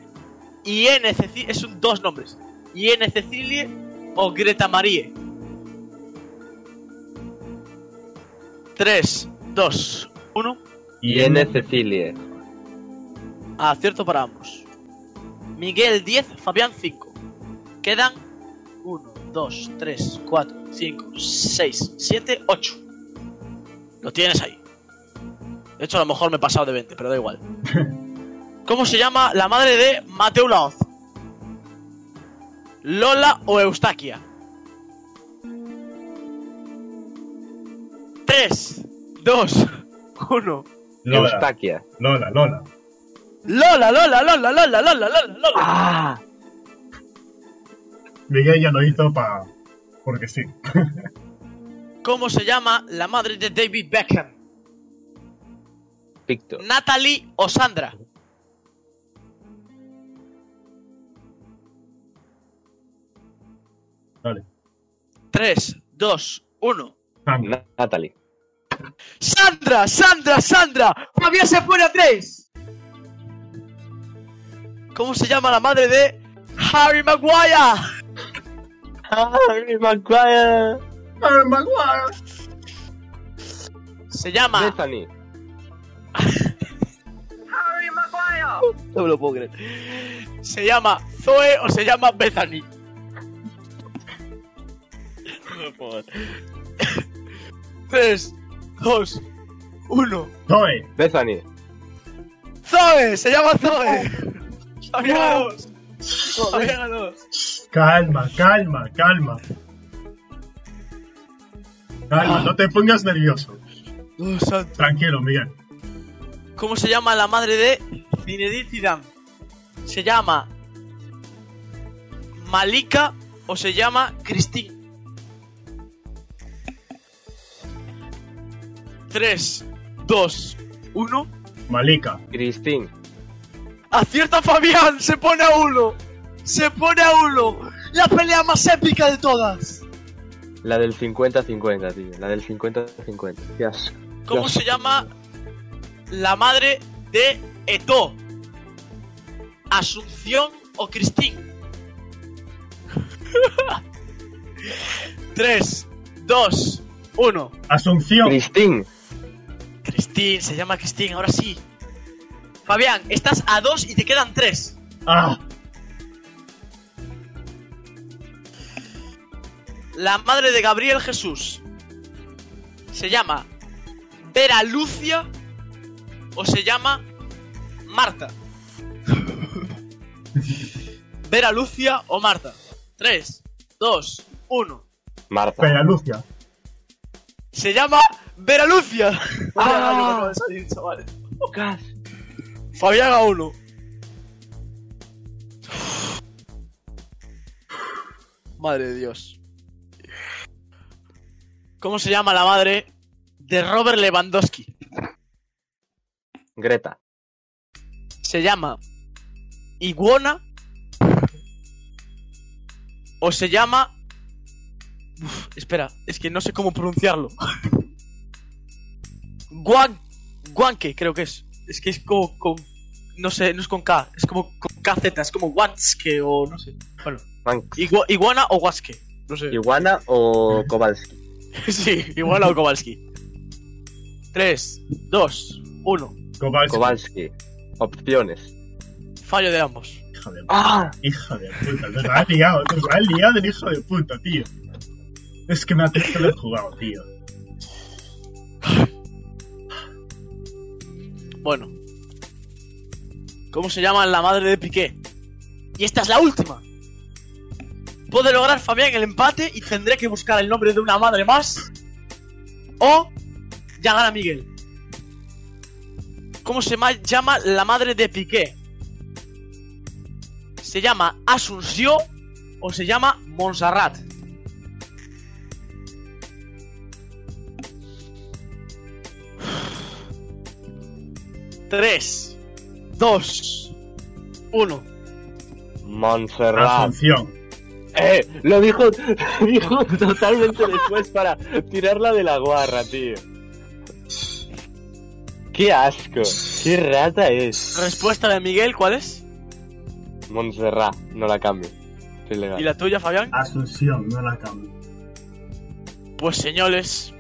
B: IN Cecilie. Es un dos nombres. IN Cecilie o Greta Marie. 3, 2, 1.
C: Y N. Cecilia.
B: Acierto para ambos. Miguel 10, Fabián 5. Quedan 1, 2, 3, 4, 5, 6, 7, 8. Lo tienes ahí. De hecho, a lo mejor me he pasado de 20, pero da igual. ¿Cómo se llama la madre de Mateo Laoz? ¿Lola o Eustaquia? 3, 2, 1.
A: Lola.
C: Eustaquia.
A: Lola, Lola.
B: Lola, Lola, Lola, Lola, Lola, Lola, Lola.
C: ¡Ah!
A: Miguel ya lo hizo para. Porque sí.
B: ¿Cómo se llama la madre de David Beckham?
C: Picto.
B: ¿Natalie o Sandra?
A: Vale.
B: 3, 2, 1.
A: Sandra.
C: Na- Natalie.
B: ¡Sandra! ¡Sandra! ¡Sandra! ¡Fabián se pone a 3! ¿Cómo se llama la madre de Harry Maguire?
C: Harry Maguire.
B: Se llama.
C: Bethany.
B: No me lo puedo creer. Se llama Zoe o se llama Bethany. No me lo puedo creer. 3, 2, 1.
A: Zoe.
C: Bethany.
B: ¡Zoe! ¡Se llama Zoe! Había ganado. Había ganado.
A: Calma, calma, calma. Calma, no te pongas nervioso.
B: Oh, santo.
A: Tranquilo, Miguel.
B: ¿Cómo se llama la madre de Zinedine Zidane? ¿Se llama Malika o se llama Christine? 3, 2, 1.
A: Malika.
C: Christine.
B: ¡Acierta Fabián! ¡Se pone a uno! ¡Se pone a uno! ¡La pelea más épica de todas!
C: La del 50-50, tío. La del 50-50. Qué asco.
B: ¿Cómo
C: Dios.
B: se llama la madre de Eto? ¿Asunción o Cristín? 3, 2, 1.
A: Asunción.
C: Christine.
B: Cristín, se llama Cristín, ahora sí. Fabián, estás a 2 y te quedan 3.
A: Ah,
B: La madre de Gabriel Jesús. ¿Se llama Vera Lucia o se llama Marta? Vera Lucia o Marta. 3, 2, 1.
C: Marta.
A: Pera Lucia.
B: Se llama Vera Lucia.
C: Ah.
B: No me salir, chavales. Fabián a 1. Madre de Dios. ¿Cómo se llama la madre de Robert Lewandowski?
C: Greta.
B: ¿Se llama Iguana? ¿O se llama... Uf, espera, es que no sé cómo pronunciarlo. Guan... Guanque, creo que es. Es que es como con... No sé, no es con K, es como con KZ, es como Guanske o no sé. Bueno,
C: Banks.
B: igua- Iguana o Guasque, no sé.
C: Iguana o Kowalski.
B: sí, Iguana o Kowalski. 3, 2, 1.
A: Kowalski.
C: Kowalski. Opciones.
B: Fallo de ambos.
A: Hija de,
C: ¡Ah!
A: hija de puta. Nos la has liado. Nos la has liado el hijo de puta, tío. Es que me ha que haber jugado, tío.
B: Bueno. ¿Cómo se llama la madre de Piqué? Y esta es la última. Puede lograr Fabián el empate y tendré que buscar el nombre de una madre más. O ya gana Miguel. ¿Cómo se ma- llama la madre de Piqué? ¿Se llama Asunción o se llama Montserrat? Tres, dos, uno.
C: Montserrat.
A: Asunción.
C: Eh, lo dijo, lo dijo totalmente después para tirarla de la guarra, tío. Qué asco, qué rata es.
B: Respuesta de Miguel, ¿cuál es?
C: Montserrat, no la cambio. Soy legal.
B: ¿Y la tuya, Fabián?
A: Asunción, no la cambio.
B: Pues señores,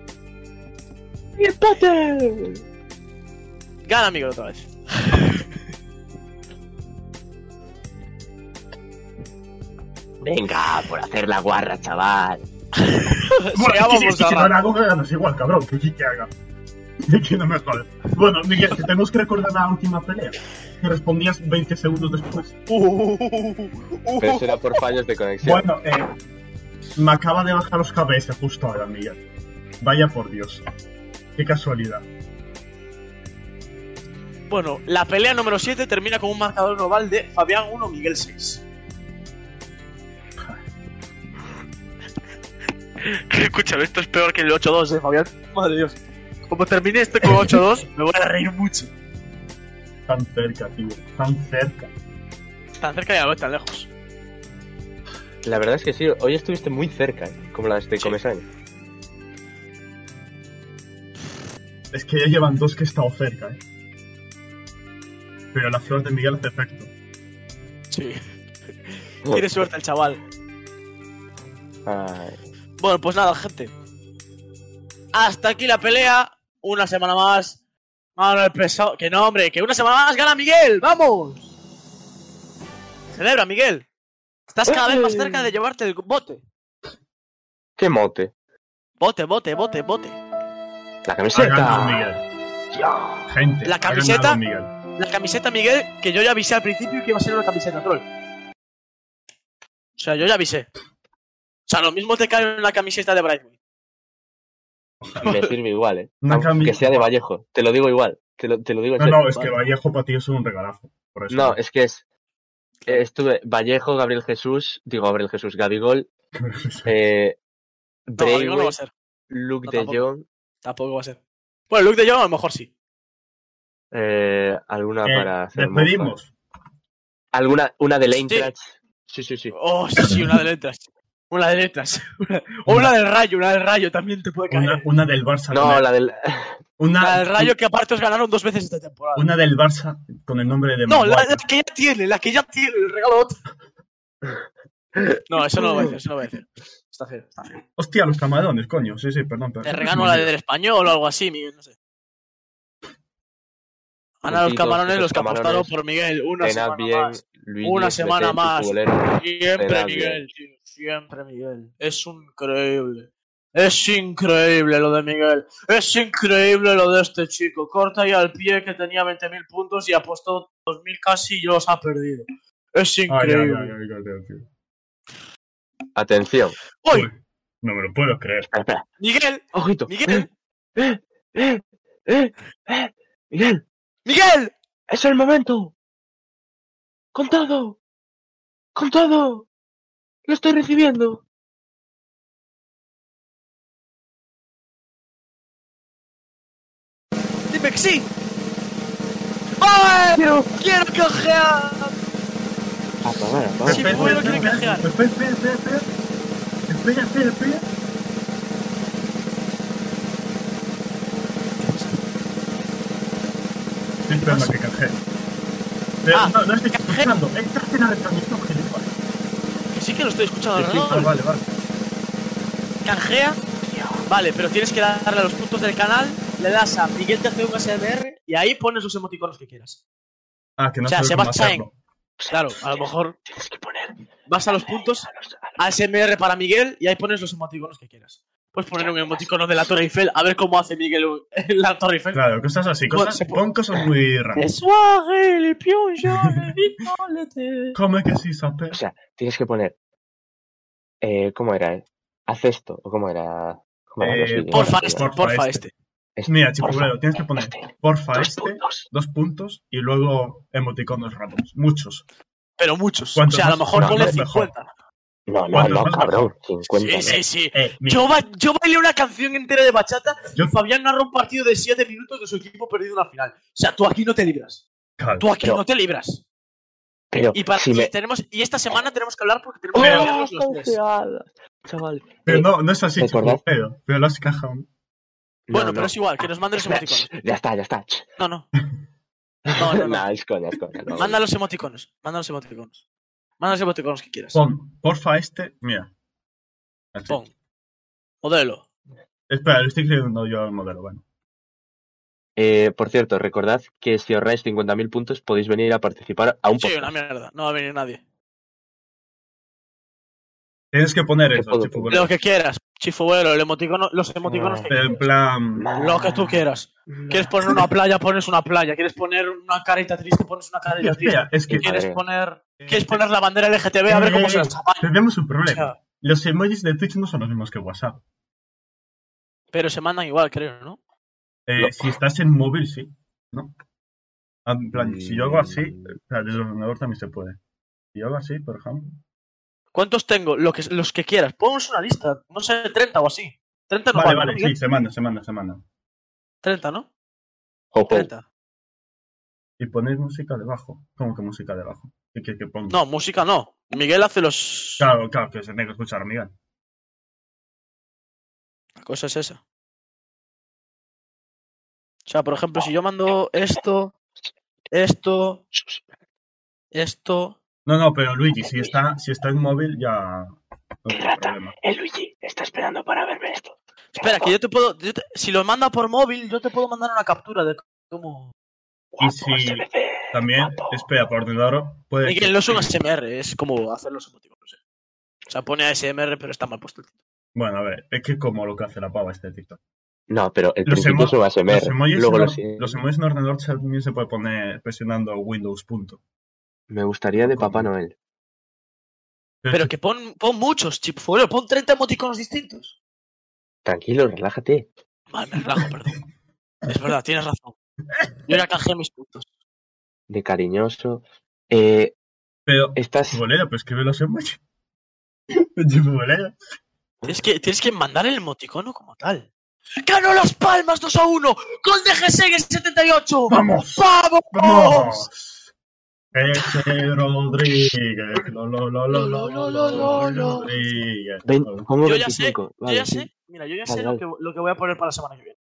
C: ¡Empate!
B: gana Miguel otra vez.
C: Venga, por hacer la guarra, chaval.
B: Se
A: Bueno,
B: llama
A: es que si- si no
B: Montserrat.
A: la hago, ganas igual, cabrón. Que sí que haga. Es que no me jodas. Bueno, Miguel, que tenemos que recordar la última pelea. Que respondías 20 segundos después.
B: Uh.
C: Pero eso era por fallos de conexión.
A: Bueno, eh, me acaba de bajar los KBS justo ahora, Miguel. Vaya por Dios. Qué casualidad.
B: Bueno, la pelea número 7 termina con un marcador global de Fabián 1, Miguel 6. Escúchame, esto es peor que el 8-2 de Fabián. Madre Dios. Como termine esto con 8-2, me voy a reír mucho.
A: Tan cerca, tío. Tan cerca.
B: Tan cerca y a la vez tan lejos.
C: La verdad es que sí, hoy estuviste muy cerca, ¿eh? como las de
B: Sí.
C: Comesaña.
A: Es que ya llevan dos que he estado cerca, ¿eh? Pero la flor de Miguel hace efecto.
B: Sí. Tiene suerte el chaval.
C: Ay.
B: Bueno, pues nada, gente. Hasta aquí la pelea. Una semana más. Manuel Pesado. Que no, hombre, que una semana más gana Miguel. ¡Vamos! Celebra, Miguel. Estás cada vez más cerca de llevarte el bote.
C: ¡Qué mote!
B: Bote, bote, bote, bote.
C: La
A: Ha ganado
C: camiseta.
A: Ah, Miguel. Gente,
B: La
A: ha ganado
B: camiseta.
A: Miguel.
B: La camiseta, Miguel, que yo ya avisé al principio que iba a ser una camiseta troll. O sea, yo ya avisé. O sea, lo mismo te cae una camiseta de Brightway.
C: Me sirve igual, ¿eh?
A: Una
C: Aunque
A: camiseta.
C: sea de Vallejo. Te lo digo igual. Te lo, te lo digo en
A: No,
C: serio.
A: no, es que Vallejo para ti es un regalazo. Por eso.
C: No, es que es. eh, Estuve Vallejo, Gabriel Jesús, digo Gabriel Jesús, Gabigol, eh,
B: No,
C: Braithwaite,
B: amigo, no va a ser.
C: Luke
B: No,
C: de
B: tampoco.
C: Jong,
B: Tampoco va a ser. Bueno, Luke de Jong a lo mejor sí.
C: eh, alguna
A: Eh,
C: para hacer. mofa.
A: Despedimos.
C: Alguna, una de
B: Sí.
C: Leintracht. Sí, sí, sí.
B: Oh, sí, sí, una de letras. Una de letras. o una del rayo, una del rayo también te puede caer.
A: Una, una del Barça. con
C: No,
A: el-
C: la del.
B: La del
A: una,
B: rayo que aparte os ganaron dos veces esta temporada.
A: una del Barça con el nombre de
B: No, la,
A: Maguire.
B: la que ya tiene, la que ya tiene, el regalo otro. No, eso no lo voy a decir, eso no lo voy a decir. Está feo, está feo.
A: Hostia, los camarones, coño. Sí, sí, perdón. perdón.
B: Te regalo la del español o algo así, Miguel, no sé. Ana los
C: Puntitos,
B: camarones
C: esos
B: los que apostaron
C: camarones.
B: por Miguel. Una semana
C: Tenad bien,
B: más.
C: Luigi,
B: Una
C: Estefan,
B: semana más.
C: futbolero.
B: Siempre
C: Tenad
B: Miguel, tío. Siempre Miguel. Es increíble. Es increíble lo de Miguel. Es increíble lo de este chico. Corta y al pie que tenía 20.000 puntos y apostó 2.000 casi y los ha perdido. Es
A: Ay, ay, ay,
B: increíble.
A: ay, ay, ay, ay.
C: Atención.
B: Hoy,
A: No me lo puedo creer.
C: Espera, espera.
B: Miguel,
C: Ojito.
B: Miguel.
C: Eh, eh, eh, eh. Miguel,
B: Miguel,
C: es el momento. Contado. Contado. Lo estoy recibiendo.
B: dime que sí. ¡Ay!
C: Quiero.
B: ¡Quiero cojear!
C: Apagar,
B: Ah, Sí,
C: apagar.
A: Espera,
B: bueno,
A: espera,
B: quiere
A: espera,
B: canjear.
A: Espera, espera, espera, espera. Espera, espera, espera. Estoy esperando a que canjee. Pero
B: Ah,
A: no, no estoy
B: canjee.
A: escuchando. Estás en la retransmisión, gilipollas.
B: Que sí que lo estoy escuchando
A: Sí, sí,
B: alrededor.
A: vale, vale, vale.
B: Canjea. Vale, pero tienes que darle a los puntos del canal, le das a Miguel te hace un SMR y ahí pones los emoticonos que quieras.
A: Ah, que no
B: O sea,
A: sé
B: se
A: cómo
B: basa en-
A: hacerlo.
B: Claro, a lo mejor
C: Tienes que poner.
B: vas a los puntos,
C: a los- a
B: ASMR para Miguel y ahí pones los emoticonos que quieras. Puedes poner un emoticono de la Torre Eiffel, a ver cómo hace Miguel un- la Torre Eiffel.
A: Claro, cosas así,
B: Bueno,
A: cosas,
B: se puede-
A: pon cosas muy raras.
B: Soirée, les pions jaunes, violets.
A: ¿Cómo es que sí, Samper?
C: O sea, tienes que poner. Eh, ¿Cómo era? eh? Haz esto. ¿O cómo era? ¿Cómo era?
A: Eh,
C: No sé,
B: Porfa
C: no sé,
B: este,
A: Porfa
B: porfa
A: este.
B: este.
C: es-
A: Mira, chico,
C: porfa,
A: claro, tienes que poner
C: este,
A: porfa
C: dos
A: este,
C: puntos.
A: dos puntos y luego emoticonos raros. Muchos.
B: Pero muchos. O
A: Cuantos
B: sea, a lo
A: más-
B: mejor
C: no,
B: ponle
A: no, mejor.
B: 50.
C: No, no,
A: ¿Cuántos
C: no,
A: más?
C: cabrón. 50.
B: Sí,
C: ¿no?
B: sí, sí.
A: Eh, mira,
B: Yo, ba- yo bailé una canción entera de bachata
A: Yo-
B: y Fabián narra un partido de 7 minutos de su equipo perdido en la final. O sea, tú aquí no te libras.
A: claro.
B: Tú aquí
C: Pero-
B: no te libras.
C: Pero
B: Y, para,
C: si
B: y
C: me.
B: tenemos, y esta semana tenemos que hablar porque tenemos que hablar
C: ¡Oh,
B: los tres.
C: confiada! Chaval.
A: Pero
C: Eh,
A: no, no es así,
C: ¿te
A: chico,
C: acordás?
A: pero, pero lo has cajado.
B: Bueno,
C: no,
B: pero
C: no.
B: es igual, que nos manden los
C: Espera,
B: emoticonos.
C: ch, Ya está, ya está. ch.
B: No, no. No, no, no.
C: Nah, es coña, es coña. no.
B: Manda los emoticonos. Manda los emoticonos. Manda los emoticonos que quieras.
A: Pon porfa este, mira. Así.
B: Pon. Modelo.
A: Espera, lo estoy escribiendo yo al modelo, bueno.
C: Eh, por cierto, recordad que si ahorráis 50.000 puntos podéis venir a participar a Ah, un
B: Sí,
C: podcast.
B: una mierda. No va a venir nadie.
A: Tienes que poner
C: ¿Qué
A: eso,
C: puedo
A: chico,
B: Lo que quieras. Chifuelo, el emoticono, los emoticonos que
A: pero
B: quieras.
A: en plan...
B: Lo que tú quieras. ¿Quieres poner una playa? Pones una playa. ¿Quieres poner una carita triste? Pones una
A: Hostia,
B: carita triste.
A: espera, es que...
B: ¿Quieres
C: Madre.
B: poner,
A: eh,
B: ¿Quieres poner la bandera LGTB? A ver cómo se
A: eh,
B: las apaña.
A: Tenemos un
B: O
A: problema.
B: sea,
A: Los emojis de Twitch no son los mismos que WhatsApp.
B: Pero se mandan igual, creo, ¿no?
A: Eh,
C: No.
A: Si estás en móvil, sí. ¿No? Ah, En plan, si yo hago así,
C: Mm.
A: o sea, desde el ordenador también se puede. Si yo hago así, por ejemplo.
B: ¿Cuántos tengo? Lo que, los que quieras. Ponemos una lista. No sé, 30 o así. 30 no
A: Vale,
B: vale,
A: vale,
B: ¿no,
A: sí,
B: Miguel?
A: semana, semana, semana.
B: 30, ¿no?
C: Ho, ho.
B: 30.
A: Y ponéis música debajo. ¿Cómo que música debajo? ¿Qué quieres que ponga?
B: No, música no. Miguel hace los.
A: Claro, claro, que se tiene que escuchar, Miguel.
B: La cosa es esa. O sea, por ejemplo, si yo mando esto, esto, esto.
A: No, no, pero Luigi, si está, si está en móvil ya no
F: ¿Qué
A: tiene
F: rata?
A: problema.
F: El Eh, Luigi está esperando para verme esto.
B: Espera, que yo te puedo. yo te- si lo manda por móvil, yo te puedo mandar una captura de cómo.
A: Y
F: Guapo,
A: si
F: SBC,
A: también,
F: guapo.
A: espera, por ordenador, puede
B: Miguel, no es un ASMR, es como hacer los emoticonos. eh. O sea, pone ASMR, pero está mal puesto el título.
A: Bueno, a ver, es que como lo que hace la pava este TikTok.
C: No, pero el
A: Los emo-
C: principio es un ASMR.
A: Los emojis,
C: Luego
A: en,
C: los...
A: or- los emojis en ordenador también se puede poner presionando Windows punto.
C: Me gustaría de
A: ¿Cómo?
C: Papá Noel.
B: Pero que pon, pon muchos, chip fuera, pon 30 emoticonos distintos.
C: Tranquilo, relájate.
B: Vale, me relajo, perdón. Es verdad, tienes razón. Yo ya cajé mis puntos.
C: De cariñoso. Eh,
A: Pero,
C: estás.
A: futbolero, pero escribe los emojis. Pinche futbolero.
B: Tienes que, tienes que mandar el emoticono como tal. ¡Ganó las palmas 2 a 1! ¡Gol de G6 en el 78!
A: ¡Vamos!
B: ¡Vamos!
A: ¡Vamos! Ese Rodríguez. Lo, lo, lo, lo, lo, lo, lo, lo, Rodríguez.
C: Ven- ¿Cómo
B: Yo ya sé,
C: 25?
B: Yo
C: Vale,
B: ya
C: sí.
B: sé, mira, yo ya
C: Vale,
B: sé lo
C: vale.
B: que, lo que voy a poner para la semana que viene.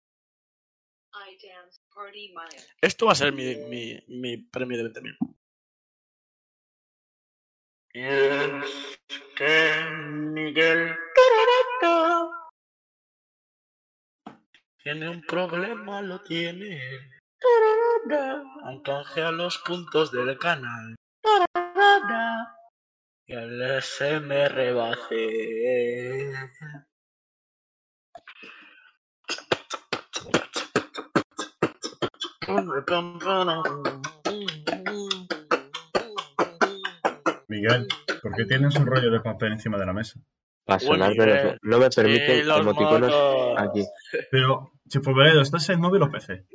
B: Esto va a ser mi, mi, mi premio de 20.000. Tiene un problema, lo tiene. Canjea los puntos del canal. Y el se me rebase.
A: Miguel, ¿por qué tienes un rollo de papel encima de la mesa?
C: Para
B: Bueno,
C: sonar
B: Miguel.
C: menos- No me permiten
B: Eh, los
C: emoticonos
B: motos.
C: aquí.
A: Pero, Chipolveredo, ¿estás en móvil o PC?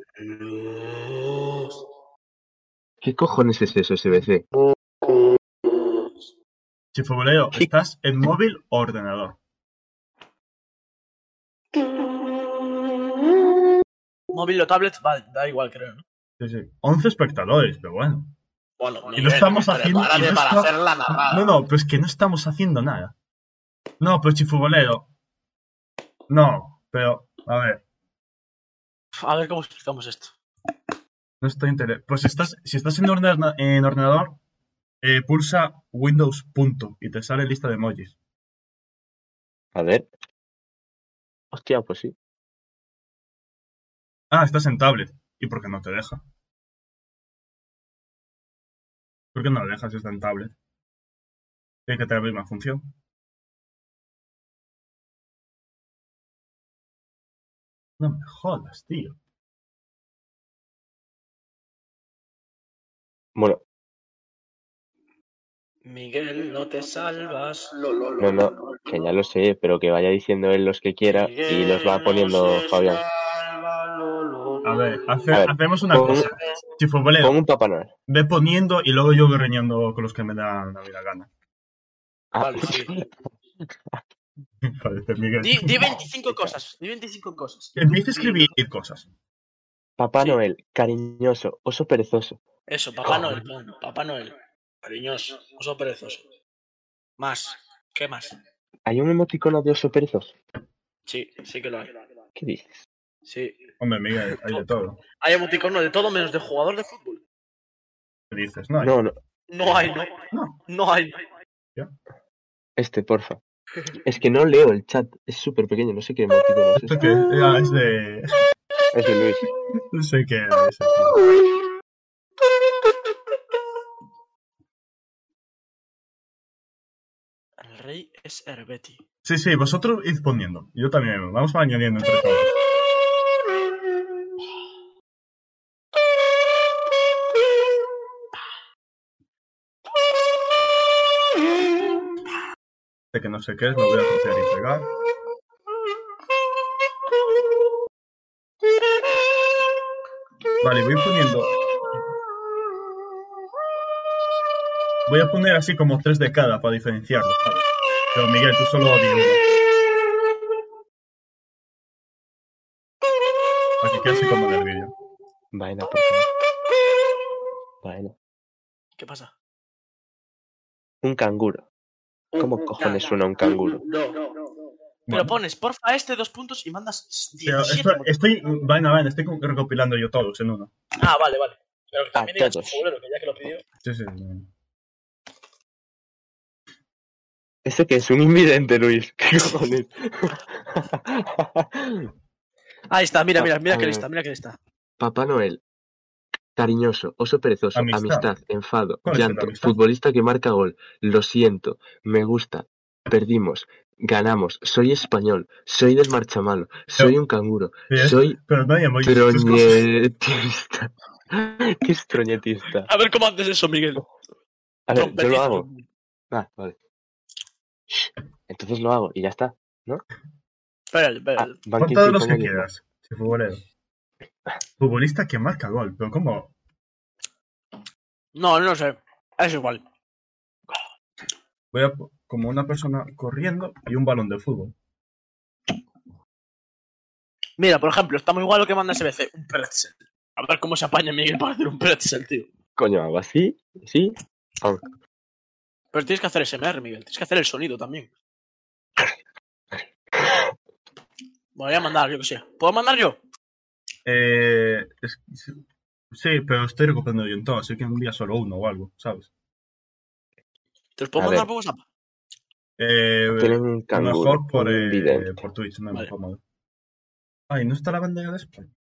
C: ¿Qué cojones es eso, SBC?
A: Chipolveredo, ¿estás en móvil o ordenador?
B: Móvil o tablet, vale, da igual, creo, ¿no?
A: Sí, sí. 11 espectadores, pero bueno.
B: Bueno,
A: Y no estamos haciendo. y no
B: Prepárate para
A: está-
B: hacer la narrada.
A: No, no, pero es que no estamos haciendo nada. No, pero Chifubolero. No, pero, a ver,
B: A ver cómo explicamos esto.
A: no estoy interesado. Pues estás, si estás en, ordena- en ordenador, eh, pulsa Windows punto y te sale lista de emojis.
C: A ver. Hostia, pues sí.
A: Ah, estás en tablet. ¿Y por qué no te deja? ¿Por qué no lo dejas si está en tablet? Tiene que tener la misma función. No me jodas, tío.
C: Bueno,
B: Miguel, no te salvas.
C: no, no, que ya lo sé, pero que vaya diciendo él los que quiera y los va poniendo Fabián.
A: A ver, hace-
C: A ver,
A: hacemos una
C: pon-
A: cosa. Chifubolero,
C: Pon un Papá Noel.
A: ve poniendo y luego yo voy reñando con los que me dan la vida gana.
C: Ah,
B: Vale, sí.
A: Parece este Miguel.
B: Di, di 25 cosas, di 25 cosas.
A: Empieza a Eh, escribir cosas.
C: Papá
B: Sí.
C: Noel, cariñoso, oso perezoso.
B: Eso, Papá Noel, pon, Papá Noel. Cariñoso, oso perezoso. Más, ¿qué más?
C: ¿Hay un emoticono de oso perezoso?
B: Sí, sí que lo hay.
C: ¿Qué dices?
B: Sí.
A: Hombre, Miguel, hay de todo.
B: Hay emoticono de todo menos de jugador de fútbol.
A: ¿Qué dices? No, hay.
C: No, no,
B: No hay, no.
A: No.
B: No hay.
C: este, porfa. Es que no leo el chat, es súper pequeño, no sé qué emoticono es.
A: ¿Esto
C: ese.
A: qué es? Ah, es de...
C: Es de Luis.
A: No sé qué era ese, tío.
B: El rey es Herbeti.
A: Sí, sí, vosotros id poniendo. Yo también. Vamos añadiendo entre todos. Este que no sé qué es, lo voy a copiar y pegar. Vale, voy poniendo... Voy a poner así como tres de cada para diferenciarlos, ¿sabes? Pero Miguel, tú solo di uno. Para que quede así como en el vídeo.
C: Vaina, por favor. Vaina.
B: ¿Qué pasa?
C: Un canguro. ¿Cómo cojones suena un canguro?
G: No, no, no.
B: Pero
A: Bueno.
B: pones porfa este dos puntos y mandas
A: Pero
B: 17.
A: espera, estoy, vaina, vaina, estoy recopilando yo todos en uno.
B: Ah, vale, vale. Pero que también
C: Ah,
B: digas
C: todos.
B: seguro que ya que lo pidió.
A: Sí, sí. sí.
C: ¿Eso que es? Un invidente, Luis. ¿Qué cojones?
B: Ahí está, mira,
C: Ah,
B: mira, mira
C: a
B: qué
C: ver.
B: lista, mira qué lista.
C: Papá Noel. Cariñoso, oso perezoso,
A: Amistad.
C: amistad, enfado,
A: ¿Cuál es la
C: llanto,
A: amistad?
C: futbolista que marca gol, lo siento, me gusta, perdimos, ganamos, soy español, soy del marchamalo, soy un canguro,
A: Bien.
C: soy
A: Pero nadie me ¿eh? oye estas cosas.
C: troñetista. ¿Qué es troñetista?
B: A ver cómo haces eso, Miguel.
C: A ver, yo lo
B: Trompetista.
C: hago. Ah, vale. Entonces lo hago y ya está.
B: Espérate,
C: Ah,
B: espérate.
C: Banquillo
A: Pon todos Eh, los
C: como
A: que
C: yo.
A: quieras. Sí, futbolero. Futbolista que marca gol, pero ¿cómo?
B: No, no sé. Es igual.
A: Voy a, po- como una persona corriendo y un balón de fútbol.
B: Mira, por ejemplo, está muy igual lo que manda SBC, un pretzel. A ver cómo se apaña Miguel para hacer un pretzel, tío.
C: Coño, hago así, sí.
B: Pero tienes que hacer SMR, Miguel. Tienes que hacer el sonido también. Voy a mandar, yo que sé. ¿Puedo mandar yo?
A: Eh, es- sí, pero estoy recuperando yo en todo, así que un día solo uno o algo, ¿sabes?
B: ¿Te los puedo
C: A
B: mandar
C: ver.
B: por WhatsApp?
A: Eh,
C: Tienen un canguro.
A: mejor por,
C: un
A: eh,
C: vidente.
A: por Twitch, no es
B: Vale.
A: más cómodo. Ay, ¿no está la bandera de España?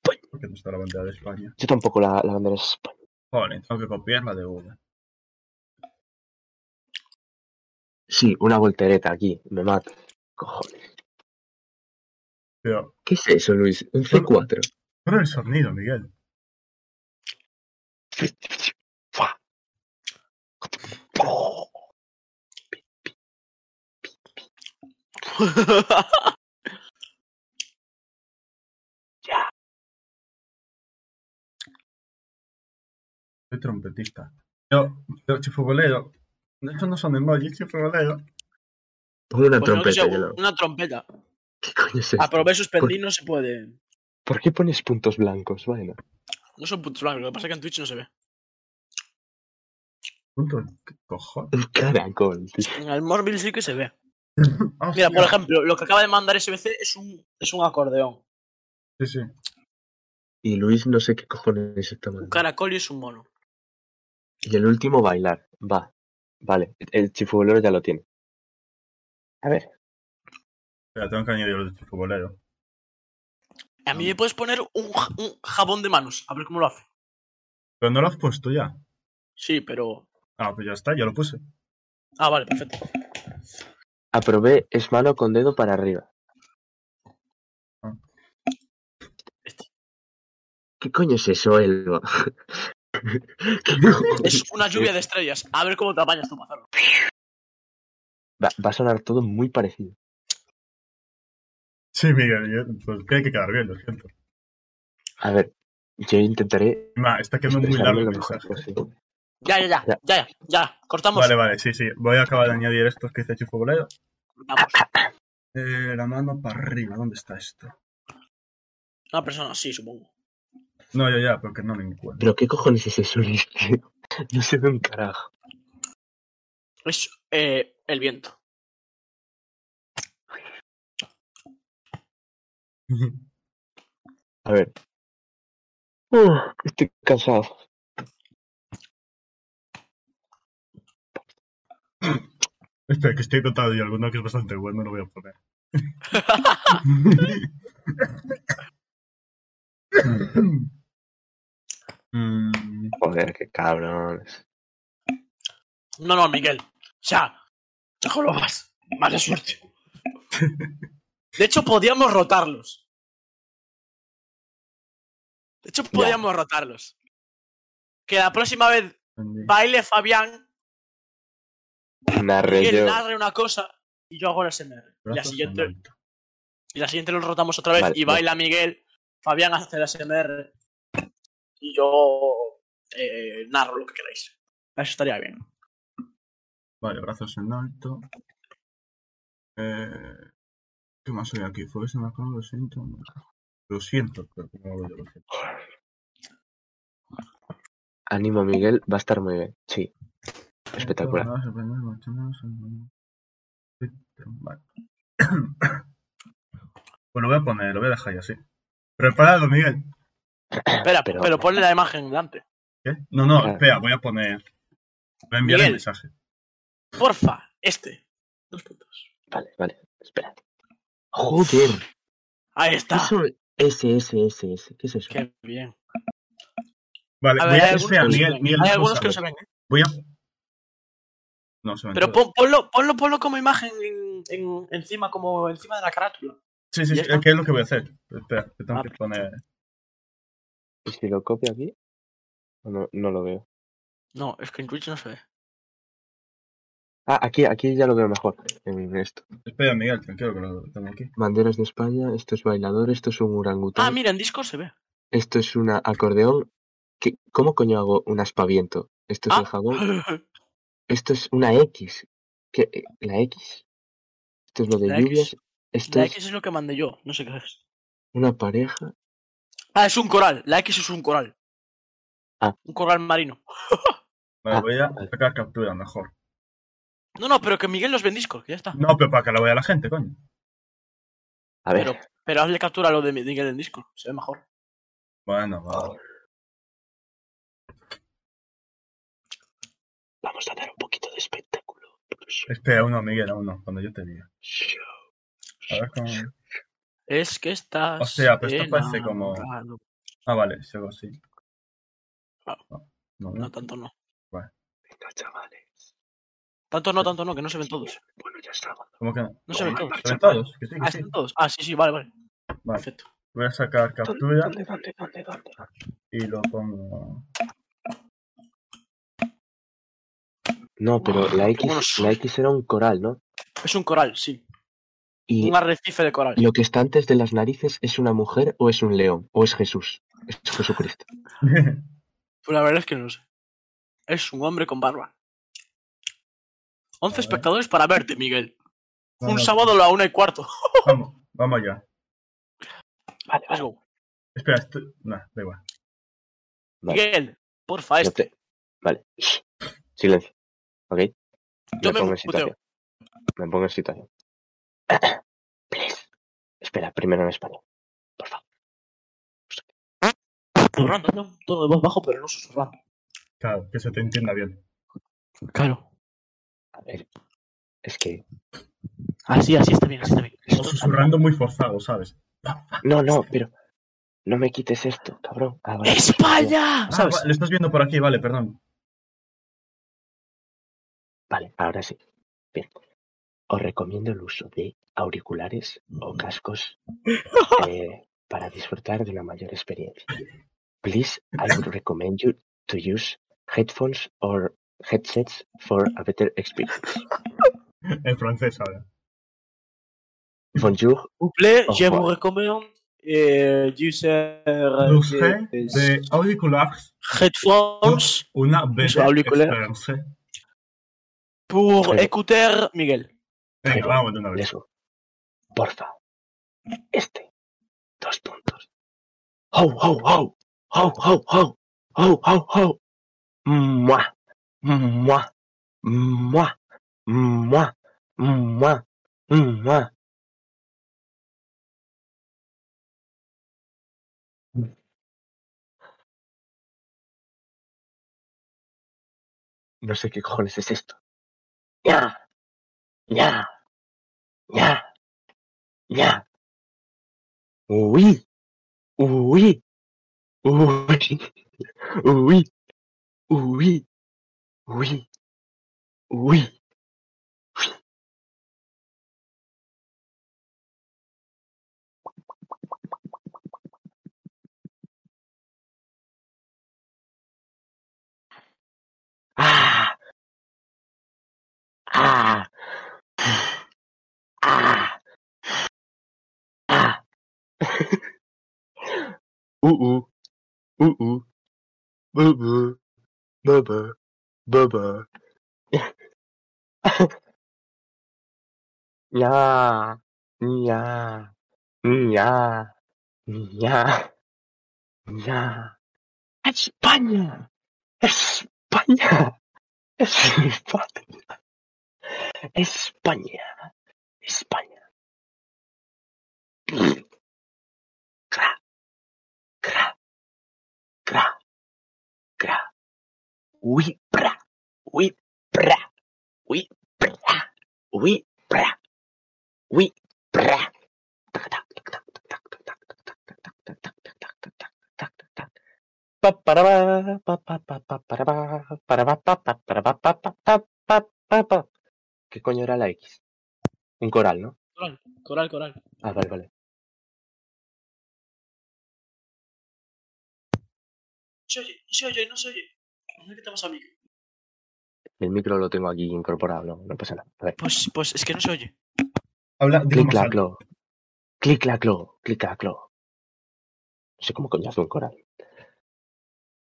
B: Pues
A: ¿Por qué no está la bandera de España?
C: Yo tampoco la, la bandera es España.
A: Joder, tengo que copiarla de Google.
C: Sí, una voltereta aquí, me mata. Cojones.
A: Pero,
C: ¿Qué es eso, Luis? Un C4.
A: pero el sonido, Miguel.
C: Fua. Oh,
A: Soy trompetista. Yo, yo soy futbolero. De hecho, no son emojis, soy futbolero.
C: Pongo
B: Pues no,
C: una
B: que
C: trompeta,
B: sea
C: yo lo-
B: Una trompeta. Ah,
C: ¿Qué coño es esto?
B: Aprobé suspendí, no se puede.
C: ¿Por qué pones puntos blancos? Bueno,
B: No son puntos blancos, lo que pasa es que en Twitch no se ve.
A: Punto. ¿Qué cojones?
C: un caracol, tío.
B: En el móvil sí que se ve.
A: Ah,
B: Mira,
A: sí,
B: por
A: ah,
B: ejemplo, lo que acaba de mandar SBC es un, es un acordeón.
A: Sí, sí.
C: Y Luis no sé qué cojones está
B: Un
C: mandando.
B: caracol y es un mono.
C: Y el último, bailar. Va. Vale, el chifubolero ya lo tiene. A ver.
A: Espera, tengo que añadir los de futbolero.
B: A mí me puedes poner un, ja- un jabón de manos, a ver cómo lo hace.
A: Pero no lo has puesto ya.
B: Sí, pero.
A: Ah, pues ya está, ya lo puse.
B: Ah, vale, perfecto.
C: Aprobé es mano con dedo para arriba.
A: Ah.
C: ¿Qué coño es eso, Elba? ¿Qué
B: Es
C: cojones?
B: una lluvia de estrellas. A ver cómo te apañas tú para hacerlo.
C: Va, va a sonar todo muy parecido.
A: Sí, Miguel, yo- pues tiene que quedar bien, lo siento.
C: A ver, yo intentaré
A: Ma, está quedando pues. muy largo
C: expresarme
A: el
C: lo mejor
A: mensaje.
C: posible.
B: Ya, ya, ya,
C: Ya.
B: ya, ya, ya. Cortamos.
A: Vale, vale, sí, sí. Voy a acabar de añadir estos que dice Chufubolero.
B: Cortamos.
A: Eh, la mano para arriba, ¿dónde está esto?
B: Una persona, sí, supongo.
A: No, ya, ya, porque no me encuentro.
C: Pero ¿qué cojones es eso, Luis, tío? No se ve un carajo.
B: Es eh, el viento.
C: A ver. Uh, estoy cansado.
A: Espera, que estoy dotado y alguno que es bastante bueno, lo voy a poner. Mm,
C: Joder, qué cabrones.
B: No, no, Miguel. Ya. Déjalo más. Mala suerte. De hecho, podíamos rotarlos. De hecho, podíamos rotarlos. Que la próxima vez baile Fabián,
C: Narré
B: Miguel
C: yo.
B: narre una cosa y yo hago el SMR. Y la
A: brazos
B: siguiente,
A: alto.
B: y la siguiente lo rotamos otra vez
C: Vale,
B: y baila Miguel, Fabián hace el SMR y yo eh, narro lo que queráis. Eso estaría bien.
A: Vale, brazos en alto. Eh, ¿Qué más hay aquí? Fue ese marcado, lo siento. no. Lo siento, pero que no lo veo, lo siento.
C: Ánimo, Miguel, va a estar muy bien. Sí. Espectacular.
A: Vale. Pues lo voy a poner, lo voy a dejar ahí así. Preparado, Miguel.
B: Espera,
C: Pero-
B: pero, ponle la imagen delante.
A: ¿Qué? No, no,
C: Ah.
A: espera, voy a poner. Voy a enviar el
B: Miguel.
A: mensaje.
B: Porfa, este. Dos puntos.
C: Vale, vale, espérate. Joder,
B: Ahí está.
C: eso ese, ese, ese, ese. ¿Qué es eso?
B: Qué bien.
A: Vale,
B: A
A: voy
B: ver,
A: a.
B: hay algunos,
A: Espera,
B: que, no se
A: Miguel,
B: ven.
A: Miguel.
B: Hay
A: vamos
B: algunos
A: a
B: que no
A: ver.
B: se ven, ¿eh?
A: Voy a. No, se me
B: Pero
A: entera.
B: pon- ponlo, ponlo, ponlo como imagen en- en- encima, como encima de la carátula.
A: Sí, sí,
B: ¿Ya
A: sí,
B: está?
A: ¿qué es lo que voy a hacer? Espera, que tengo
B: Ah,
A: que poner.
C: ¿Y si lo copio aquí? No, no lo veo.
B: No, es que en Twitch no se ve.
C: Ah, aquí, aquí ya lo veo mejor. En esto.
A: Espera, Miguel, tranquilo que lo tengo aquí.
C: Banderas de España, esto es bailador, esto es un orangután,
B: Ah, mira, en Discord se ve.
C: esto es una acordeón. ¿Qué- ¿Cómo coño hago un aspaviento? Esto es
B: Ah.
C: el jabón, esto es una X. ¿Qué? Eh, La X. Esto es lo de
B: La X.
C: lluvias, esto
B: La
C: es
B: X es lo que mandé yo, no sé qué es.
C: una pareja.
B: Ah, es un coral. La X es un coral.
C: Ah.
B: Un coral marino.
A: Vale,
C: Ah,
A: voy a
C: vale.
A: sacar captura mejor.
B: No, no, pero que Miguel los ve en Discord, que ya está.
A: No, pero para que la vea la gente, coño.
C: A ver,
B: Pero, pero hazle captura a lo de Miguel en Discord, se ve mejor.
A: Bueno, vale.
H: Vamos a dar un poquito de espectáculo.
A: Espera, uno, Miguel, a uno, cuando yo te diga. A ver cómo.
B: Es que estás.
A: O sea, pero esto parece como-
B: enamorado.
A: Ah, vale, se hago así.
B: Ah.
A: No,
B: No,
A: no.
B: tanto no.
H: Venga, chavales.
B: Tanto no, tanto no, que no se ven todos.
H: Bueno, ya está.
A: ¿Cómo que no?
B: No se ven todos.
A: ¿Se ven todos? Que sí,
B: Ah,
A: que sí.
B: están todos. Ah, sí, sí, vale, vale.
A: Vale.
B: Perfecto.
A: Voy a
H: ¿Dónde,
A: sacar captura
H: dónde, dónde, dónde, dónde?
A: y lo pongo.
C: no, pero la X,
B: vámonos.
C: la X era un coral, ¿no?
B: Es un coral, sí.
C: Y
B: Un arrecife de coral.
C: lo que está antes de las narices es una mujer o es un león o es Jesús. Es Jesucristo.
B: Pues la verdad es que no sé. Es un hombre con barba. 11
A: ver.
B: espectadores para verte, Miguel.
A: Bueno,
B: un sábado a la una y cuarto.
A: Vamos, vamos allá.
H: Vale,
B: Let's
H: vale.
B: go.
A: Espera, esto... nah, da igual.
C: Vale.
B: Miguel, porfa,
C: Yo
B: este.
C: te- Vale. Shh. Silencio. ¿Ok?
B: Yo me
C: pongo en
B: muteo.
C: situación. Me pongo en situación. Please. Espera, primero en español. Por favor.
B: Susurrando, hazme un tono de voz bajo, pero no susurrando.
A: Claro, que se te entienda bien.
B: Claro.
C: A ver. Es que.
B: Así, así está bien, así está bien.
A: O susurrando muy forzado, ¿sabes?
C: No, no, pero. No me quites esto, cabrón. Ah, vale.
B: ¡España!
A: Ah,
B: ¿Sabes?
A: va- lo estás viendo por aquí, vale, perdón.
C: Vale, ahora sí. Bien. Os recomiendo el uso de auriculares o cascos eh, para disfrutar de una mayor experiencia. Please, I would recommend you to use headphones or headsets for a better experience.
A: En francés ahora.
C: Bonjour,
B: Couple,
C: Ojo.
B: je vous recommande eh, user
A: L'objet
B: eh,
A: de auriculaires,
B: headphones
A: una belle
B: auriculaires.
A: expérience.
B: pour
C: Pero-
B: écouter Miguel.
A: Venga,
C: Pero-
A: Eh, vamos de una vez.
C: Leso. Porfa. Este. Dos puntos. Ho, ho, ho. Ho, ho, ho. Ho, ho, ho. Mua. Mua. Mua. Mua. Mua. Mua. No sé qué cojones es esto. Ya. Ya. Ya. Ya. Uy. Uy. Uy. Uy. Uy. Uy. Uy. Ah. Ah. Ah. Ah. Uh-uh. Uh-uh. Buh-buh. Buh-buh. Buh-buh. Ya. Ya. Ya. Ya. Ya. España. España. Es España. España. España. Cra. Cra. Cra. Cra. Uy, pra. Uy, pra. Uy, pra. Uy, pra. Uy, pra. Pa, para, ba, pa, pa, pa, pa, para, ba, para, ba, pa, pa, para, ba, pa, pa, pa, pa, pa, pa. ¿Qué coño era la X? Un coral, ¿no?
B: Coral, coral, coral.
C: Ah, vale, vale.
B: Se oye, no se oye, no se oye. No quitamos a mí.
C: El micro lo tengo aquí incorporado, no, no pasa nada. A ver.
B: Pues, pues es que no se oye.
A: Habla, dilo
C: Clic,
A: más
C: clac,
A: alto.
C: clo. Clic, clac, clo. Clic, clac, clo. No sé cómo coño hace un coral.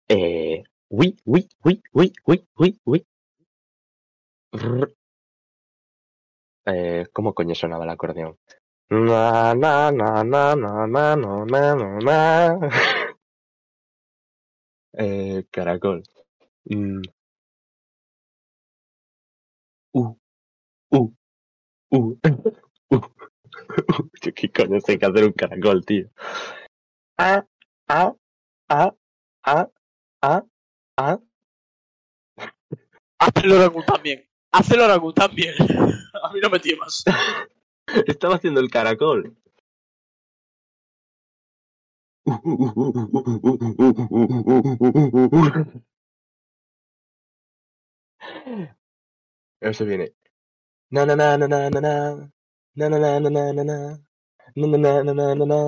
C: Eh. Uy, uy, uy, uy, uy, uy, uy. Rrr. Eh, ¿cómo coño sonaba el acordeón? Na, na, na, na, na, na, na, na, na, na. Eh, caracol. Mm. U, u, u. Yo qué coño sé que hacer un caracol, tío. A, a, a, a, a, a.
B: Haz el orangután también. Haz el orangután también. a mí no me temas.
C: Estaba haciendo el caracol. Eso viene. Na na na na na na na. Na na na na na na na. Na na na na na na na.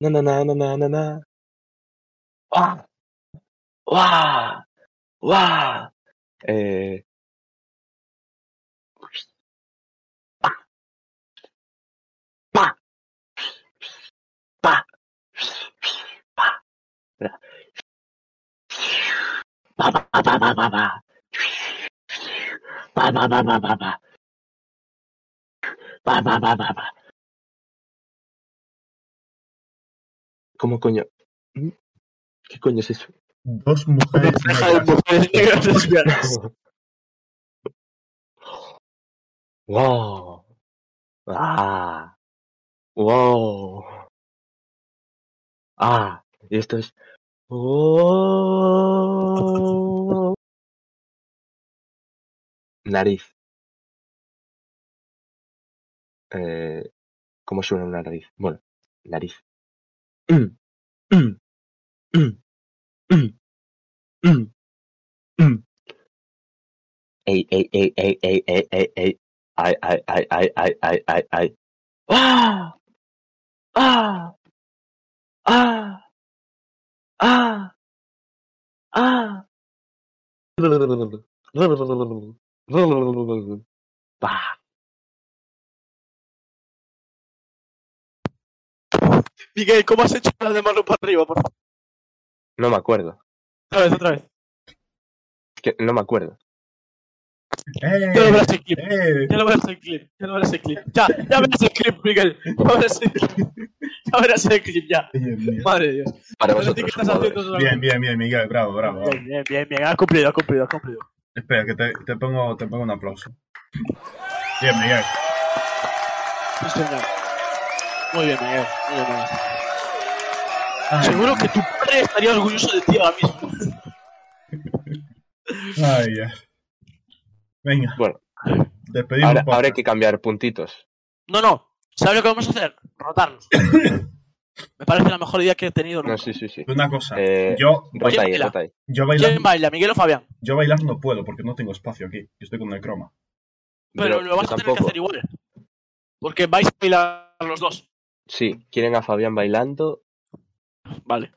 C: Na na na na na na na. ¡Guau! ¡Guau! ¡Guau! Eh. pa, pa, pa, pa, pa, pa, pa, pa, pa, pa, pa, pa, pa, pa, pa, pa, pa, pa, pa, pa. ¿Cómo coño? ¿Mm? ¿Qué coño es eso?
A: Dos mujeres negras.
B: mujeres negras lesbianas.
C: wow. Ah. Wow. Ah. Y esto es. uh, Oh. Nariz. Eh, ¿Cómo suena una nariz? Bueno, nariz. Mm, mm, mm, mm, mm, mm. Ey, ey, ey, ey, ey, ey, ey, ey. Ay, ay, ay, ay, ay, ay, ay, ay. ¡Ah! ¡Ah! ¡Ah! ¡Ah! ¡Ah! Bah.
B: Miguel, ¿cómo has hecho la de mano para arriba? Por favor?
C: No me acuerdo.
B: Otra vez, otra vez.
C: Es que no me acuerdo.
A: ¡Eh!
B: Ya lo verás el clip.
A: ¡Eh!
B: Ya lo verás el clip. Ya lo verás el clip. Ya, ya verás el clip, Miguel. Ya verás el clip. Ya verás el clip, ya.
A: Bien, bien.
B: Madre de Dios.
C: Para
B: Pero a ti
C: vosotros,
B: que estás
C: jugadores.
B: haciendo
A: Bien, bien, bien, Miguel, bravo, bravo. bravo.
B: Bien, bien, bien, bien. Ha cumplido, ha cumplido, ha cumplido.
A: Espera, que te, te pongo, te pongo un aplauso. Bien, Miguel.
B: Sí, señor. Muy bien, Miguel. Muy bien, Miguel.
A: Ay,
B: Seguro que tu padre estaría orgulloso de ti ahora mismo.
A: ay, ay. Venga.
C: Bueno.
A: Despedimos
C: Ahora,
A: podcast.
C: ahora hay que cambiar puntitos.
B: No, no. ¿Sabes lo que vamos a hacer? Rotarnos. Me parece la mejor idea que he tenido nunca.
C: No, sí, sí, sí.
A: Una cosa.
C: Eh,
A: yo,
C: Rota ahí,
B: baila.
C: rota ahí.
A: yo, bailar,
B: ¿Quién baila? ¿Miguel o Fabián?
A: yo bailar no puedo porque no tengo espacio aquí. Yo estoy con una croma.
B: Pero
C: Yo-
B: lo vas
C: yo
B: a tener que
C: tampoco.
B: hacer igual. Porque vais a bailar los dos.
C: Sí, quieren a Fabián bailando.
B: Vale.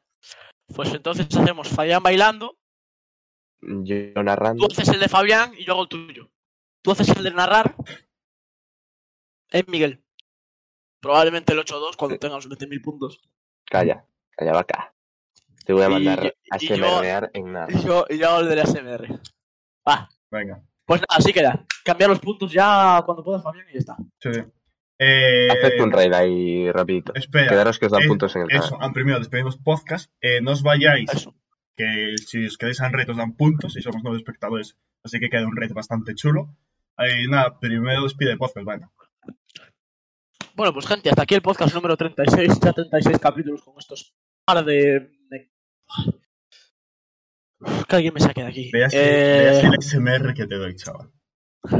B: Pues entonces hacemos Fabián bailando,
C: Yo
B: tú
C: narrando.
B: haces el de Fabián y yo hago el tuyo. Tú haces el de narrar. Es Miguel. Probablemente el 8-2 cuando tenga los 20.000 puntos.
C: Calla, calla vaca. Te voy a
B: Y-
C: mandar a
B: y yo-
C: SMRear en nada.
B: Y yo, y yo hago el del ASMR. Va.
A: Venga.
B: Pues nada, así queda. Cambiar los puntos ya cuando puedas, Fabián, y ya está.
A: Sí. Eh,
C: Haced un raid ahí rapidito.
A: espera.
C: Quedaros que os dan
A: eh,
C: puntos en el canal.
A: Eso, ah, primero despedimos podcast. Eh, no os vayáis,
B: Eso.
A: que si os quedáis en retos dan puntos y somos nueve espectadores. Así que queda un rate bastante chulo. Ahí nada, primero despide el podcast, bueno.
B: Bueno, pues gente, hasta aquí el podcast número 36. Ya 36 capítulos con estos par de... de- Que alguien me saque de aquí.
A: Veas,
B: Eh,
A: veas el SMR que te doy, chaval.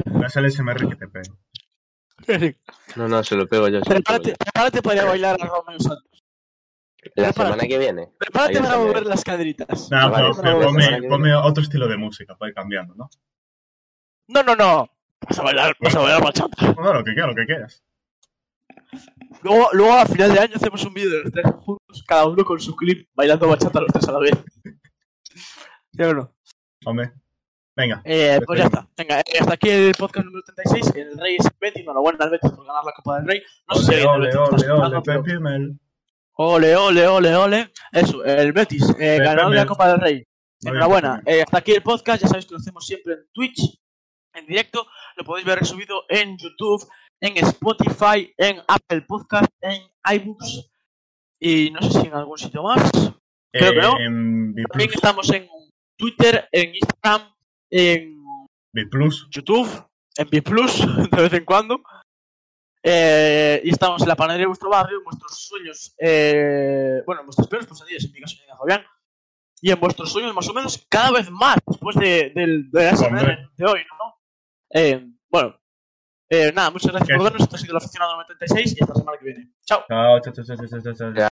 A: Veas el SMR que te pego.
B: Eric,
C: No, no, se lo pego yo. se lo pego
B: prepárate, prepárate para ir
A: Eh.
B: a bailar a Romeo Santos.
C: yo. La
B: prepárate.
C: semana que viene.
B: Prepárate
C: Ahí
B: para
C: está,
B: mover
C: eh.
B: las caderitas.
A: Nada,
C: Vale,
A: pero-
C: vale,
A: pero
C: vale,
A: ponme,
C: vale.
A: ponme otro estilo de música para ir cambiando, ¿no?
B: No, no, no. Vas a bailar, vas a bailar bachata.
A: Bueno, lo que quieras, lo que quieras.
B: Luego, luego a final de año hacemos un vídeo de los tres juntos, cada uno con su clip, bailando bachata los tres a la vez. ¿Sí o no?
A: Hombre. Venga.
B: Eh, pues ya está. Venga, eh, hasta aquí el podcast número 36. El Rey es el Betis, enhorabuena al Betis por ganar la Copa del Rey. No sé si
A: Ole,
B: alguien
A: ole,
B: del Betis está
A: ole, ole,
B: escuchando, pero-
A: Pepe Mel.
B: Ole, ole, ole, ole. Eso, el Betis, eh,
A: Pepe
B: ganador de la
A: Mel.
B: Copa del Rey.
A: Muy
B: Enhorabuena.
A: bien,
B: Eh, hasta aquí el podcast, ya sabéis que lo hacemos siempre en Twitch, en directo. Lo podéis ver subido en YouTube, en Spotify, en Apple Podcast, en iBooks y no sé si en algún sitio más. creo que no.
A: En Em, B+,
B: También estamos en Twitter, en Instagram, en
A: B+,
B: YouTube, en B de vez en cuando. Eh, y estamos en la panadería de vuestro barrio, en vuestros sueños, eh, bueno, en vuestros peores pesadillas, en mi caso, en Fabián. Y en vuestros sueños, más o menos, cada vez más, después de, del, de la semana
A: Hombre.
B: de hoy, ¿no? Eh, bueno, eh, nada, muchas gracias
A: Que-
B: por vernos. Esto ha sido el aficionado 96 y hasta la semana que viene. Chao.
A: Chao, chao, chao, chao, chao, chao, chao.